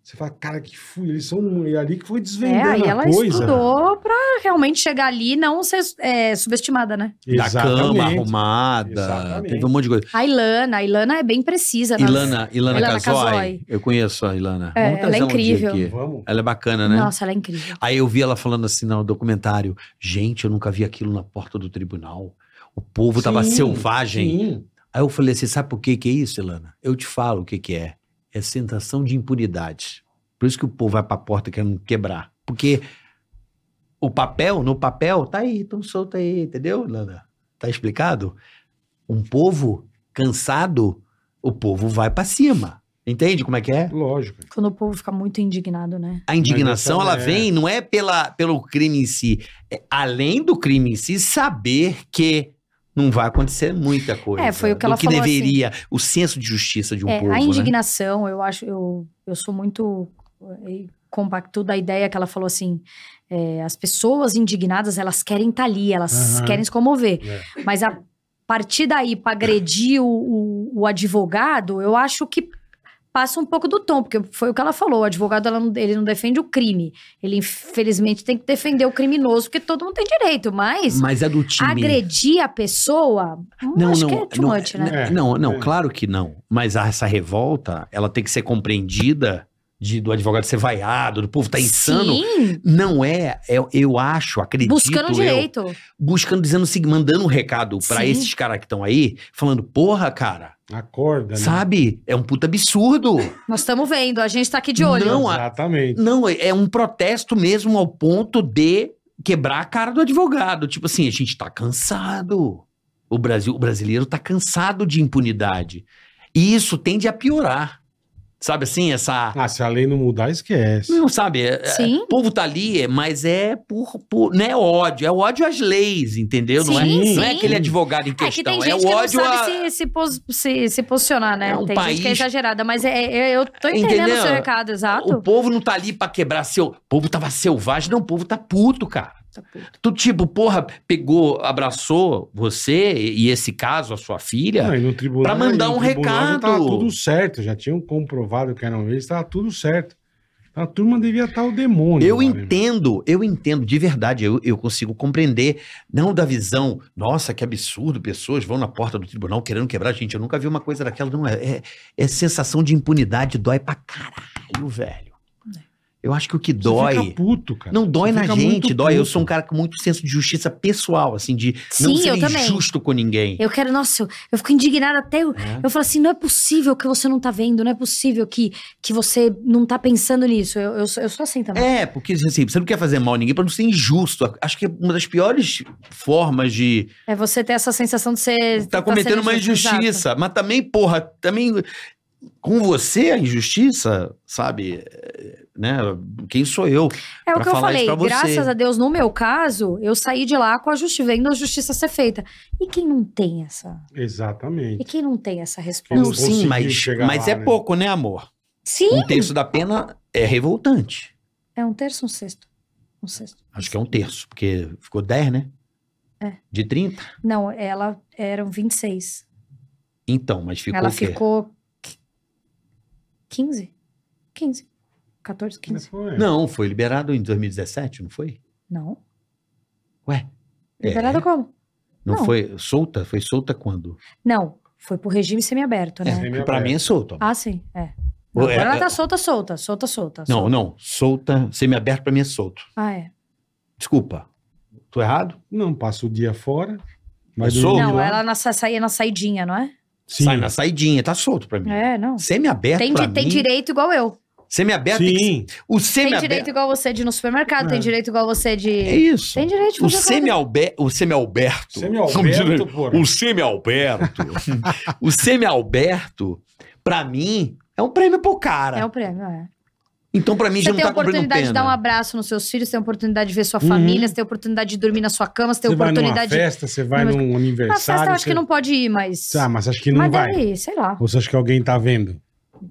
Você fala, cara, que fui, eles são e ali que foi
É,
desvendando
aí
a
ela
coisa.
estudou pra realmente chegar ali e não ser é, subestimada, né?
Da
Exatamente.
cama arrumada.
Exatamente.
Teve um monte de coisa.
A Ilana, a Ilana é bem precisa. nas-
Ilana, Ilana,
Ilana
Casoy.
Casoy.
Eu conheço a Ilana.
É, ela
Vamos
é
trazer um dia
incrível.
aqui.
Vamos.
Ela é bacana, né?
Nossa, ela é incrível.
Aí eu vi ela falando assim no documentário: gente, eu nunca vi aquilo na porta do tribunal. O povo tava
Sim,
selvagem.
Sim.
Aí eu falei assim: sabe por que que é isso, Ilana? Eu te falo o que que é. É sensação de impunidade. Por isso que o povo vai pra porta querendo quebrar. Porque o papel, no papel, tá aí, tão solto aí, entendeu, Ilana? Tá explicado? Um povo cansado, o povo vai pra cima. Entende como é que é?
Lógico.
Quando o povo fica muito indignado, né?
A indignação,
Mas
ela
essa é-
vem, não é pela, pelo crime em si. É, além do crime em si, saber que não vai acontecer muita coisa.
É, foi o que
do
ela
que
falou, assim.
deveria, o senso de justiça de um
É,
povo,
a
né?
indignação, eu acho, eu, eu sou muito eh, compacto da ideia que ela falou assim, eh, as pessoas indignadas, elas querem estar ali, elas
Aham.
querem se comover,
É.
mas a partir daí, para agredir o, o- o advogado, eu acho que passa um pouco do tom, porque foi o que ela falou, o advogado, ela não- ele não defende o crime, ele infelizmente tem que defender o criminoso, porque todo mundo tem direito, mas...
Mas é do time.
Agredir a pessoa, hum,
Não,
acho
não,
que é too
não,
much, né?
né?
Não, não,
É.
claro que não. Mas a- essa revolta, ela tem que ser compreendida de, do advogado ser vaiado, do povo tá insano.
Sim,
Não é, eu, eu acho, acredito
buscando
eu,
direito.
buscando, dizendo, o seguinte, mandando um recado pra
Sim.
esses caras que estão aí, falando, porra, cara,
Acorda, né?
Sabe? É um puta absurdo.
Nós estamos vendo, a gente tá aqui de olho.
Não, a-
Exatamente.
Não, é um protesto mesmo ao ponto de quebrar a cara do advogado. Tipo assim, a gente tá cansado. O, Brasil, o brasileiro tá cansado de impunidade. E isso tende a piorar. Sabe assim, essa.
Ah, se a lei não mudar, esquece.
Não sabe? é- é-
Sim.
o povo tá ali, é- mas é por, por. Não é ódio, é ódio às leis, entendeu? não, é,
Sim,
não é
sim.
aquele advogado em
É que
questão. É,
tem gente
o
que não
ódio
sabe
a-
se, se, pos- se- se posicionar, né?
É um
tem gente que é
país-
exagerada, mas é, é- eu tô entendendo
Entendeu?
o seu recado,
O
exato.
povo não tá ali pra quebrar seu. O povo tava selvagem, não, o povo tá puto, cara. Tu, tipo, porra, pegou, abraçou você e e esse caso, a sua filha.
Não, e no tribunal,
Pra mandar
e no
um
tribunal já Tava
recado.
tudo certo, já tinham comprovado que eram eles, tava tudo certo. A turma devia estar o demônio.
eu
lá, né,
entendo, eu entendo, de verdade, eu, eu consigo compreender. Não da visão, nossa, que absurdo, pessoas vão na porta do tribunal querendo quebrar. Gente, eu nunca vi uma coisa daquela, não. É, é, é sensação de impunidade, dói pra caralho, velho. Eu acho que o que
Você
dói.
fica puto, cara.
Não dói
Você
na
fica
gente,
muito
dói. Eu
puto.
sou um cara com muito senso de justiça pessoal, assim, de não
Sim,
ser
eu também.
injusto com ninguém.
Eu quero, nossa, eu, eu fico indignada até. Eu,
né?
eu falo assim: não é possível que você não tá vendo, não é possível que, que você não tá pensando nisso. Eu, eu, sou- eu sou assim também.
É, porque assim, você não quer fazer mal a ninguém pra não ser injusto. Acho que é uma das piores formas de
É, você ter essa sensação de ser.
tá cometendo
sendo
uma
injusto, exato.
injustiça. Mas também, porra, também com você a injustiça, sabe? é, Né? Quem sou eu?
É o
pra
que eu
falar
falei,
isso pra você.
graças a Deus, no meu caso, eu saí de lá com a justiça, vendo a justiça ser feita. E quem não tem essa? E
Exatamente.
quem não tem essa resposta?
Quem
não,
não
sim,
conseguiu
mas,
chegar
mas
lá,
é
né?
pouco, né, amor?
Sim,
Um terço da pena é revoltante.
é um terço, um sexto. Não, sei se-
Acho que é um terço, porque ficou 10, né?
É.
De 30?
não, ela eram 26.
Então, mas ficou
ela
o quê?
ficou qui- 15? 15. 14, 15.
Foi.
Não, foi liberado em 2017, não foi?
Não.
Ué. é,
Liberado como?
não,
não.
foi solta? Foi solta quando?
Não, foi pro regime semiaberto, né?
É.
Porque pra mim é solta.
Ah, sim, é.
Ou
Não,
é-
agora ela
é-
tá solta, solta, solta, solta.
Não,
solta.
não. Solta, semi-aberto pra mim é solto.
Ah, é.
Desculpa. Tô errado?
Não, passa o dia fora. Vai dormir
Eu sou?
Não,
lá.
ela é na, sa- saía na saidinha, não é?
Sim.
Sai na saidinha, tá solto pra mim.
É, não.
Semi-aberto
Tem,
pra
di- tem
mim-
direito igual eu.
Semi-aberto tem que-
Sim.
O
Tem
semi-aberto...
direito igual você de ir no supermercado, tem
É.
direito igual você
É
de.
isso.
Tem direito de
O
fazer qualquer
semi-alberto... O semi-alberto...
Semi-alberto, porra. [laughs]
O semi-alberto... o semi-alberto, pra mim, é um prêmio pro cara.
É o prêmio, é.
Então pra mim
Você
já não
tem a
tá cumprindo
oportunidade
pena.
de dar um abraço nos seus filhos, tem a oportunidade de ver sua
Uhum.
família, você tem a oportunidade de dormir na sua cama, você tem a
Você vai numa
oportunidade. de-
festa, você vai
Não, mas-
num
Na
aniversário.
festa eu acho
você-
que não pode ir, mas.
Ah, mas acho que não
mas é
vai.
daí, sei lá.
Ou você acha que alguém tá vendo?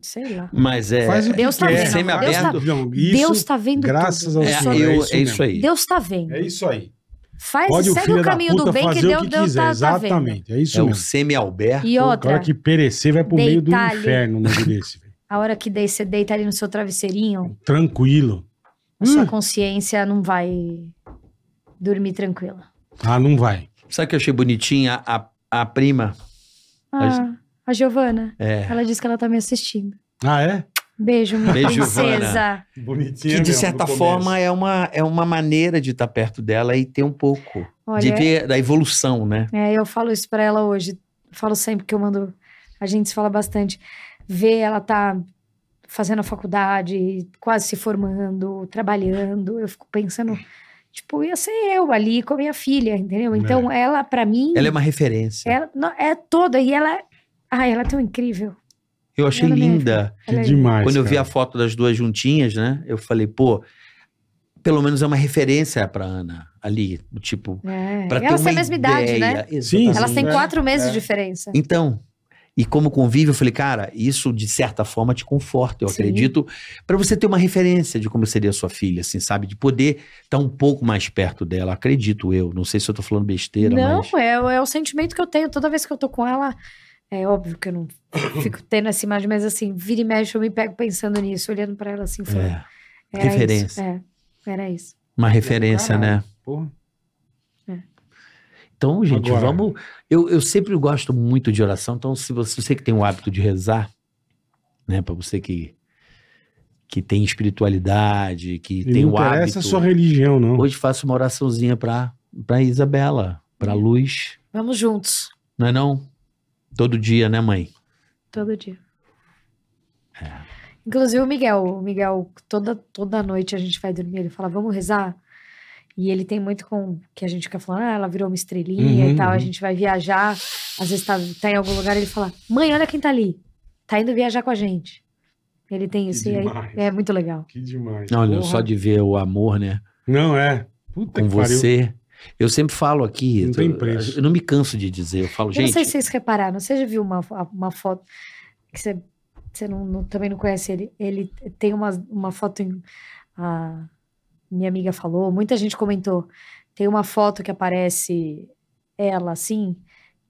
Sei lá.
Mas é...
Faz o que
Deus tá
quer.
vendo.
Semi-aberto.
Deus
Não, isso,
Deus tá vendo
graças
tudo.
ao
é,
Senhor,
eu-
é
é
isso
isso,
mesmo.
aí.
Deus tá vendo.
É isso aí.
Faz,
Pode o
segue
filho
o
da
caminho
puta
do bem que
fazer
Deus,
o que
Deus
quiser.
tá, tá vendo.
Exatamente, é isso
É o
mesmo.
semi-alberto.
E
O cara
outra,
que perecer vai pro meio do
Deitar ali.
inferno no meio desse. velho.
a hora que daí você deita ali no seu travesseirinho,
Tranquilo.
a sua
Hum.
consciência não vai dormir tranquila.
Ah, não vai.
Sabe o que eu achei bonitinha? A, a prima...
Ah, a Giovana,
É...
ela disse que ela tá me assistindo.
Ah, é?
Beijo, minha
Beijo,
princesa.
Bonitinho.
Que de certa forma é uma, é uma maneira de estar perto dela e ter um pouco de
Olha,
ver da evolução, né?
é, eu falo isso pra ela hoje. Falo sempre que eu mando. A gente se fala bastante. Ver ela tá fazendo a faculdade, quase se formando, trabalhando. Eu fico pensando, tipo, ia ser eu ali com a minha filha, entendeu? Então, ela, pra mim,
Né. Ela é uma referência.
ela- não, é toda. E ela. Ai, ela é tão incrível.
eu achei
ela é minha
linda.
Ela é-
Demais.
Quando eu vi
cara.
a foto das duas juntinhas, né? Eu falei, pô, pelo menos é uma referência pra Ana ali. do Tipo,
É,
pra
e
ter
Elas
uma
têm a mesma idade, né?
ideia.
Sim,
Exatamente.
Elas têm
é,
quatro meses
é.
de diferença.
Então, e como convívio, eu falei, cara, isso de certa forma te conforta, eu
Sim.
acredito, pra você ter uma referência de como seria a sua filha, assim, sabe? De poder estar um pouco mais perto dela, acredito eu. Não sei se eu tô falando besteira,
Não,
mas.
é, o- é o sentimento que eu tenho. Toda vez que eu tô com ela, é óbvio que eu não [coughs] fico tendo essa imagem, mas assim, vira e mexe, eu me pego pensando nisso, olhando pra ela assim, falando.
É,
era
referência.
Isso, é, era isso.
uma referência,
Caralho.
né?
Porra.
Então, gente,
Agora-
vamos. Eu, eu sempre gosto muito de oração, então, se você, você que tem o hábito de rezar, né, para você que, que tem espiritualidade, que
E
tem
não
o
interessa
hábito.
a sua religião, não.
Hoje faço uma oraçãozinha pra, pra Isabela,
Hum.
pra luz,
Vamos juntos,
não é não? Todo dia, né, mãe?
todo dia.
É.
Inclusive o Miguel, o Miguel, toda, toda noite a gente vai dormir, ele fala, vamos rezar? E ele tem muito com que a gente fica falando, ah, ela virou uma estrelinha
Uhum,
e tal,
uhum.
a gente vai viajar, às vezes tá, tá em algum lugar, ele fala, mãe, olha quem tá ali, tá indo viajar com a gente. Ele tem isso, e aí
demais.
é muito legal.
Que demais.
Olha,
Porra.
só de ver o amor, né,
Não, é. Puta
com
que pariu.
você. Eu sempre falo aqui,
Não
eu-
tem preço.
eu não me canso de dizer, eu falo,
eu não
gente,
sei se vocês repararam, você já viu uma, uma foto que você, você não, não- também não conhece ele, ele tem uma, uma foto, em, a minha amiga falou, muita gente comentou, tem uma foto que aparece ela assim,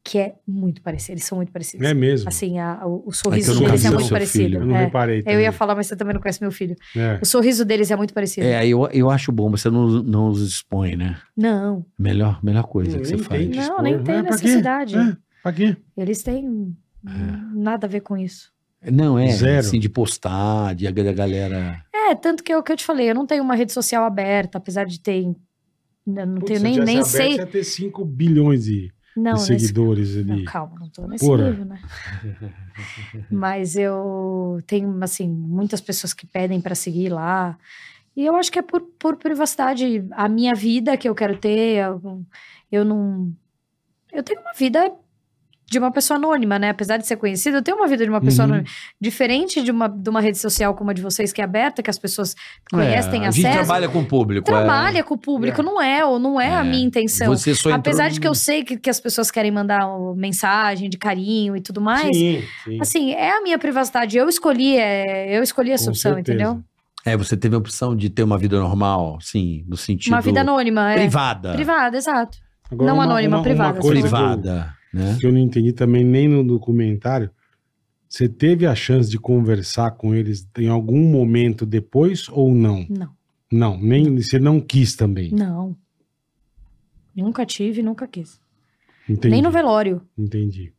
que é muito parecida, eles são muito parecidos.
É mesmo.
Assim, a- o, o
que eu
sorriso
nunca
deles
vi
é
o
muito
seu filho.
parecido.
Eu não
é.
reparei.
Eu
também.
ia falar, mas você também não conhece meu filho.
É.
O sorriso deles é muito parecido.
é, eu, eu acho bom, você não, não os expõe, né?
Não,
Melhor, melhor coisa que você
Nem
faz.
tem que
Não,
expor.
nem tem
É, pra quê?
necessidade.
É, pra quê?
eles têm
É.
nada a ver com isso.
Não, é
Zero.
assim, de postar, de a a galera.
É, tanto que é o que eu te falei, eu não tenho uma rede social aberta, apesar de ter. eu Não
Putz,
tenho
se
nem,
tivesse
nem
aberto,
sei.
Você ia ter 5 bilhões de, de
Não, nesse...
seguidores
não,
ali.
calma, não tô nesse
Porra.
[laughs]
nível, né? Mas eu tenho, assim, muitas pessoas que pedem pra seguir lá. E eu acho que é por, por privacidade. A minha vida que eu quero ter, eu, eu não. Eu tenho uma vida de uma pessoa anônima, né? Apesar de ser conhecida, eu tenho uma vida de uma pessoa
Uhum.
anônima. Diferente de uma, de uma rede social como a de vocês, que é aberta, que as pessoas conhecem, têm
é, a
acesso
gente trabalha com o público.
trabalha com o público, não é, ou não é,
É.
a minha
é.
intenção.
Você só entrou
Apesar de que eu
no-
sei que, que as pessoas querem mandar oh, mensagem de carinho e tudo mais,
sim, sim.
assim, é a minha privacidade. Eu escolhi, é, eu escolhi essa
com
opção,
certeza.
entendeu?
É, você teve a opção de ter uma vida normal, sim, no sentido.
Uma vida anônima, é.
privada.
Privada, exato.
Agora,
Não anônima, privada,
coisa que eu-
Privada, né?
que eu não entendi também nem no documentário. Você teve a chance de conversar com eles em algum momento depois ou não?
Não,
Não, nem você não quis também.
não. Nunca tive, nunca quis.
Entendi.
Nem no velório.
Entendi.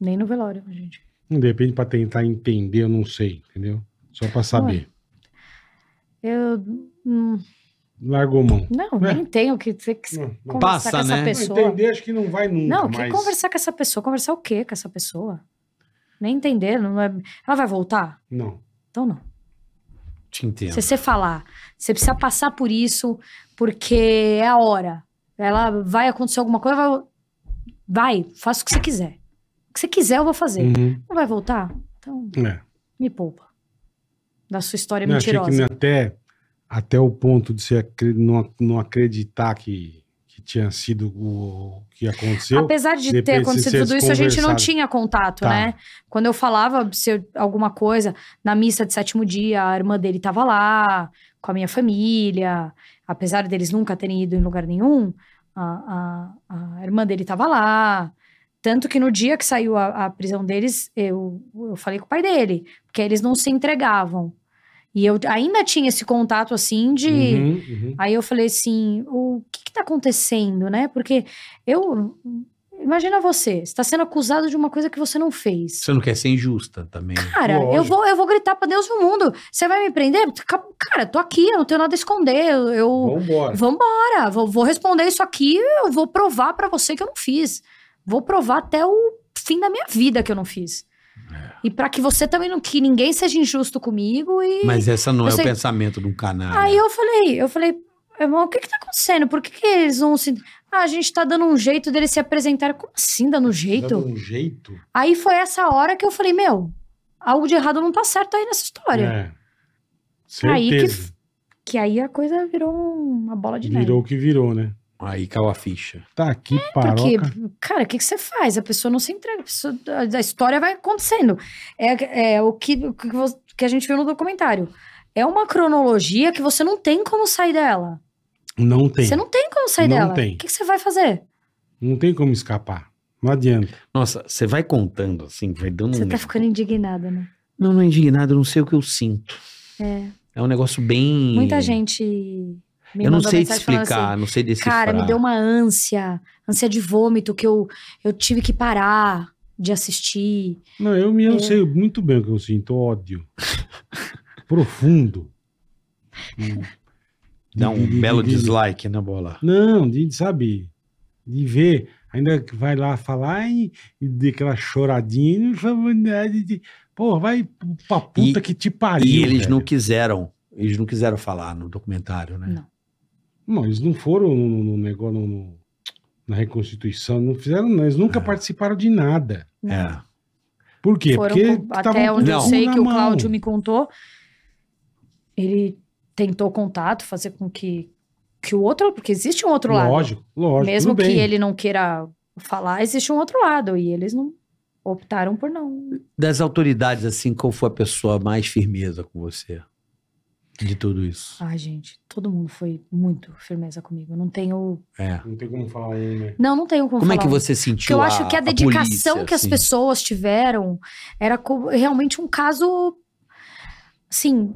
Nem no velório, gente.
De repente, pra tentar entender, eu não sei, entendeu? Só pra saber.
Eu. hum,
Largou mão.
não,
É.
nem tenho que ter que
Não, não-
conversar
Passa,
com essa
né?
pessoa.
Não, entender, acho que não vai nunca.
Não, que
mas...
conversar com essa pessoa? Conversar o quê com essa pessoa? Nem entender. Não é... Ela vai voltar?
Não.
Então não.
Te entendo.
Se você falar, você precisa passar por isso, porque é a hora. Ela vai acontecer alguma coisa, vai. Vai, faça o que você quiser. O que você quiser, eu vou fazer.
Uhum.
Não vai voltar? Então,
É.
me poupa. Da sua história
Eu achei que
É mentirosa.
até, até o ponto de você acre- não, ac- não acreditar que, que tinha sido o, o que aconteceu.
Apesar de
Depende
ter
se
acontecido
vocês
tudo isso, a gente não
conversaram.
tinha contato,
Tá.
né? Quando eu falava se eu- alguma coisa, na missa de sétimo dia, a irmã dele tava lá, com a minha família. Apesar deles nunca terem ido em lugar nenhum, a, a- a irmã dele tava lá. Tanto que no dia que saiu a, a prisão deles, eu, eu falei com o pai dele, porque eles não se entregavam. E eu ainda tinha esse contato assim de.
Uhum, uhum.
Aí eu falei assim, o que que tá acontecendo, né? Porque eu... Imagina você, você tá sendo acusado de uma coisa que você não fez.
Você não quer ser injusta também.
Cara, eu
Lógico.
vou, eu vou gritar pra Deus e o mundo. Você vai me prender? Ca- Cara, tô aqui, eu não tenho nada a esconder. Eu, eu
Vambora.
vambora, vou, vou responder isso aqui, eu vou provar pra você que eu não fiz. Vou provar até o fim da minha vida que eu não fiz.
É.
E pra que você também não que ninguém seja injusto comigo e
Mas essa não
Eu
é
sei-
o pensamento de um canal.
Aí eu falei, eu falei, irmão, o que que tá acontecendo? Por que, que eles não se. Ah, a gente tá dando um jeito deles se apresentarem. Como assim, dando um jeito?
Dando um jeito.
Aí foi essa hora que eu falei, meu, algo de errado não tá certo aí nessa história.
É.
Aí que
Certeza.
Que aí a coisa virou uma bola de neve.
virou o que virou, né?
Aí caiu a ficha.
Tá aqui,
Porque,
paroca.
cara, o que, que você faz? A pessoa não se entrega, a, pessoa- a- a história vai acontecendo. É, é o, que, o que vo- que a gente viu no documentário. É uma cronologia que você não tem como sair dela.
Não tem.
Você
não...
não tem como sair
Não
dela.
tem.
O que que você vai fazer?
tem como escapar. Não adianta.
Nossa, você vai contando assim, vai dando
Você
um...
tá ficando indignada, né?
Não, não é indignado, eu não sei o que eu sinto.
É.
É um negócio bem...
Muita gente me
eu não
mandou
sei te
mensagem falando
explicar,
assim,
não sei decifrar.
Cara, me deu uma ânsia, ânsia de vômito que eu, eu tive que parar de assistir.
Não, eu, me, eu sei muito bem o que eu sinto. Ódio. Profundo. Hum.
Dá
De-
um
de- de-
belo
de- de-
dislike na bola.
Não, de, sabe, de ver. Ainda que vai lá falar e, e dê aquela choradinha, e fala, né, de, de, porra, vai pra puta
E-
que te pariu.
E eles não
velho.
quiseram, eles não quiseram falar no documentário, né?
Não.
Não, eles não foram no, no- no negócio, no- no- na reconstituição, não fizeram, não, eles
Ah.
nunca participaram de nada.
É.
Por quê?
Foram
Porque
com-
tavam
até
com
onde eu
o cu
sei
na
que o
mão.
Cláudio me contou. Ele tentou contato, fazer com que, que o outro, porque existe um outro lado.
Lógico, lógico.
Mesmo
tudo
que
bem.
ele não queira falar, existe um outro lado. E eles não optaram por não.
Das autoridades, assim, qual foi a pessoa mais firmeza com você? De tudo isso.
Ai, gente, todo mundo foi muito firmeza comigo. Não tenho
É.
Não tem como falar um, né?
Não, não tenho como,
Como é
Ah, falar
que
um.
você sentiu
Porque eu acho que a dedicação
polícia,
que as
assim?
pessoas tiveram era co- realmente um caso, assim,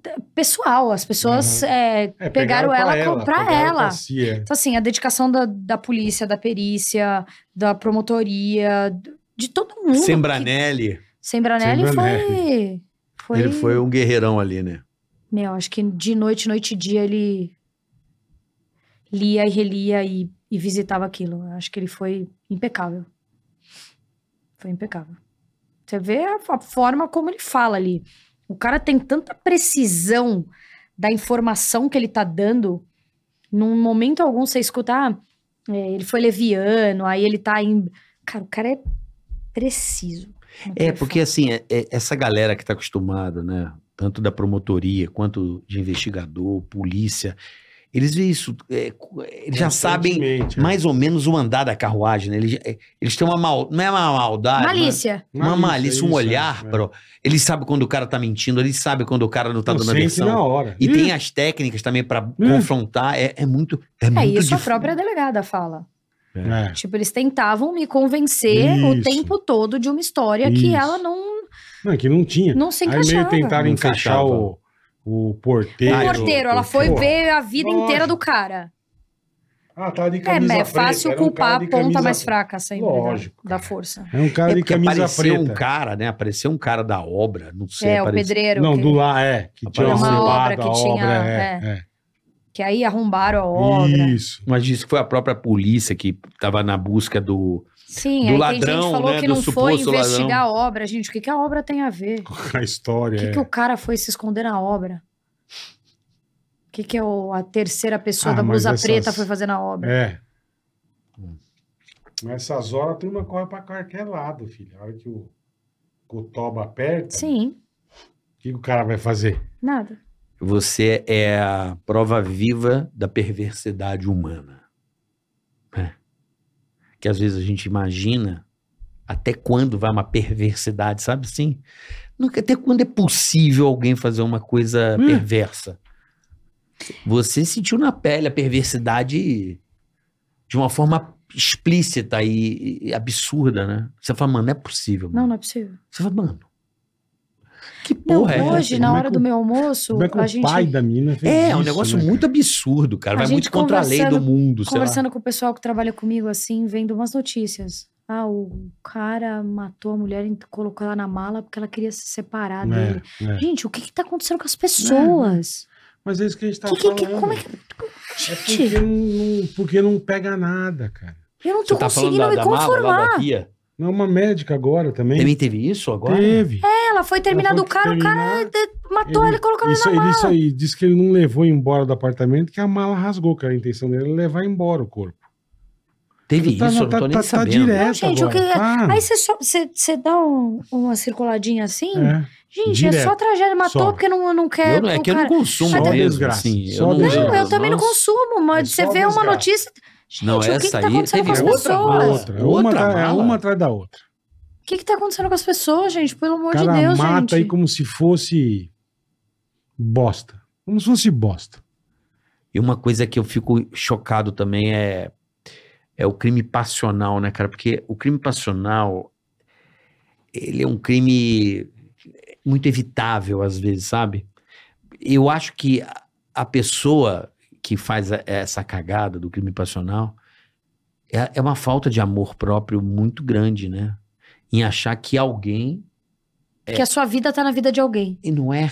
d- pessoal. As pessoas é,
É,
pegaram, ela, pra
pegaram
ela.
pra si, é.
Então, assim, a dedicação da, da polícia, da perícia, da promotoria, d- de todo mundo.
Sembranelli,
Que- Sembranelli foi... foi...
ele foi um guerreirão ali, né?
Meu, acho que de noite, noite e dia ele lia e relia e, e visitava aquilo. Eu Acho que ele foi impecável. Foi impecável. Você vê a, a forma como ele fala ali. O cara tem tanta precisão da informação que ele tá dando. Num momento algum você escuta, ah, é, ele foi leviano, aí ele tá em. Cara, o cara é preciso. no que
É,
ele
porque
fala.
assim, é- é- essa galera que está acostumada, né? Tanto da promotoria quanto de investigador, polícia, Eles veem isso. é, eles já sabem
Constantemente, é.
mais ou menos o andar da carruagem, né? Eles, é, eles têm uma mal, não é uma maldade,
Malícia.
Uma, uma malícia, um
isso,
olhar,
é.
bro. Eles sabem quando o cara tá mentindo, eles sabem quando o cara não tá
Não
dando a
sente
versão.
na hora.
E tem as técnicas também pra confrontar. É, é muito. É,
É
muito
isso a
dif-
própria delegada fala.
É.
Tipo, eles tentavam me convencer o
Isso.
tempo todo de uma história que
Isso.
ela não,
Não, é que não tinha.
não se
Aí meio
encaixava.
tentaram
Não
encaixar
fechava.
o, o
O
porteiro.
porteiro, ela foi
Porra.
ver a vida
Lógico.
inteira do cara.
Ah, tá de
É,
camisa
é
preta,
fácil
era um
culpar
cara
a
de
ponta
camisa-
mais fraca sempre da-
Lógico,
da,
cara.
força.
É um cara
É
de
porque
camisa
apareceu
preta.
um cara, né? Apareceu um cara da obra, não sei.
É, o
apareceu-
pedreiro.
Não,
que,
do lá, é. Que tinha
Apareceu.
arrombado
Uma obra que
a
tinha,
obra, é, é.
que aí arrombaram a obra.
Isso. [laughs]
Mas disse que foi a própria polícia que tava na busca do.
Sim,
Do
aí tem
ladrão,
gente que falou
né,
que
do
não foi
suposto ladrão.
investigar a obra. Gente, o que, que a obra tem a ver?
A história,
O que,
é.
que o cara foi se esconder na obra? O que, que o- a terceira pessoa
Ah,
da
mas
blusa
essas-
preta foi fazer na obra?
É.
Hum.
Nessas horas a turma corre pra qualquer lado, filho. A hora que o Cotoba aperta, o
Sim,
que que o cara vai fazer?
nada.
Você é a prova viva da perversidade humana. É. Que às vezes a gente imagina até quando vai uma perversidade, sabe assim? Nunca- Até quando é possível alguém fazer uma coisa
Hum.
perversa? Você sentiu na pele a perversidade de uma forma explícita e, e absurda, né? Você fala, mano, não é possível.
Não,
mano.
não é possível.
Você fala, mano. Que
Não,
porra é
hoje,
essa?
na
Como é
hora
que
do
o-
meu almoço,
Como é que
a
o
gente
pai da menina fez
É, é
isso,
um negócio
né, cara?
muito absurdo, cara.
A
Vai
gente
muito contra a lei do
conversando-
mundo, sei lá.
conversando com o pessoal que trabalha comigo, assim, vendo umas notícias. Ah, o cara matou a mulher e colocou ela na mala porque ela queria se separar dele.
É, né? é.
Gente, o que que tá acontecendo com as pessoas?
Mas é isso que a gente tá
Que- que-
falando.
que- como é que...
É
Gente,
porque não, não- porque não pega nada, cara.
eu não tô
tá
tá
conseguindo me conformar.
Bia?
Não é uma médica agora também.
Também teve isso agora?
Teve.
Ela foi terminar
Ela
É, do
foi
cara, o cara eh, matou
Ele-
ela e colocou ela
Isso,
na
ele,
mala.
isso aí, diz que ele não levou embora do apartamento, que a mala rasgou, que a intenção dele era levar embora o corpo.
Teve
Tá-
isso, eu não
tá-
tô nem
tá- tá
sabendo.
direto
Não, gente, o
agora.
que- é-
Para.
Aí você só- você você dá um- uma circuladinha assim.
É.
Gente, é
direto.
só tragédia. Matou
Só.
porque não, não quer.
eu não, é
o
que eu não
cara-
consumo
Só
mesmo,
desgraça,
assim,
só
eu não,
desgraça.
Não, eu também não
Nossa.
consumo, mas
É
você
só
vê uma
desgraça.
notícia. Gente,
Não,
o que, que
essa
tá
aí
acontecendo
teve
com as
outra
pessoas?
mala.
Outra, é uma,
Outra
tá- é
mala.
uma atrás da outra.
O que, que tá acontecendo com as pessoas, gente? Pelo
O
amor de
cara
Deus,
mata
gente.
aí como se fosse bosta. Como se fosse bosta.
E uma coisa que eu fico chocado também é, é o crime passional, né, cara? Porque o crime passional, ele é um crime muito evitável às vezes, sabe? Eu acho que a- a pessoa que faz a- essa cagada do crime passional é, é uma falta de amor próprio muito grande, né? Em achar que alguém
Que a sua vida tá na vida de alguém.
e não é.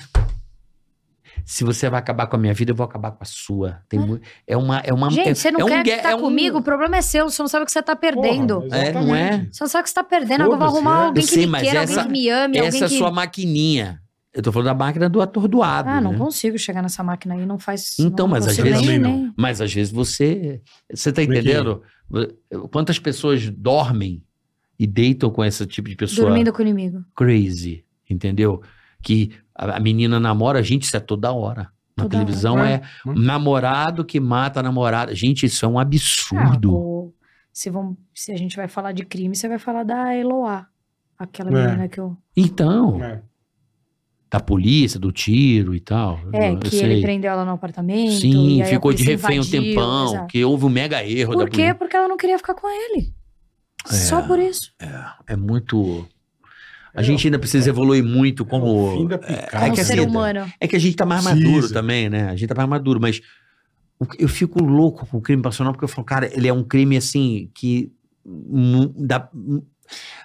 Se você vai acabar com a minha vida, eu vou acabar com a sua. Tem mu- é uma é uma é,
Gente, você não
é um
quer
gue-
estar
é um-
comigo, o problema é seu. Você não sabe o que você tá perdendo.
Porra,
É, não é?
exatamente.
Você não sabe o que você tá perdendo. Agora eu vou
Foda-se,
arrumar
é.
alguém
Eu
que
sei,
me
mas
queira,
essa-
alguém que me ame, alguém
Essa é
que.
sua maquininha. Eu tô falando da máquina do atordoado,
Ah, não
né?
consigo chegar nessa máquina aí, não faz.
Então,
não
mas às
consigo
vezes-
nem-
Também não.
nem-
Mas às vezes você você tá
Como é que-
entendendo quantas pessoas dormem e deitam com esse tipo de pessoa
Dormindo com o inimigo.
crazy, entendeu? Que a a menina namora, gente, isso é toda hora. Na
Toda
televisão
hora.
é namorado que mata namorada. Gente, isso é um
Ah,
absurdo.
ou- se, vão, se a gente vai falar de crime, você vai falar da Eloá. Aquela
É.
menina que eu.
Então.
É.
da polícia, do tiro e tal.
É,
eu
que
sei.
ele prendeu ela no apartamento.
Sim,
e aí a
ficou de
polícia
refém
invadiu,
um tempão,
exato.
que houve um mega erro da
Por quê?
polícia.
Porque ela não queria ficar com ele. Só por isso.
É muito. A gente ainda precisa evoluir muito
É. O fim
como.
da picada.
é
Como
que
ser
assim,
humano.
É que a gente tá mais
Precisa.
maduro também, né? A gente tá mais maduro, mas o que- eu fico louco com o crime passional, porque eu falo, cara, ele é um crime assim que. hum, dá- hum,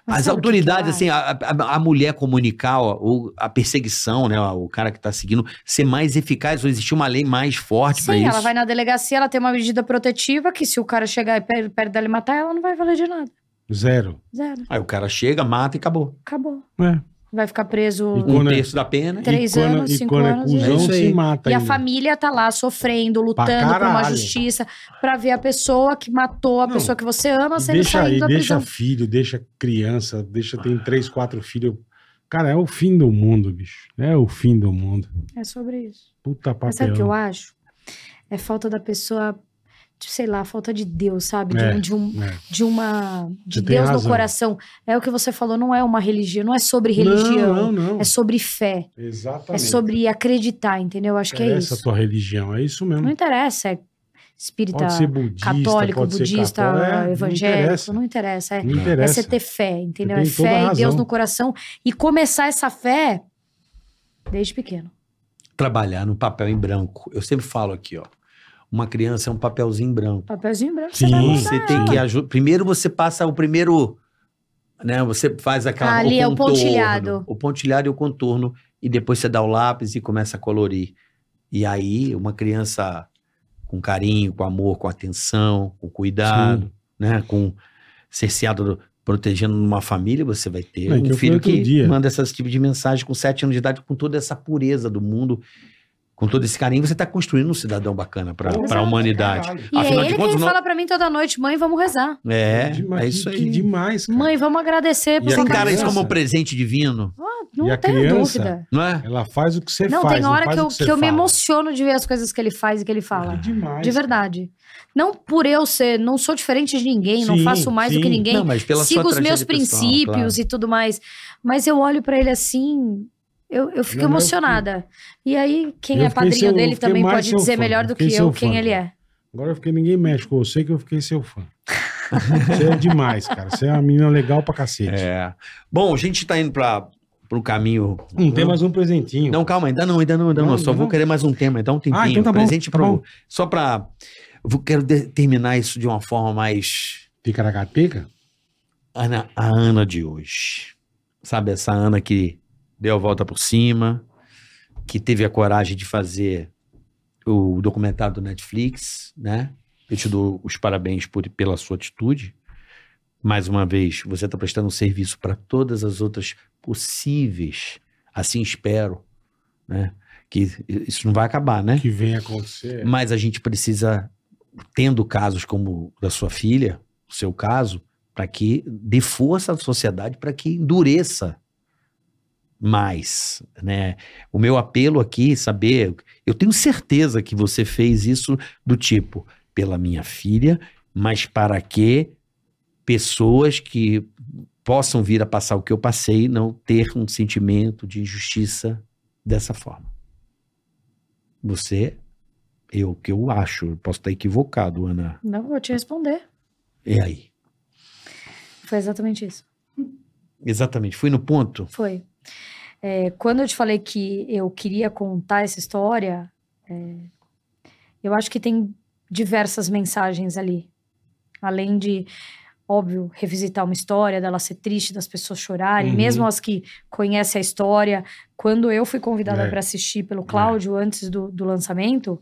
Mas
as
sabe o que é? que eu
autoridades,
acho?
assim, a, a- a mulher comunicar, ó, ou a perseguição, né? ó, O cara que tá seguindo, ser mais eficaz, ou existir uma lei mais forte pra
Sim,
isso.
ela vai na delegacia, ela tem uma medida protetiva que se o cara chegar e per- perto dela e matar, ela não vai valer de nada.
Zero.
Zero.
Aí o cara chega, mata e acabou.
Acabou.
É.
Vai ficar preso.
E
Um
Quando é-
terço da pena.
Tem- Três
e quando,
anos,
e
cinco
quando
anos,
é
é
cuzão,
isso
se
aí.
mata
E a
ainda.
família tá lá sofrendo, lutando por uma
caralho.
justiça pra ver a pessoa que matou a
Não,
pessoa que você ama
E
sendo
deixa
saído
aí,
da
deixa
prisão.
filho, deixa criança, deixa tem três, quatro filhos. Cara, é o fim do mundo, bicho. É o fim do mundo.
É sobre isso.
Puta
Mas sabe o que eu
papelão.
acho? É falta da pessoa, de, sei lá, falta de Deus, sabe? De,
É.
um- de um,
É.
de uma. De
Você tem
Deus no
razão.
coração. É o que você falou, não é uma religião, não é sobre religião.
Não, não, não.
É sobre fé.
Exatamente.
É sobre acreditar, entendeu? Acho que é isso.
Interessa a tua religião, é isso mesmo.
Não interessa, é espírita
Pode ser budista,
católico,
pode ser
budista,
cató- é, não
evangélico,
interessa.
não interessa. É,
Não
é
interessa.
você ter fé, entendeu?
Você
É
tem toda a
fé e Deus
razão.
no coração. E começar essa fé desde pequeno.
Trabalhar no papel em branco. Eu sempre falo aqui, ó. Uma criança é um papelzinho em branco.
Papelzinho branco,
Sim.
você vai mudar
Você tem
ela.
que ajudar. Primeiro você passa o primeiro. Né, você faz aquela.
Ali é o
contorno,
pontilhado.
O pontilhado e o contorno. E depois você dá o lápis e começa a colorir. E aí, uma criança com carinho, com amor, com atenção, com cuidado, né? Com cerceado, do- protegendo uma família, você vai
É,
ter
que eu
um
fui
filho
outro
que
dia.
manda esse tipo de mensagem com sete anos de idade, com toda essa pureza do mundo, com todo esse carinho, você está construindo um cidadão bacana para a
Exato,
humanidade.
Caralho.
E
Afinal
é
de
ele
contas,
quem
não-
fala pra mim toda noite, mãe, vamos rezar.
É,
Dema-
é isso
que- né?
aí.
Que demais, cara.
Mãe, vamos agradecer por
E a
Você
sua
encara isso
cabeça.
como um presente divino,
E
Não
a
tenho
criança?
dúvida.
não é?
Ela faz o que você
Não,
faz.
tem hora que
faz
eu,
o você
que eu me
fala.
emociono de ver as coisas que ele faz e que ele fala.
Que demais.
De verdade. Não por eu ser, não sou diferente de ninguém, não
Sim,
faço mais
sim.
do que ninguém.
Não, mas pela
sigo
sua
os meus
tragédia pessoal,
princípios
claro.
e tudo mais. Mas eu olho pra ele assim, eu, eu fico
Não, mas eu
emocionada. E aí, quem
Eu
é
fiquei
padrinho
seu- eu
dele
fiquei
também
mais
pode
seu
dizer
fã,
melhor
eu
do que
fiquei
eu
seu
quem
fã.
ele é.
Agora eu fiquei ninguém mexe com você que eu fiquei seu fã. Você é demais, cara. Você é uma menina legal pra cacete.
É. Bom, a gente tá indo para o caminho.
Não tem mais um presentinho.
Não, calma, ainda não, ainda não, ainda não.
Não,
Eu só
ainda
vou
não?
querer mais um tema, então um tempinho.
Ah, então tá bom,
presente
tá
pro-
bom.
Só pra. eu vou- quero de- terminar isso de uma forma mais.
Ticaracateca?
Ana, a Ana de hoje. Sabe, essa Ana que deu a volta por cima, que teve a coragem de fazer o documentário do Netflix, né? Eu te dou os parabéns por, pela sua atitude. Mais uma vez, você está prestando um serviço para todas as outras possíveis, assim espero, né? Que isso não vai acabar, né?
Que vem acontecer.
Mas a gente precisa, tendo casos como o da sua filha, o seu caso, para que dê força à sociedade, para que endureça mais, né? O meu apelo aqui, saber, eu tenho certeza que você fez isso do tipo pela minha filha, mas para que pessoas que possam vir a passar o que eu passei não ter um sentimento de injustiça dessa forma. Você eu É que eu acho, eu posso estar equivocado, Ana.
Não, vou te responder.
E aí?
Foi exatamente isso.
Exatamente, fui no ponto.
Foi. É, quando eu te falei que eu queria contar essa história, é, eu acho que tem diversas mensagens ali. Além de, óbvio, revisitar uma história, dela ser triste, das pessoas chorarem,
Uhum.
mesmo as que conhecem a história. Quando eu fui convidada
É.
para assistir pelo Cláudio antes do, do lançamento,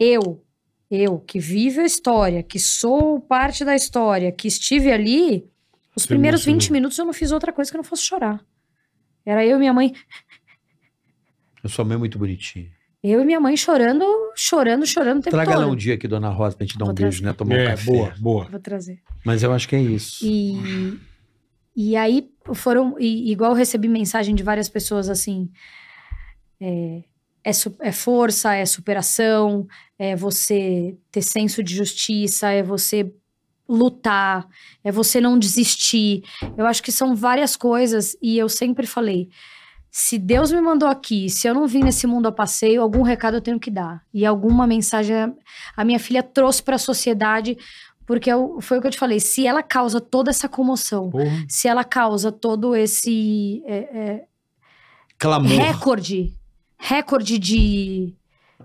eu, eu que vivo a história, que sou parte da história, que estive ali, os
Se
primeiros 20
emocionou.
minutos eu não fiz outra coisa que não fosse chorar. Era eu e minha mãe,
Eu sou mãe é muito bonitinha.
eu e minha mãe chorando, chorando, chorando o tempo
Traga ela
todo.
um dia aqui, dona Rosa, pra gente dar um
Vou
beijo, né? Tomar um
É,
café.
boa, boa.
Vou trazer.
Mas eu acho que é isso.
E, e aí foram. e- igual eu recebi mensagem de várias pessoas assim. É, é, su- é força, é superação, é você ter senso de justiça, é você lutar, é você não desistir. Eu acho que são várias coisas e eu sempre falei. Se Deus me mandou aqui, se eu não vim nesse mundo a passeio, algum recado eu tenho que dar. E alguma mensagem a- a minha filha trouxe para a sociedade, porque eu- foi o que eu te falei. Se ela causa toda essa comoção,
Porra.
se ela causa todo esse é, é,
Clamor.
recorde, recorde de,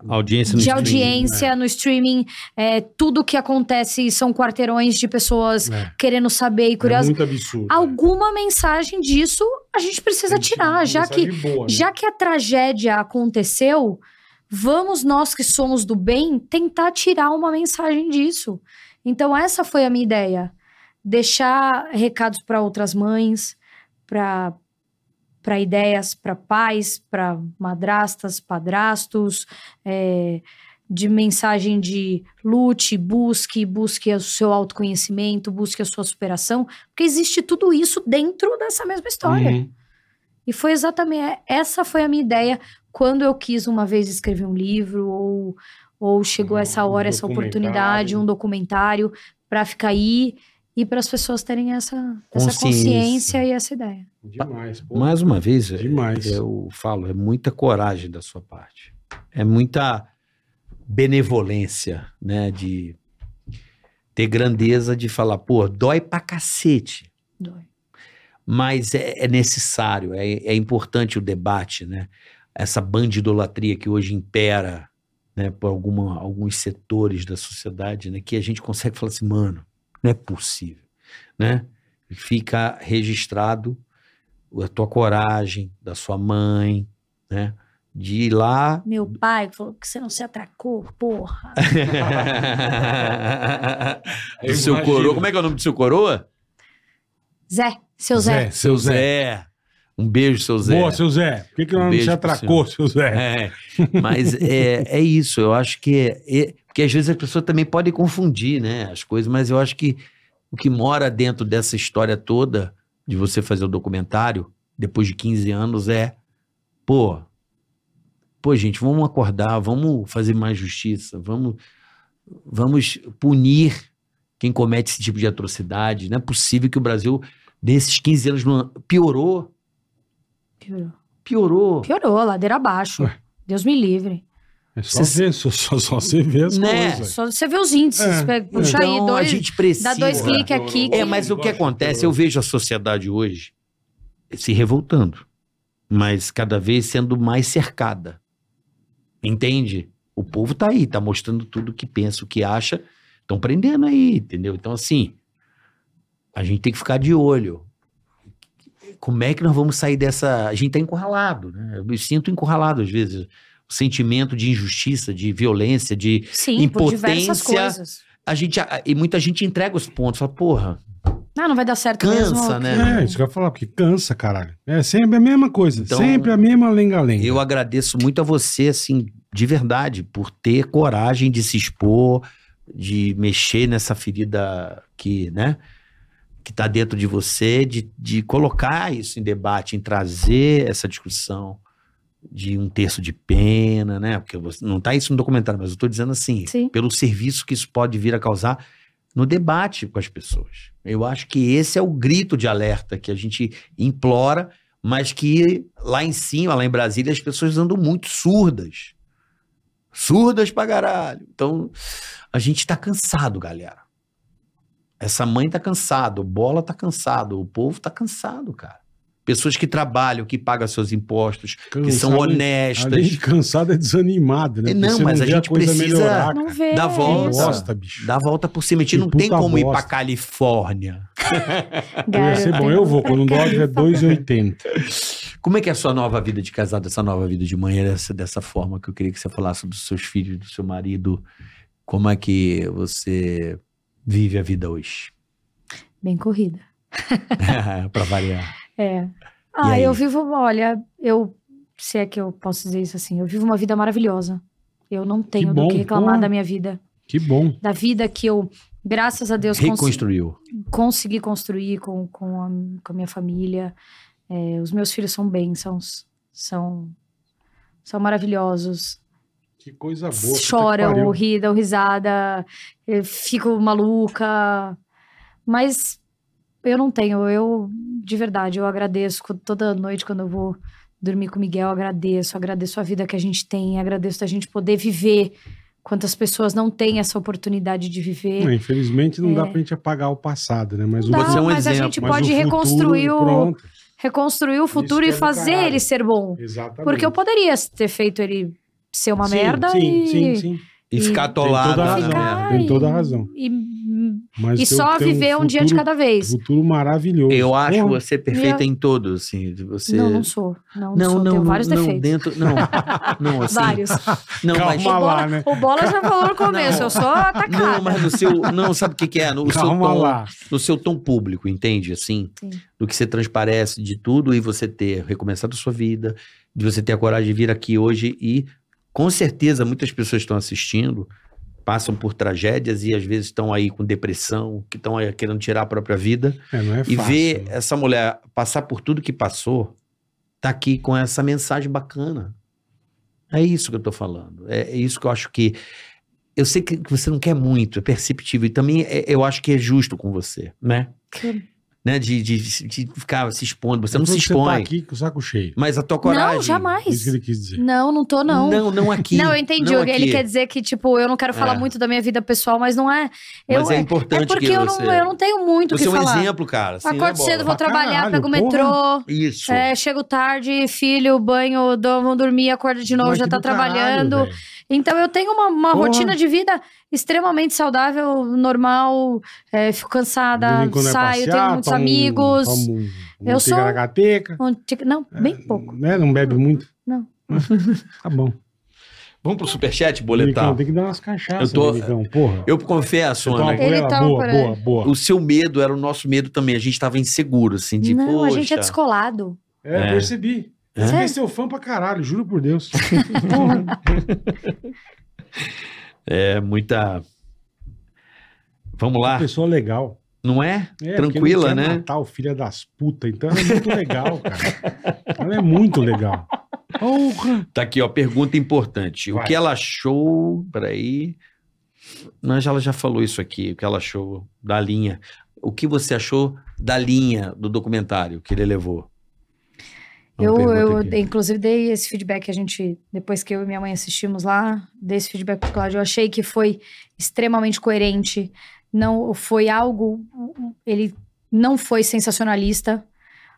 Audiência no
de
streaming. né?
audiência no streaming, é, tudo que acontece são quarteirões de pessoas
É,
querendo saber e
é
curiosas.
muito absurdo.
Alguma mensagem disso a gente precisa tirar, já que
Mensagem boa, né?
já que a tragédia aconteceu, vamos nós que somos do bem tentar tirar uma mensagem disso. Então essa foi a minha ideia, deixar recados para outras mães, para para ideias, para pais, para madrastas, padrastos, é, de mensagem de lute, busque, busque o seu autoconhecimento, busque a sua superação, porque existe tudo isso dentro dessa mesma história.
Uhum.
E foi é, exatamente essa foi a minha ideia quando eu quis uma vez escrever um livro ou, ou chegou essa
Um
hora, essa
documentário.
oportunidade, um documentário para ficar aí e para as pessoas terem essa, essa
Consciência.
consciência e essa ideia.
Demais, pô.
Mais uma vez, é-
Demais.
eu falo, é muita coragem da sua parte. É muita benevolência, né? De ter grandeza de falar, pô, dói pra cacete,
Dói.
mas é, é necessário, é, é importante o debate, né? Essa bandidolatria que hoje impera, né? Por alguma, alguns setores da sociedade, né? Que a gente consegue falar assim, mano, não é possível, né? Fica registrado a tua coragem, da sua mãe, né? De
[laughs]
ir lá. [laughs]
Meu pai falou que você não se atracou, porra.
do seu coroa. Como é que é o nome do seu coroa?
Zé, seu Zé.
seu Zé.
Um beijo, seu Zé.
Boa, seu Zé. Por que, que
Um
não se
beijo pro
atracou, seu Zé?
É, mas é, é isso, eu acho que. É, é- porque às vezes as pessoas também podem confundir né, as coisas, mas eu acho que o que mora dentro dessa história toda de você fazer o documentário, depois de 15 anos, é. Pô, pô, gente, vamos acordar, vamos fazer mais justiça, vamos, vamos punir quem comete esse tipo de atrocidade. Não é possível que o Brasil, nesses 15 anos, não- piorou.
Piorou.
Piorou.
Piorou, ladeira abaixo. Deus me livre.
É só, ver, só, só, só você ver as
Né?
coisas.
Só você vê os índices.
É.
pega- Puxa aí,
Então,
dois,
a gente precisa.
dá dois cliques aqui.
É,
que-
mas o que acontece, eu vejo a sociedade hoje se revoltando, mas cada vez sendo mais cercada. Entende? O povo tá aí, tá mostrando tudo que pensa, o que acha, estão prendendo aí, entendeu? Então, assim, a gente tem que ficar de olho. Como é que nós vamos sair dessa. A gente tá encurralado, né? Eu me sinto encurralado às vezes. O sentimento de injustiça, de violência, de
Sim, por diversas
impotência.
coisas.
a gente a- e muita gente entrega os pontos, fala, porra,
Ah, não vai dar certo
Cansa,
mesmo.
né?
É, isso que eu ia falar, porque cansa, caralho. É sempre a mesma coisa.
Então,
sempre a mesma lenga-lenga.
eu agradeço muito a você, assim, de verdade, por ter coragem de se expor, de mexer nessa ferida que, né, que tá dentro de você, de, de colocar isso em debate, em trazer essa discussão de um terço de pena, né? Porque você, não tá isso no documentário, mas eu tô dizendo assim,
Sim.
pelo serviço que isso pode vir a causar no debate com as pessoas. Eu acho que esse é o grito de alerta que a gente implora, mas que lá em cima, lá em Brasília, as pessoas andam muito surdas. Surdas pra caralho. Então, a gente tá cansado, galera. Essa mãe tá cansado, o bola tá cansado, o povo tá cansado, cara. Pessoas que trabalham, que pagam seus impostos, que
Cansado,
são
Além de
honestas.
cansado, é desanimado, né?
É,
Porque
não,
você
mas a
vê
gente precisa-
Não vê.
Dá
é
volta.
isso.
Bosta, bicho.
Dá a volta por cima. A gente
Que
não tem
puta
como ir pra
bosta.
Califórnia.
Ia
Garoto,
ser bom, eu vou. Quando o dólar é 2,80.
Como é que é a sua nova vida de casado, essa nova vida de mãe? Era essa, dessa forma que eu queria que você falasse dos seus filhos, do seu marido. Como é que você vive a vida hoje? [laughs]
Bem corrida.
pra variar.
É.
E
Ah,
aí?
eu vivo, olha, eu, se é que eu posso dizer isso assim, eu vivo uma vida maravilhosa. Eu não tenho
bom,
do que reclamar
porra.
da minha vida.
Que bom.
Da vida que eu, graças a Deus, cons
Reconstruiu.
consegui construir com, com, a, com a minha família. É, os meus filhos são bênçãos, são, são maravilhosos.
Que coisa boa. puta que
Choram,
pariu.
ou ri, dão risada, eu fico maluca. Mas eu não tenho, eu de verdade, eu agradeço co- toda noite quando eu vou dormir com o Miguel, eu agradeço, agradeço a vida que a gente tem, agradeço da gente poder viver. Quantas pessoas não têm essa oportunidade de viver.
Não, infelizmente não dá pra gente apagar o passado, né? Mas o
É. Dá,
Você é um
mas a
exemplo,
gente
mas
pode
o futuro,
reconstruir, o,
Pronto.
reconstruir o futuro
que
e
é do
fazer
caralho.
ele ser bom.
Exatamente.
Porque eu poderia ter feito ele ser uma merda
sim,
e,
Sim, sim, sim.
E
E-
ficar
Tem
atolado
toda
na
a razão.
merda.
Ficar
Tem toda a razão.
e,
Mas
e
tem-
só
tem
viver um, dia de
futuro-
cada vez.
Futuro maravilhoso.
Eu acho assim,
Porra,
você perfeita em todo, assim. de Você...
Não, não sou. Não, não,
não,
sou.
não,
Tenho vários
não, não,
defeitos.
dentro, não,
[laughs]
não,
[laughs]
assim,
vários.
não,
Calma
mas,
o, bola,
lá, né?
o Bola já falou no começo, eu sou atacada.
[laughs] não, mas no seu, não, sabe o que que é? No seu
Calma
tom,
lá.
no seu tom público, entende? Assim,
Sim.
do que você transparece de tudo e você ter recomeçado sua vida, de você ter a coragem de vir aqui hoje e com certeza muitas pessoas estão assistindo, passam por tragédias e às vezes estão aí com depressão, que estão aí querendo tirar a própria vida
É, não é
e
fácil.
ver
né?
essa mulher passar por tudo que passou, tá aqui com essa mensagem bacana. É isso que eu tô falando. É, é isso que eu acho que. Eu sei que que você não quer muito, é perceptível. E também é- eu acho que é justo com você, né?
Sim.
Né? De, de- de ficar se expondo. Você não se
Você
expõe.
tá aqui com o saco cheio. É
Mas a tua coragem.
Não, jamais.
Isso que ele quis dizer.
Não, não tô, não.
Não, não aqui.
Não, eu entendi.
Não
ele
aqui.
quer dizer que, tipo, eu não quero falar
É.
muito da minha vida pessoal, mas não é. Eu,
Mas é
é,
importante
porque
que
eu,
você...
não, eu não tenho muito o
Você
que
é um
falar.
exemplo, cara. Assim,
Acordo
né,
cedo,
bola?
vou trabalhar,
caralho,
pego o metrô.
Isso.
É, chego tarde, filho, banho, dou- vão dormir, acorda de novo,
Mas é
já
que
tá
do caralho,
trabalhando.
velho.
Então eu tenho uma, uma
Porra.
rotina de vida extremamente saudável, normal, é, fico
De vez
cansada,
em quando vai
saio, tenho
passear,
muitos
toma um-
amigos.
toma um- um
Eu sou-
ticaracateca,
Um tic- Não, bem
É,
pouco.
Né? Não bebe muito?
Não.
[laughs] Tá bom.
Vamos pro superchat,
Miricão,
boletar.
tem que dar umas cachaças,
Eu tô-
Miricão, porra.
Eu confesso,
Você tá toma
Ana,
por
Ele
ela?
toma
boa,
por
boa,
ela.
boa.
o seu medo era o nosso medo também. A gente tava inseguro, assim, de
não, a gente é
poxa.
descolado.
É,
É.
percebi.
É?
Você é seu fã pra caralho, juro por [laughs] Deus. Porra.
É muita. Vamos
Uma
lá,
pessoa legal.
não é?
É,
Tranquila,
porque não quer
né?
Matar o filho das putas, então ela é muito legal, cara. Ela é muito legal. Porra.
Tá aqui, ó, pergunta importante.
Vai.
O que ela achou. Peraí. Mas ela já falou isso aqui, o que ela achou da linha. O que você achou da linha do documentário que ele levou? É Uma
Eu,
pergunta
eu,
aqui.
inclusive, dei esse feedback que a gente, depois que eu e minha mãe assistimos lá, dei esse feedback pro Cláudio. Eu achei que foi extremamente coerente. Não foi algo. Ele não foi sensacionalista.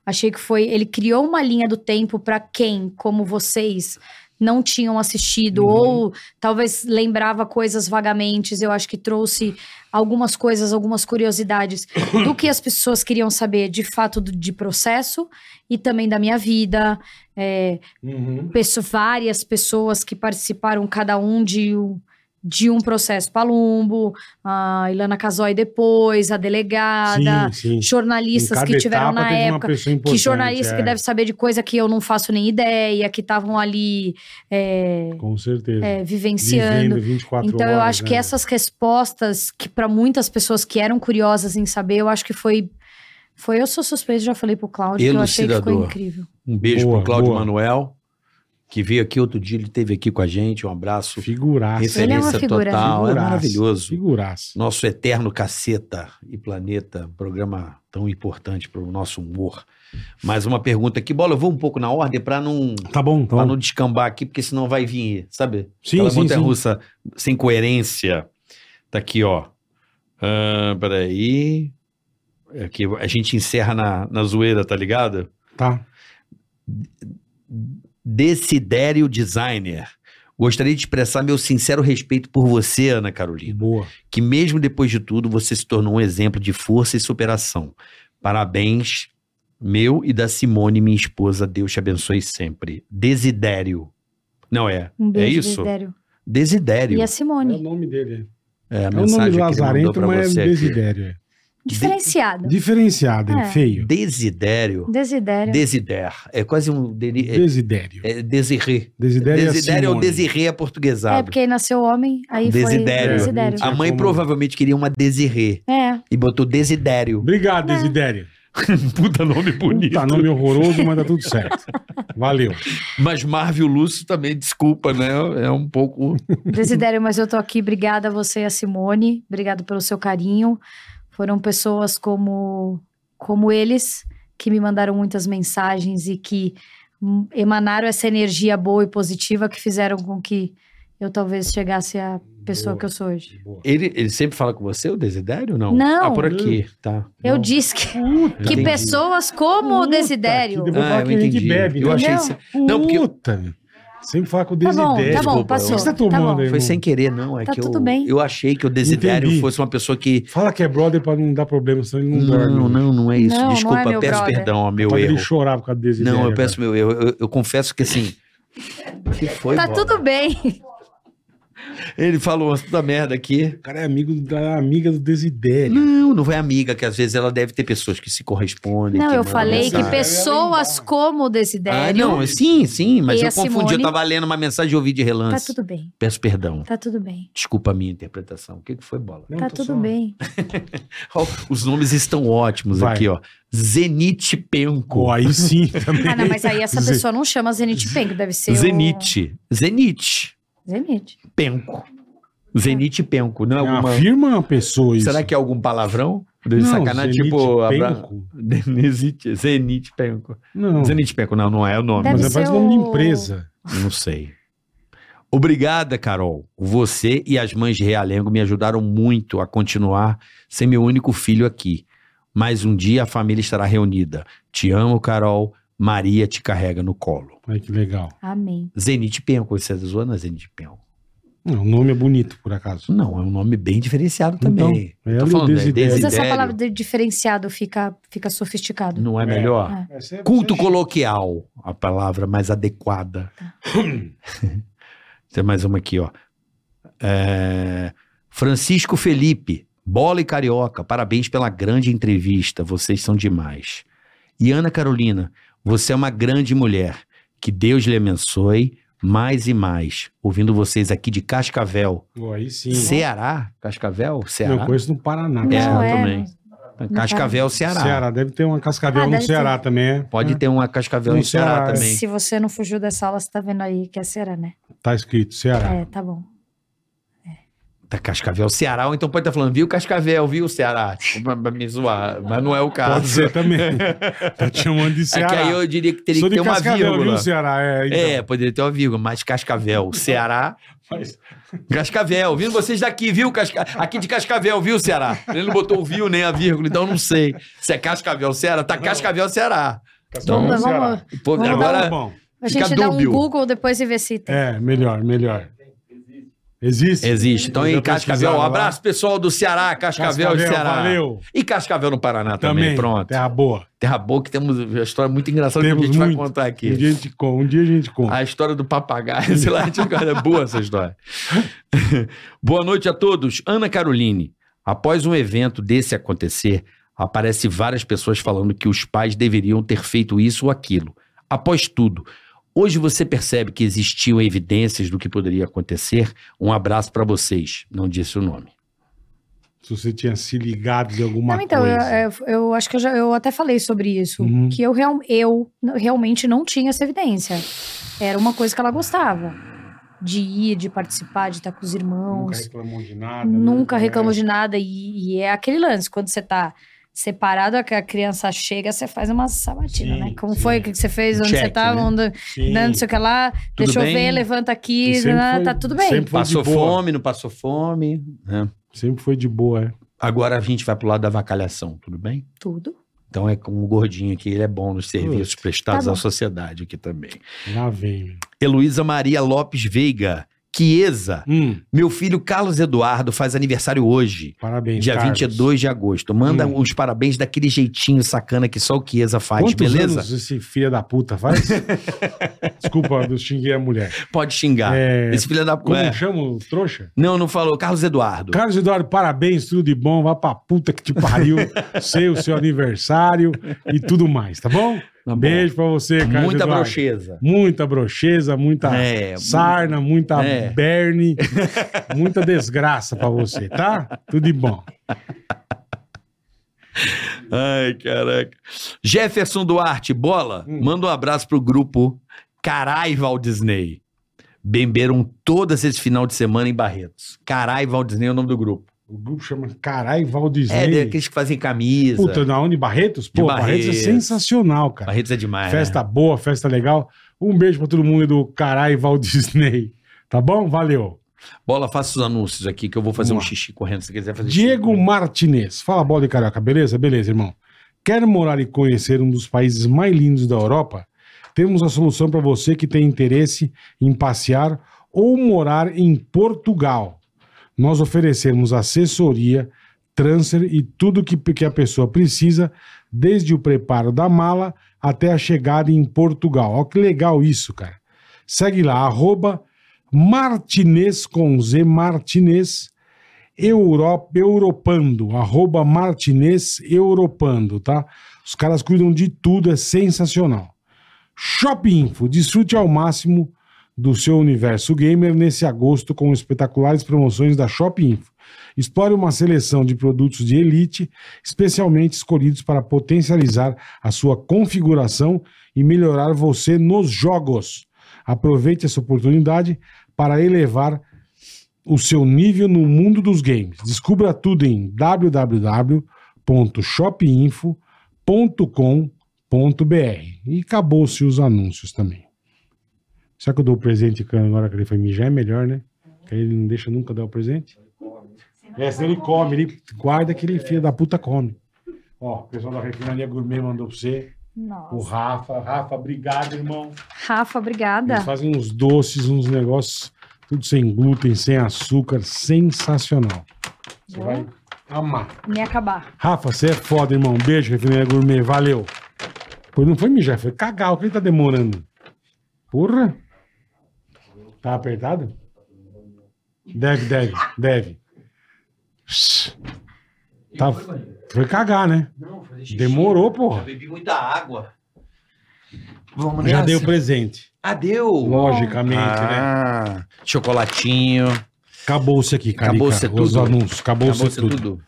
Achei que foi. Ele criou uma linha do tempo para quem, como vocês, não tinham assistido,
Uhum.
ou talvez lembrava coisas vagamente. Eu acho que trouxe algumas coisas, algumas curiosidades do que as pessoas queriam saber de fato do- de processo e também da minha vida. É,
Uhum.
pesso- várias pessoas que participaram, cada um de um, de um processo. Palumbo, a Ilana Casoy depois, a delegada,
sim, sim.
jornalistas
Em
Ah, que
cada
tiveram
etapa
na
teve uma
época.
pessoa
Que
importante,
jornalista que
é,
deve saber de coisa que eu não faço nem ideia, que estavam ali é,
Com certeza.
é, vivenciando.
Vivendo 24
Então
horas.
eu acho que
né?
essas respostas que para muitas pessoas que eram curiosas em saber, eu acho que foi foi eu sou suspeito, já falei pro Cláudio, que eu achei que ficou
Elucidador.
incrível.
Um beijo
Boa,
pro Cláudio
boa.
Manuel, que veio aqui outro dia, ele esteve aqui com a gente. Um abraço.
Figuraça.
Ele é uma
Referência
figura.
total. É
Figuraça.
maravilhoso.
Figuraça.
Nosso eterno caceta e planeta, programa tão importante para o nosso humor. Mais uma pergunta aqui. Bola, eu vou um pouco na ordem para não,
Tá bom, então.
pra não descambar aqui, porque senão vai vir, sabe?
Sim,
Aquela
sim, sim.
montanha-russa sem coerência. Tá aqui, ó. Ah, peraí. É que a gente encerra na, na zoeira, tá ligado?
Tá.
Desidério Designer. Gostaria de expressar meu sincero respeito por você, Ana Carolina.
Boa.
que mesmo depois de tudo você se tornou um exemplo de força e superação. Parabéns, meu e da Simone, minha esposa. Deus te abençoe sempre. Desidério. Não é?
Um beijo,
é isso?
Desidério.
Desidério.
E a
É
Simone,
o nome dele.
É a
É o nome do
mensagem que ele mandou
Lazarento,
pra
mas
você
é
aqui.
Desidério. é.
diferenciada.
Diferenciado, hein?
É.
Feio.
Desidério.
Desidério.
Desider. É quase um... Deli...
Desidério.
É, é desirê.
Desidério,
Desidério
é
ou
Simone.
desirê é
É,
portuguesado.
porque aí nasceu homem, aí foi
Desidério.
Desidério.
A
é
mãe provavelmente queria uma desirê
É,
e botou desidério.
Obrigado, Desidério.
[laughs] Puta nome bonito.
Puta, nome horroroso, mas tá
[laughs]
tudo certo. Valeu.
Mas Marvel Lúcio também, desculpa, né? É um pouco.
Desidério, mas eu tô aqui. Obrigada a você e a Simone. Obrigada pelo seu carinho. Foram pessoas como, como eles que me mandaram muitas mensagens e que hum, emanaram essa energia boa e positiva que fizeram com que eu talvez chegasse à pessoa
Boa.
que eu sou hoje.
Boa.
Ele, ele sempre fala com você, o Desidério? Não.
Não.
Ah, por aqui, tá.
Eu
Não.
disse que,
Puta,
que
entendi.
pessoas como o
Puta,
Desidério.
que devo- Eu vou falar
ah, eu
que a gente
entendi.
bebe,
eu
né?
achei.
Entendeu?
Não, porque-
Puta, meu. sempre fala com o
Tá bom,
Desidério.
tá bom,
Desculpa,
passou.
O que você tá
tá
tomando
bom.
aí,
Foi
irmão?
sem querer, não. É
Tá
que eu,
tudo bem.
eu achei que o Desidério
Entendi.
fosse uma pessoa que.
Fala que é brother pra não dar problema, senão ele não, dorme.
Não, não, não é isso.
Não, não é
Desculpa,
meu
peço
brother.
perdão ao meu
Pode
erro.
ele chorar por causa do Desidério.
Não, eu
cara.
peço meu erro. Eu, eu confesso que assim. Que foi,
Tá
bola?
tudo bem.
Ele falou umas puta merda aqui.
O cara é amigo da amiga do Desidério.
Não, não é amiga, que às vezes ela deve ter pessoas que se correspondem.
Não,
que
eu
mandam
falei que
Eu
mensagem.
ia
pessoas
lembrar.
como o
Ah,
Desidério.
não, sim, sim, mas
E
eu
a
confundi. Eu
Simone?
tava lendo uma mensagem e ouvi de
Tá
relance.
tudo bem,
Peço perdão.
tá tudo bem.
Desculpa a minha interpretação. O que, que foi bola?
Não,
tá
tô
tudo
só-
bem.
Ó, [laughs] Os nomes estão ótimos
Vai.
aqui, ó. Zenit Penko.
Pô, aí sim
[laughs]
também.
Ah, não, mas aí
[laughs]
essa
Zen-
pessoa não chama Zenit Penco, deve ser. o-
Zenit. Zenit
Zenit.
Penko. Zenit Penko. Não é alguma.
Afirma uma pessoa isso.
Será que é algum palavrão? De
Não,
sacanagem,
Zenit
tipo. abra-
Penco?
Zenit, [laughs] Zenit Penko.
Não,
Zenit Penko, não, não é o nome.
Deve
mas é mais
ser
nome de
o-
empresa.
Não sei. Obrigada, Carol. Você e as mães de Realengo me ajudaram muito a continuar sem meu único filho aqui. Mas um dia a família estará reunida. Te amo, Carol. Maria te carrega no colo.
Olha que legal.
Amém.
Zenit Penco, você zoando Zenit Penco.
Não, o nome é bonito, por acaso.
Não, é um nome bem diferenciado também.
Então, ela
Tô
e o
falando, é
Desidério.
Mas
Desidério.
essa palavra de diferenciado fica, fica sofisticado.
Não é
É.
melhor?
É.
Culto coloquial, a palavra mais adequada. Tem mais uma aqui, ó. É, Francisco Felipe, bola e carioca, parabéns pela grande entrevista, vocês são demais. E Ana Carolina, você é uma grande mulher, que Deus lhe abençoe mais e mais. Ouvindo vocês aqui de Cascavel,
Pô, aí sim.
Ceará, Cascavel,
Não, eu
Ceará.
conheço no Paraná.
Não,
É, eu
é.
também. Cascavel,
Ceará.
Ceará.
Deve ter uma cascavel
Ah,
no
deve
Ceará também. é?
Pode
É,
ter uma Cascavel
No
no Ceará
Ceará.
também.
Se você não fugiu dessa aula, você tá vendo aí que é será, né?
Tá escrito Ceará.
É, tá bom.
Tá Cascavel, Ceará, ou então pode estar falando, viu Cascavel, viu Ceará? Tipo, pra, pra me zoar, mas não é o
Pode
caso.
ser também.
[laughs]
tá te chamando de
É que
Ceará.
aí eu diria que teria
Sou
que
de
ter uma
Cascavel,
vírgula.
viu, Ceará? É, então.
É, poderia ter uma vírgula, mas Cascavel, Ceará,
Mas-
Cascavel, vindo vocês daqui, viu? Casca... Aqui de Cascavel, viu, Ceará? Ele não botou o viu nem a vírgula, então eu não sei se é Cascavel, Ceará, tá Cascavel, Ceará. Então,
Vamos,
Ceará.
vamos.
o povo-
Vamos
Tá
agora,
bom.
A
Fica
gente dá um
dúbio.
Google depois e vê se tem.
É, melhor, melhor. Existe?
existe. Então,
Eu
em
já
Cascavel, um
pesquisava lá.
abraço pessoal do Ceará, Cascavel, e Ceará.
Valeu.
E Cascavel no Paraná também,
Também.
pronto.
Terra boa.
Terra Boa, que temos uma história muito engraçada que a
Temos
gente vai
muito.
contar
Um
aqui.
dia a gente conta. Um dia a gente conta.
A história do papagaio, [laughs] sei lá, a gente é boa essa história. [laughs] Boa noite a todos. Ana Caroline, após um evento desse acontecer, aparece várias pessoas falando que os pais deveriam ter feito isso ou aquilo. Após tudo, hoje você percebe que existiam evidências do que poderia acontecer? Um abraço pra vocês. Não disse o nome.
Se você tinha se ligado de alguma
Não, então, eu,
coisa.
eu- eu acho que eu, já, eu até falei sobre isso.
Uhum.
Que eu, real- eu n- realmente não tinha essa evidência. Era uma coisa que ela gostava. De ir, de participar, de estar com os
Nunca né? É.
irmãos.
reclamou de nada.
Nunca reclamou
reclamou
de nada. E, e é aquele lance, quando você tá separado, a que a criança chega, você faz uma sabatina,
Sim,
né? Como
sim.
foi? O que que você fez?
Um
Onde você
check,
tá?
né?
Onde,
Sim.
não sei o que lá. deixa
bem?
eu ver, levanta
E
aqui.
sempre
né?
foi-
tá tudo bem.
sempre foi de
Passou
boa.
fome, não passou fome. né?
Sempre foi de boa, é.
Agora a gente vai pro lado da vacalhação, tudo bem?
Tudo.
Então é como o gordinho aqui, ele é bom nos serviços prestados
Tá
à
bom.
sociedade aqui também.
Lá vem. meu.
Heloísa Maria Lopes Veiga, Chiesa.
Hum,
Meu filho Carlos Eduardo faz aniversário hoje,
parabéns,
dia
Carlos.
22 de agosto. Manda
Hum.
uns parabéns daquele jeitinho sacana que só o Chiesa faz,
Quantos
beleza?
anos esse filho da puta faz?
[laughs]
Desculpa, eu xinguei a mulher.
Pode xingar.
É,
Tá. Esse filho da
como
é.
chama o trouxa?
Não, não falou. Carlos Eduardo.
Carlos Eduardo, parabéns, tudo de bom, vá pra puta que te
[laughs]
pariu, sei o seu aniversário e tudo mais, tá bom?
Tá bom.
Beijo pra você, Carlos
Muita
Eduardo. Tá.
brocheza.
Muita brocheza, muita
É,
sarna, muita
É. [laughs]
berne, muita desgraça pra você, tá? Tudo de bom.
Ai, caraca. Jefferson Duarte, bola,
Hum.
manda um abraço pro grupo Carai Walt Disney. Beberam todas esse final de semana em Barretos. Carai Walt Disney é o nome do grupo.
O grupo chama Carai Valdisney.
É, daqueles que fazem camisa.
Puta, na onde? Barretos? Pô,
De
Barretos. é
Barretos.
sensacional, cara.
Barretos é demais.
Festa
né?
boa, festa legal. Um beijo pra todo mundo aí do Carai Walt Disney. Tá bom? Valeu.
né? Bola, faça os anúncios aqui que eu vou fazer
Vamos
um
lá.
xixi correndo. Se você quiser fazer
Diego
xixi.
Martinez. Fala bola de carioca, beleza? Beleza, irmão. Quer morar e conhecer um dos países mais lindos da Europa? Temos a solução para você que tem interesse em passear ou morar em Portugal. Nós oferecemos assessoria, transfer e tudo que, que a pessoa precisa, desde o preparo da mala até a chegada em Portugal. Olha que legal isso, cara. Segue lá, arroba Martinez com Z, Martinez Europa, Europando, arroba Martinez Europando, tá? Os caras cuidam de tudo, é sensacional. Shop Info, desfrute ao máximo do seu universo gamer nesse agosto com espetaculares promoções da Shop Info. Explore uma seleção de produtos de elite, especialmente escolhidos para potencializar a sua configuração e melhorar você nos jogos. Aproveite essa oportunidade para elevar o seu nível no mundo dos games. Descubra tudo em www.shopinfo.com.br. E acabou-se os anúncios também. Será que eu dou o presente Cano, agora que ele foi mijar? É melhor, né? Que aí ele não deixa nunca dar o presente. É, senão ele come, ele guarda que ele filho da puta come. Ó, o pessoal da refinaria gourmet mandou pra você.
Nossa.
O Rafa. Rafa, obrigado, irmão.
Rafa, obrigada.
Eles fazem uns doces, uns negócios, tudo sem glúten, sem açúcar, sensacional. Você
Vou
vai amar.
me acabar.
Rafa, você é foda, irmão. Beijo, Refinaria Gourmet, valeu. Pois não foi mijar, foi cagar, o que ele tá demorando? Porra. Tá apertado? Deve, deve, deve. Shhh. Tá, foi cagar, né?
Não, fazer xixi.
Demorou, porra.
Eu bebi muita água. Vamos
Já
nessa?
deu presente.
Ah, deu.
Logicamente, né?
Ah, chocolatinho.
Acabou-se aqui, cara.
Acabou-se
Os
tudo.
anúncios, acabou-se
Acabou
tudo.
tudo. tudo.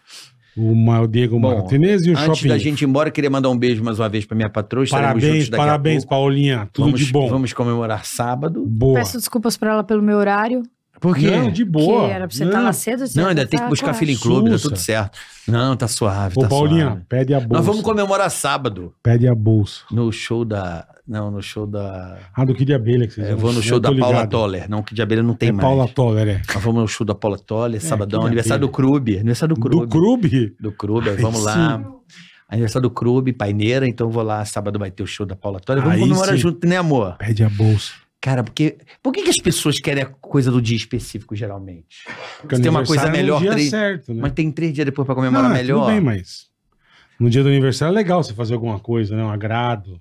O, Ma- o Diego
Bom,
Martinez e o
Antes
Shopping.
da gente ir embora, eu queria mandar um beijo mais uma vez pra minha patroa. Estaremos juntos
Parabéns,
daqui a
parabéns,
pouco.
Paulinha. Tudo
vamos,
de bom.
Vamos comemorar sábado.
Boa.
Peço desculpas pra ela pelo meu horário.
Por
Não, de boa.
Que era pra você
Não.
estar lá cedo. você
Não, ainda
tá
tem que buscar
com
filho em clube, tá
Sussa.
tudo certo. Não, tá suave,
Ô,
tá
Paulinha,
suave.
pede a bolsa.
Nós vamos comemorar sábado
Pede a bolsa.
no show da... Não, no show da...
Ah, do que de abelha que vocês
Eu É, vou no
Eu
show
tô
da Paula
ligado.
Toller. Não, que de abelha não tem
é
mais.
Paula Toller, é.
Nós vamos no show da Paula Toller, sabadão,
que
aniversário do
maravilha.
Clube. Aniversário do
Do
Clube.
clube?
Do Clube, aí
Aí
vamos lá. Aniversário do Clube, paineira, então vou lá, sábado vai ter o show da Paula Toller. Vamos
Aí
comemorar
sim.
junto, né, amor?
Pede a bolsa.
Cara, porque. Por que, que as pessoas querem a coisa do dia específico, geralmente?
Porque
Se tem uma coisa
aniversário é
melhor,
No dia
três-
certo, né?
Mas tem três dias depois pra comemorar
Não,
melhor.
Ah, Tudo bem, mas... No dia do aniversário é legal você fazer alguma coisa, né? Um agrado.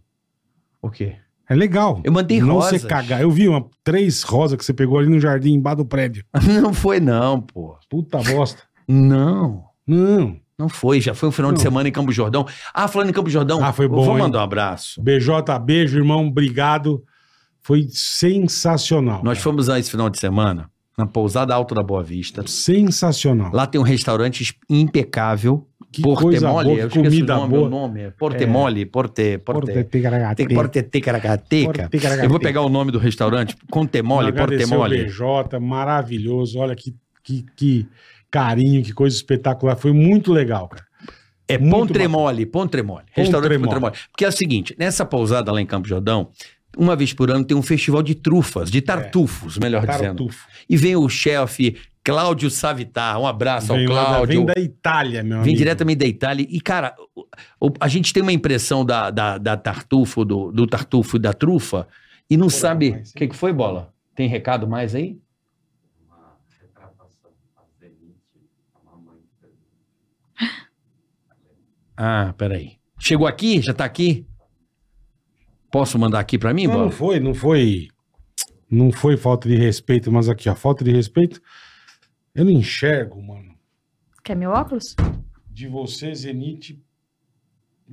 O quê?
É legal.
Eu mandei
Não
rosas.
você cagar. Eu vi uma, três rosas que você pegou ali no jardim, embaixo do prédio.
[laughs] Não foi, não, pô.
Puta bosta.
Não.
Não.
Não foi, já foi um final de
Não.
semana em Campo Jordão. Ah, falando em Campo Jordão,
Ah, foi
eu
bom,
vou
hein?
mandar um abraço.
BJ, beijo, irmão. Obrigado. Foi sensacional.
Nós
cara.
fomos lá esse final de semana, na pousada Alto da Boa Vista.
Sensacional.
Lá tem um restaurante impecável.
que
Portemole, eu
coisa boa, que
esqueço
comida
o nome, o
boa. é
nome é Portemole, Porte, Porte, é- Tem que
Porte,
Porte Tecaracateca. Eu vou pegar é o nome do restaurante, Contemole, Portemole.
BJ, maravilhoso. Olha que, que, que carinho, que coisa espetacular. Foi muito legal, cara.
É
Muito
Pontremole, Pontremole. Restaurante
Pontremole.
Pontremole. Porque é o seguinte, nessa pousada lá em Campo Jordão, uma vez por ano tem um festival de trufas,
É.
de tartufos, melhor dizendo.
Tartufo.
E vem o chefe Cláudio Savitar. Um abraço
Vem,
ao
lá da, vem
Cláudio.
da Itália, meu
Vem
amigo.
diretamente da Itália. E, cara, o- o- a gente tem uma impressão da, da, da tartufo, do, do tartufo e da trufa, e não sabe.
mais,
O que, que foi, Bola? Tem recado mais aí? Ah, peraí. Chegou aqui? Já tá aqui? Posso mandar aqui pra mim,
Não, não
Bola?
foi, não foi. Não foi falta de respeito, mas aqui, ó. Falta de respeito. Eu não enxergo, mano.
Quer meu óculos?
de você, Zenit.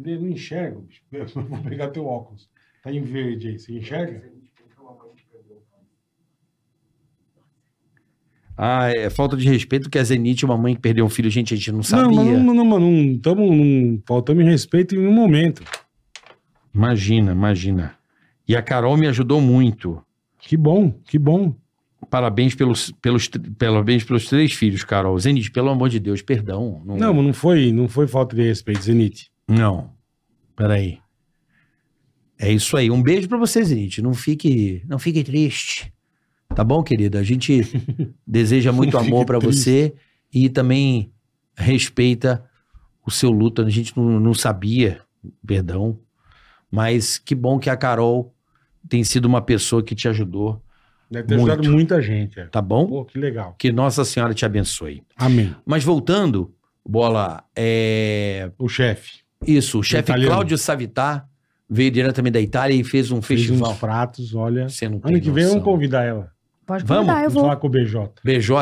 Eu não enxergo, bicho. [laughs] Eu vou pegar teu óculos. Tá em verde aí, você enxerga?
Ah, é falta de respeito que a Zenite, uma mãe que perdeu um filho, gente, a gente não
Não,
sabia.
mas não, não, não, mano, não, tamo, não faltamos em respeito em nenhum momento.
Imagina, imagina. E a Carol me ajudou muito.
Que bom, que bom.
Parabéns pelos, pelos, tr- parabéns pelos três filhos, Carol. Zenite, pelo amor de Deus, perdão. Não,
Não, mas não foi, não foi falta de respeito, Zenit.
não. peraí. É isso aí. Um beijo pra você, Zenite. Não fique, não fique triste. Tá bom, querida? A
[laughs]
gente deseja muito
Não fique
amor pra
triste.
você e também respeita o seu luto. A gente não, não sabia, perdão, mas que bom que a Carol tem sido uma pessoa que te ajudou,
Deve ter ajudado
Muito.
muita gente. É.
tá bom?
Pô, que legal.
Que Nossa Senhora te abençoe.
Amém.
Mas voltando, bola, é...
O chefe
isso, o chefe
Italiano.
Cláudio Savitar veio diretamente da Itália e fez um
fez uns
festival.
pratos, olha.
Você não tem
Ano que vem
noção.
vamos convidar ela.
Pode
Vamos?
convidar, eu
Vamos
vou.
falar com o BJ.
BJ,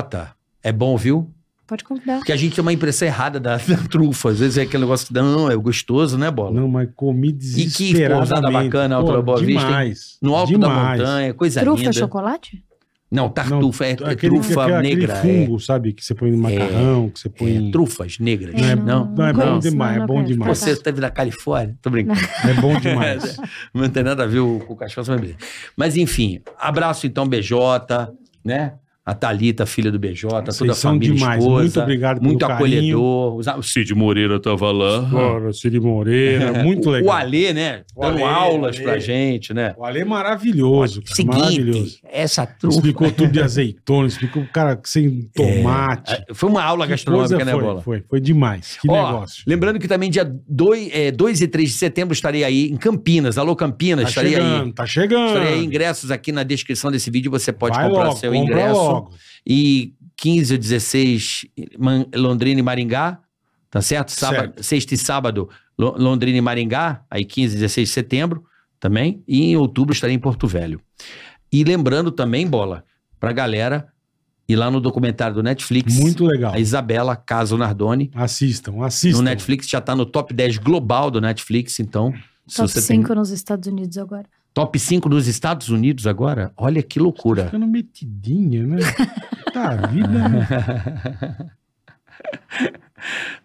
é bom, viu?
Pode convidar.
Porque a gente tem uma impressão errada da, da trufa. Às vezes é aquele negócio que dá, não, é gostoso, né, Bola?
Não, mas comi
que
desesperadamente.
pousada bacana, Alto da Boa Vista, hein?
Demais.
No alto
demais.
da montanha, coisa
Trufa,
linda.
chocolate?
Não, tartufa, é, é
Aquele,
trufa
aquele,
negra.
aquele fungo, sabe? Que você põe no macarrão, que você
é, é,
põe...
trufas negras. né?
Não é-
não,
não é bom
conheço,
demais, é bom
conheço.
demais.
Você esteve da Califórnia? Tô brincando.
É bom demais.
Não tem nada a ver o- com o cachorro, mas beleza. Mas enfim, abraço então, BJ, né? A Thalita, filha do BJ, toda a
Vocês são
família,
demais.
esposa.
Muito obrigado pelo
Muito
carinho.
acolhedor. Os- O
Cid Moreira tava lá.
Agora, Cid Moreira, é
[laughs]
muito
o
legal.
Alê, né?
O
Dando
Alê,
aulas
Alê.
pra gente, né?
O Ale é maravilhoso, cara, maravilhoso.
Seguinte, essa trufa.
Explicou
[laughs]
tudo de azeitona, explicou, cara, sem tomate.
É, Foi uma aula
Que
gastronômica,
coisa
né,
foi,
Bola?
Foi, foi demais. Que
Ó,
negócio.
Lembrando que também dia 2 e 3 de setembro estarei aí em Campinas. Alô, Campinas,
Tá
estarei
chegando,
aí.
tá chegando.
Estarei aí. Ingressos aqui na descrição desse vídeo, você pode
Vai
comprar
logo,
seu
compra
ingresso.
logo.
E 15 ou 16, Man- Londrina e Maringá, tá certo? Sábado, Sexta e sábado, Lo- Londrina e Maringá, aí 15 e 16 de setembro também. E em outubro estarei em Porto Velho. E lembrando também, Bola, pra galera ir lá no documentário do Netflix.
Muito legal.
A Isabela Caso Nardoni,
Assistam, assistam.
no Netflix, já tá no top 10 global do Netflix, então. Se
Top
você
5
tem
nos Estados Unidos agora.
top 5 nos Estados Unidos agora, olha que loucura.
Ficando metidinha,
[laughs]
né? Tá, vida. né?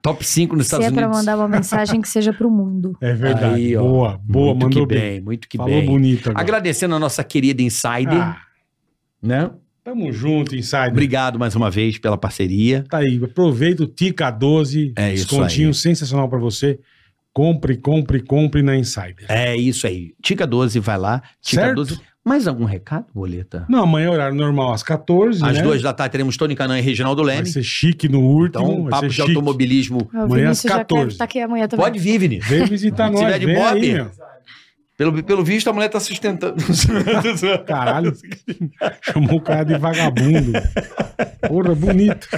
top 5 nos
Se
Estados
é pra
Unidos.
mandar uma mensagem que seja pro mundo.
É verdade.
Aí, ó.
boa, boa,
muito
mandou
que bem,
bem.
Muito que
Falou
bem.
bonito agora.
Agradecendo a nossa querida Insider,
Ah,
né?
tamo junto, Insider.
Obrigado mais uma vez pela parceria.
Tá aí, aproveita o Tica 12,
É isso
descontinho sensacional pra você. Compre, compre, compre na Insider.
É isso aí. Tica 12, vai lá. Tica
Certo?
12. Mais algum recado, Boleta?
Não, amanhã é horário normal, às 14,
Às
né?
duas da tarde teremos Tony Canan e Reginaldo
Vai
Leme.
ser chique no último,
Então,
vai
papo
ser
de
chique.
automobilismo.
O
Amanhã às
Vinícius já quer
14.
estar aqui amanhã também.
Pode vir, Vinícius.
Vem visitar
Se
nós,
tiver de
vem
Bob.
aí, meu.
Pelo, pelo visto, a mulher
[laughs]
tá sustentando.
Caralho, [laughs] chamou o cara de vagabundo. Porra, bonito.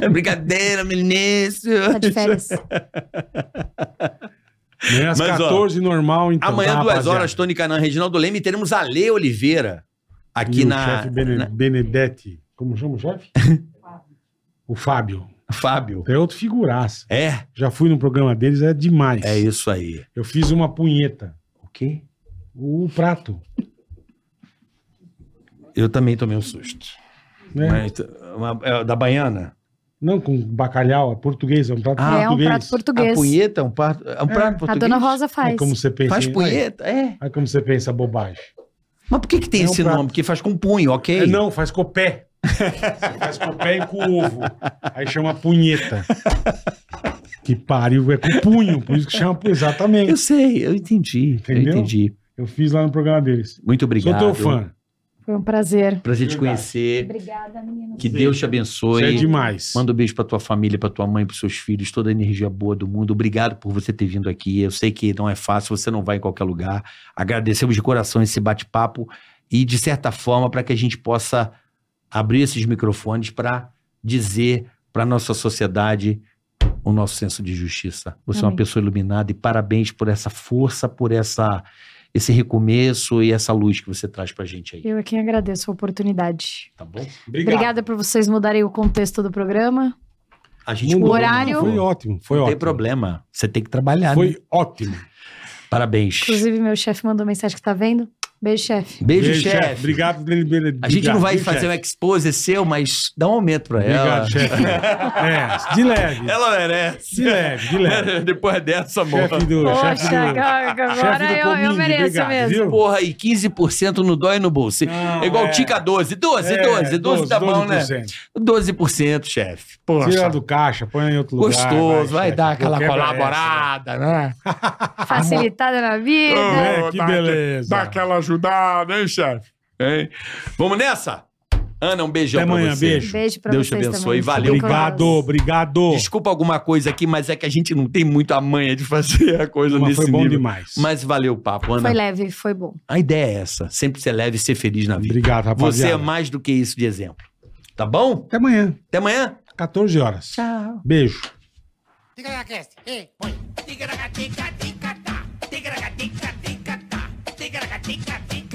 É Brincadeira, Vinícius.
Então
Tá de férias.
Amanhã Né? às
Mas, ó,
14, normal, então.
Amanhã,
tá,
duas
rapaziada?
horas, Tony Canan e Reginaldo Leme. E teremos a Lê Oliveira aqui
E
na,
O chefe Bene-
na-
Benedetti. Como chama o chefe? o Fábio.
Fábio.
É outro figuraça.
É,
Já fui no programa deles, é demais.
é isso aí.
Eu fiz uma punheta.
O quê?
O prato.
Eu também tomei um susto.
Né?
Mas, uma- é, da baiana?
Não, com bacalhau, é português, é um prato
[laughs] Ah,
é um
português.
prato
A
português. Ah,
punheta é um prato, é um prato português? É
A dona Rosa
Olha
faz.
como você pensa.
Faz
hein?
punheta? É.
Olha, olha como você pensa bobagem.
Mas por que, que tem
É um
esse
prato.
nome? Porque faz com punho, ok?
É, não, faz com o pé.
[laughs]
Você faz com o pé e com o ovo. Aí chama punheta. Que pariu, é com o punho, por isso que chama punho.
Eu
Exatamente.
sei, eu entendi.
Entendeu?
Eu entendi.
Eu fiz lá no programa deles.
Muito obrigado.
Sou teu fã.
Foi um prazer.
Prazer te
Verdade.
conhecer.
Obrigada, meninos.
Que Deus te abençoe.
Você é demais.
Manda um beijo pra tua família, pra tua mãe, pros seus filhos, toda a energia boa do mundo. Obrigado por você ter vindo aqui. Eu sei que não é fácil, você não vai em qualquer lugar. Agradecemos de coração esse bate-papo e, de certa forma, para que a gente possa abrir esses microfones para dizer para nossa sociedade o nosso senso de justiça. Você é uma
Amém.
pessoa iluminada e parabéns por essa força, por essa esse recomeço e essa luz que você traz pra gente aí,
Eu é quem agradeço a oportunidade.
tá bom?
Obrigado.
Obrigada por vocês mudarem o contexto do programa.
A gente
O
mudou,
horário-
não
Foi
mudou?
ótimo, foi
não tem
ótimo.
problema. Você tem que trabalhar. né?
Foi ótimo.
Parabéns.
Inclusive, meu chefe mandou mensagem que tá vendo. Beijo, chefe.
Beijo,
Beijo,
chefe.
Obrigado, Benedetti.
A gente não vai
Obrigado,
fazer um
chefe.
expose seu, mas dá um aumento pra ela.
Obrigado,
[laughs]
chefe. É, de leve.
Ela merece. né?
De leve, de leve.
Depois dessa, amor.
Chefe do. chefe
Poxa,
do...
agora eu, eu
Comini,
mereço
obrigado,
mesmo.
viu?
Porra, e 15% no dói no bolso.
Não,
é igual
é.
Tica 12. 12, 12, 12, tá bom, né? 12%, chefe. Porra.
Tira do caixa, põe em outro lugar.
Gostoso, vai,
chefe.
dar aquela
Quebra
colaborada, né?
Facilitada na
essa,
vida.
né? É, que beleza.
Dá aquela ajudada, hein, chefe?
Hein? Vamos nessa? Ana, um beijão
Até
pra
amanhã,
você.
beijo.
Beijo pra
Deus te
vocês
abençoe,
também.
valeu.
Fiquem com
Obrigado,
Deus.
obrigado.
Desculpa alguma coisa aqui, mas é que a gente não tem muito a manha de fazer a coisa
Mas
nesse
foi bom
nível.
demais.
Mas valeu o papo, Ana.
Foi leve, foi bom.
A ideia é essa. Sempre ser leve e ser feliz na vida.
Obrigado, rapaziada.
Você é mais do que isso de exemplo. Tá bom?
Até amanhã,
Até amanhã.
14 horas.
Tchau.
Beijo.
Ticaracast, ei, põe. Ticaracatica, ticatá. Ticaracatica, ticatá. Ticaracatica, ticatá.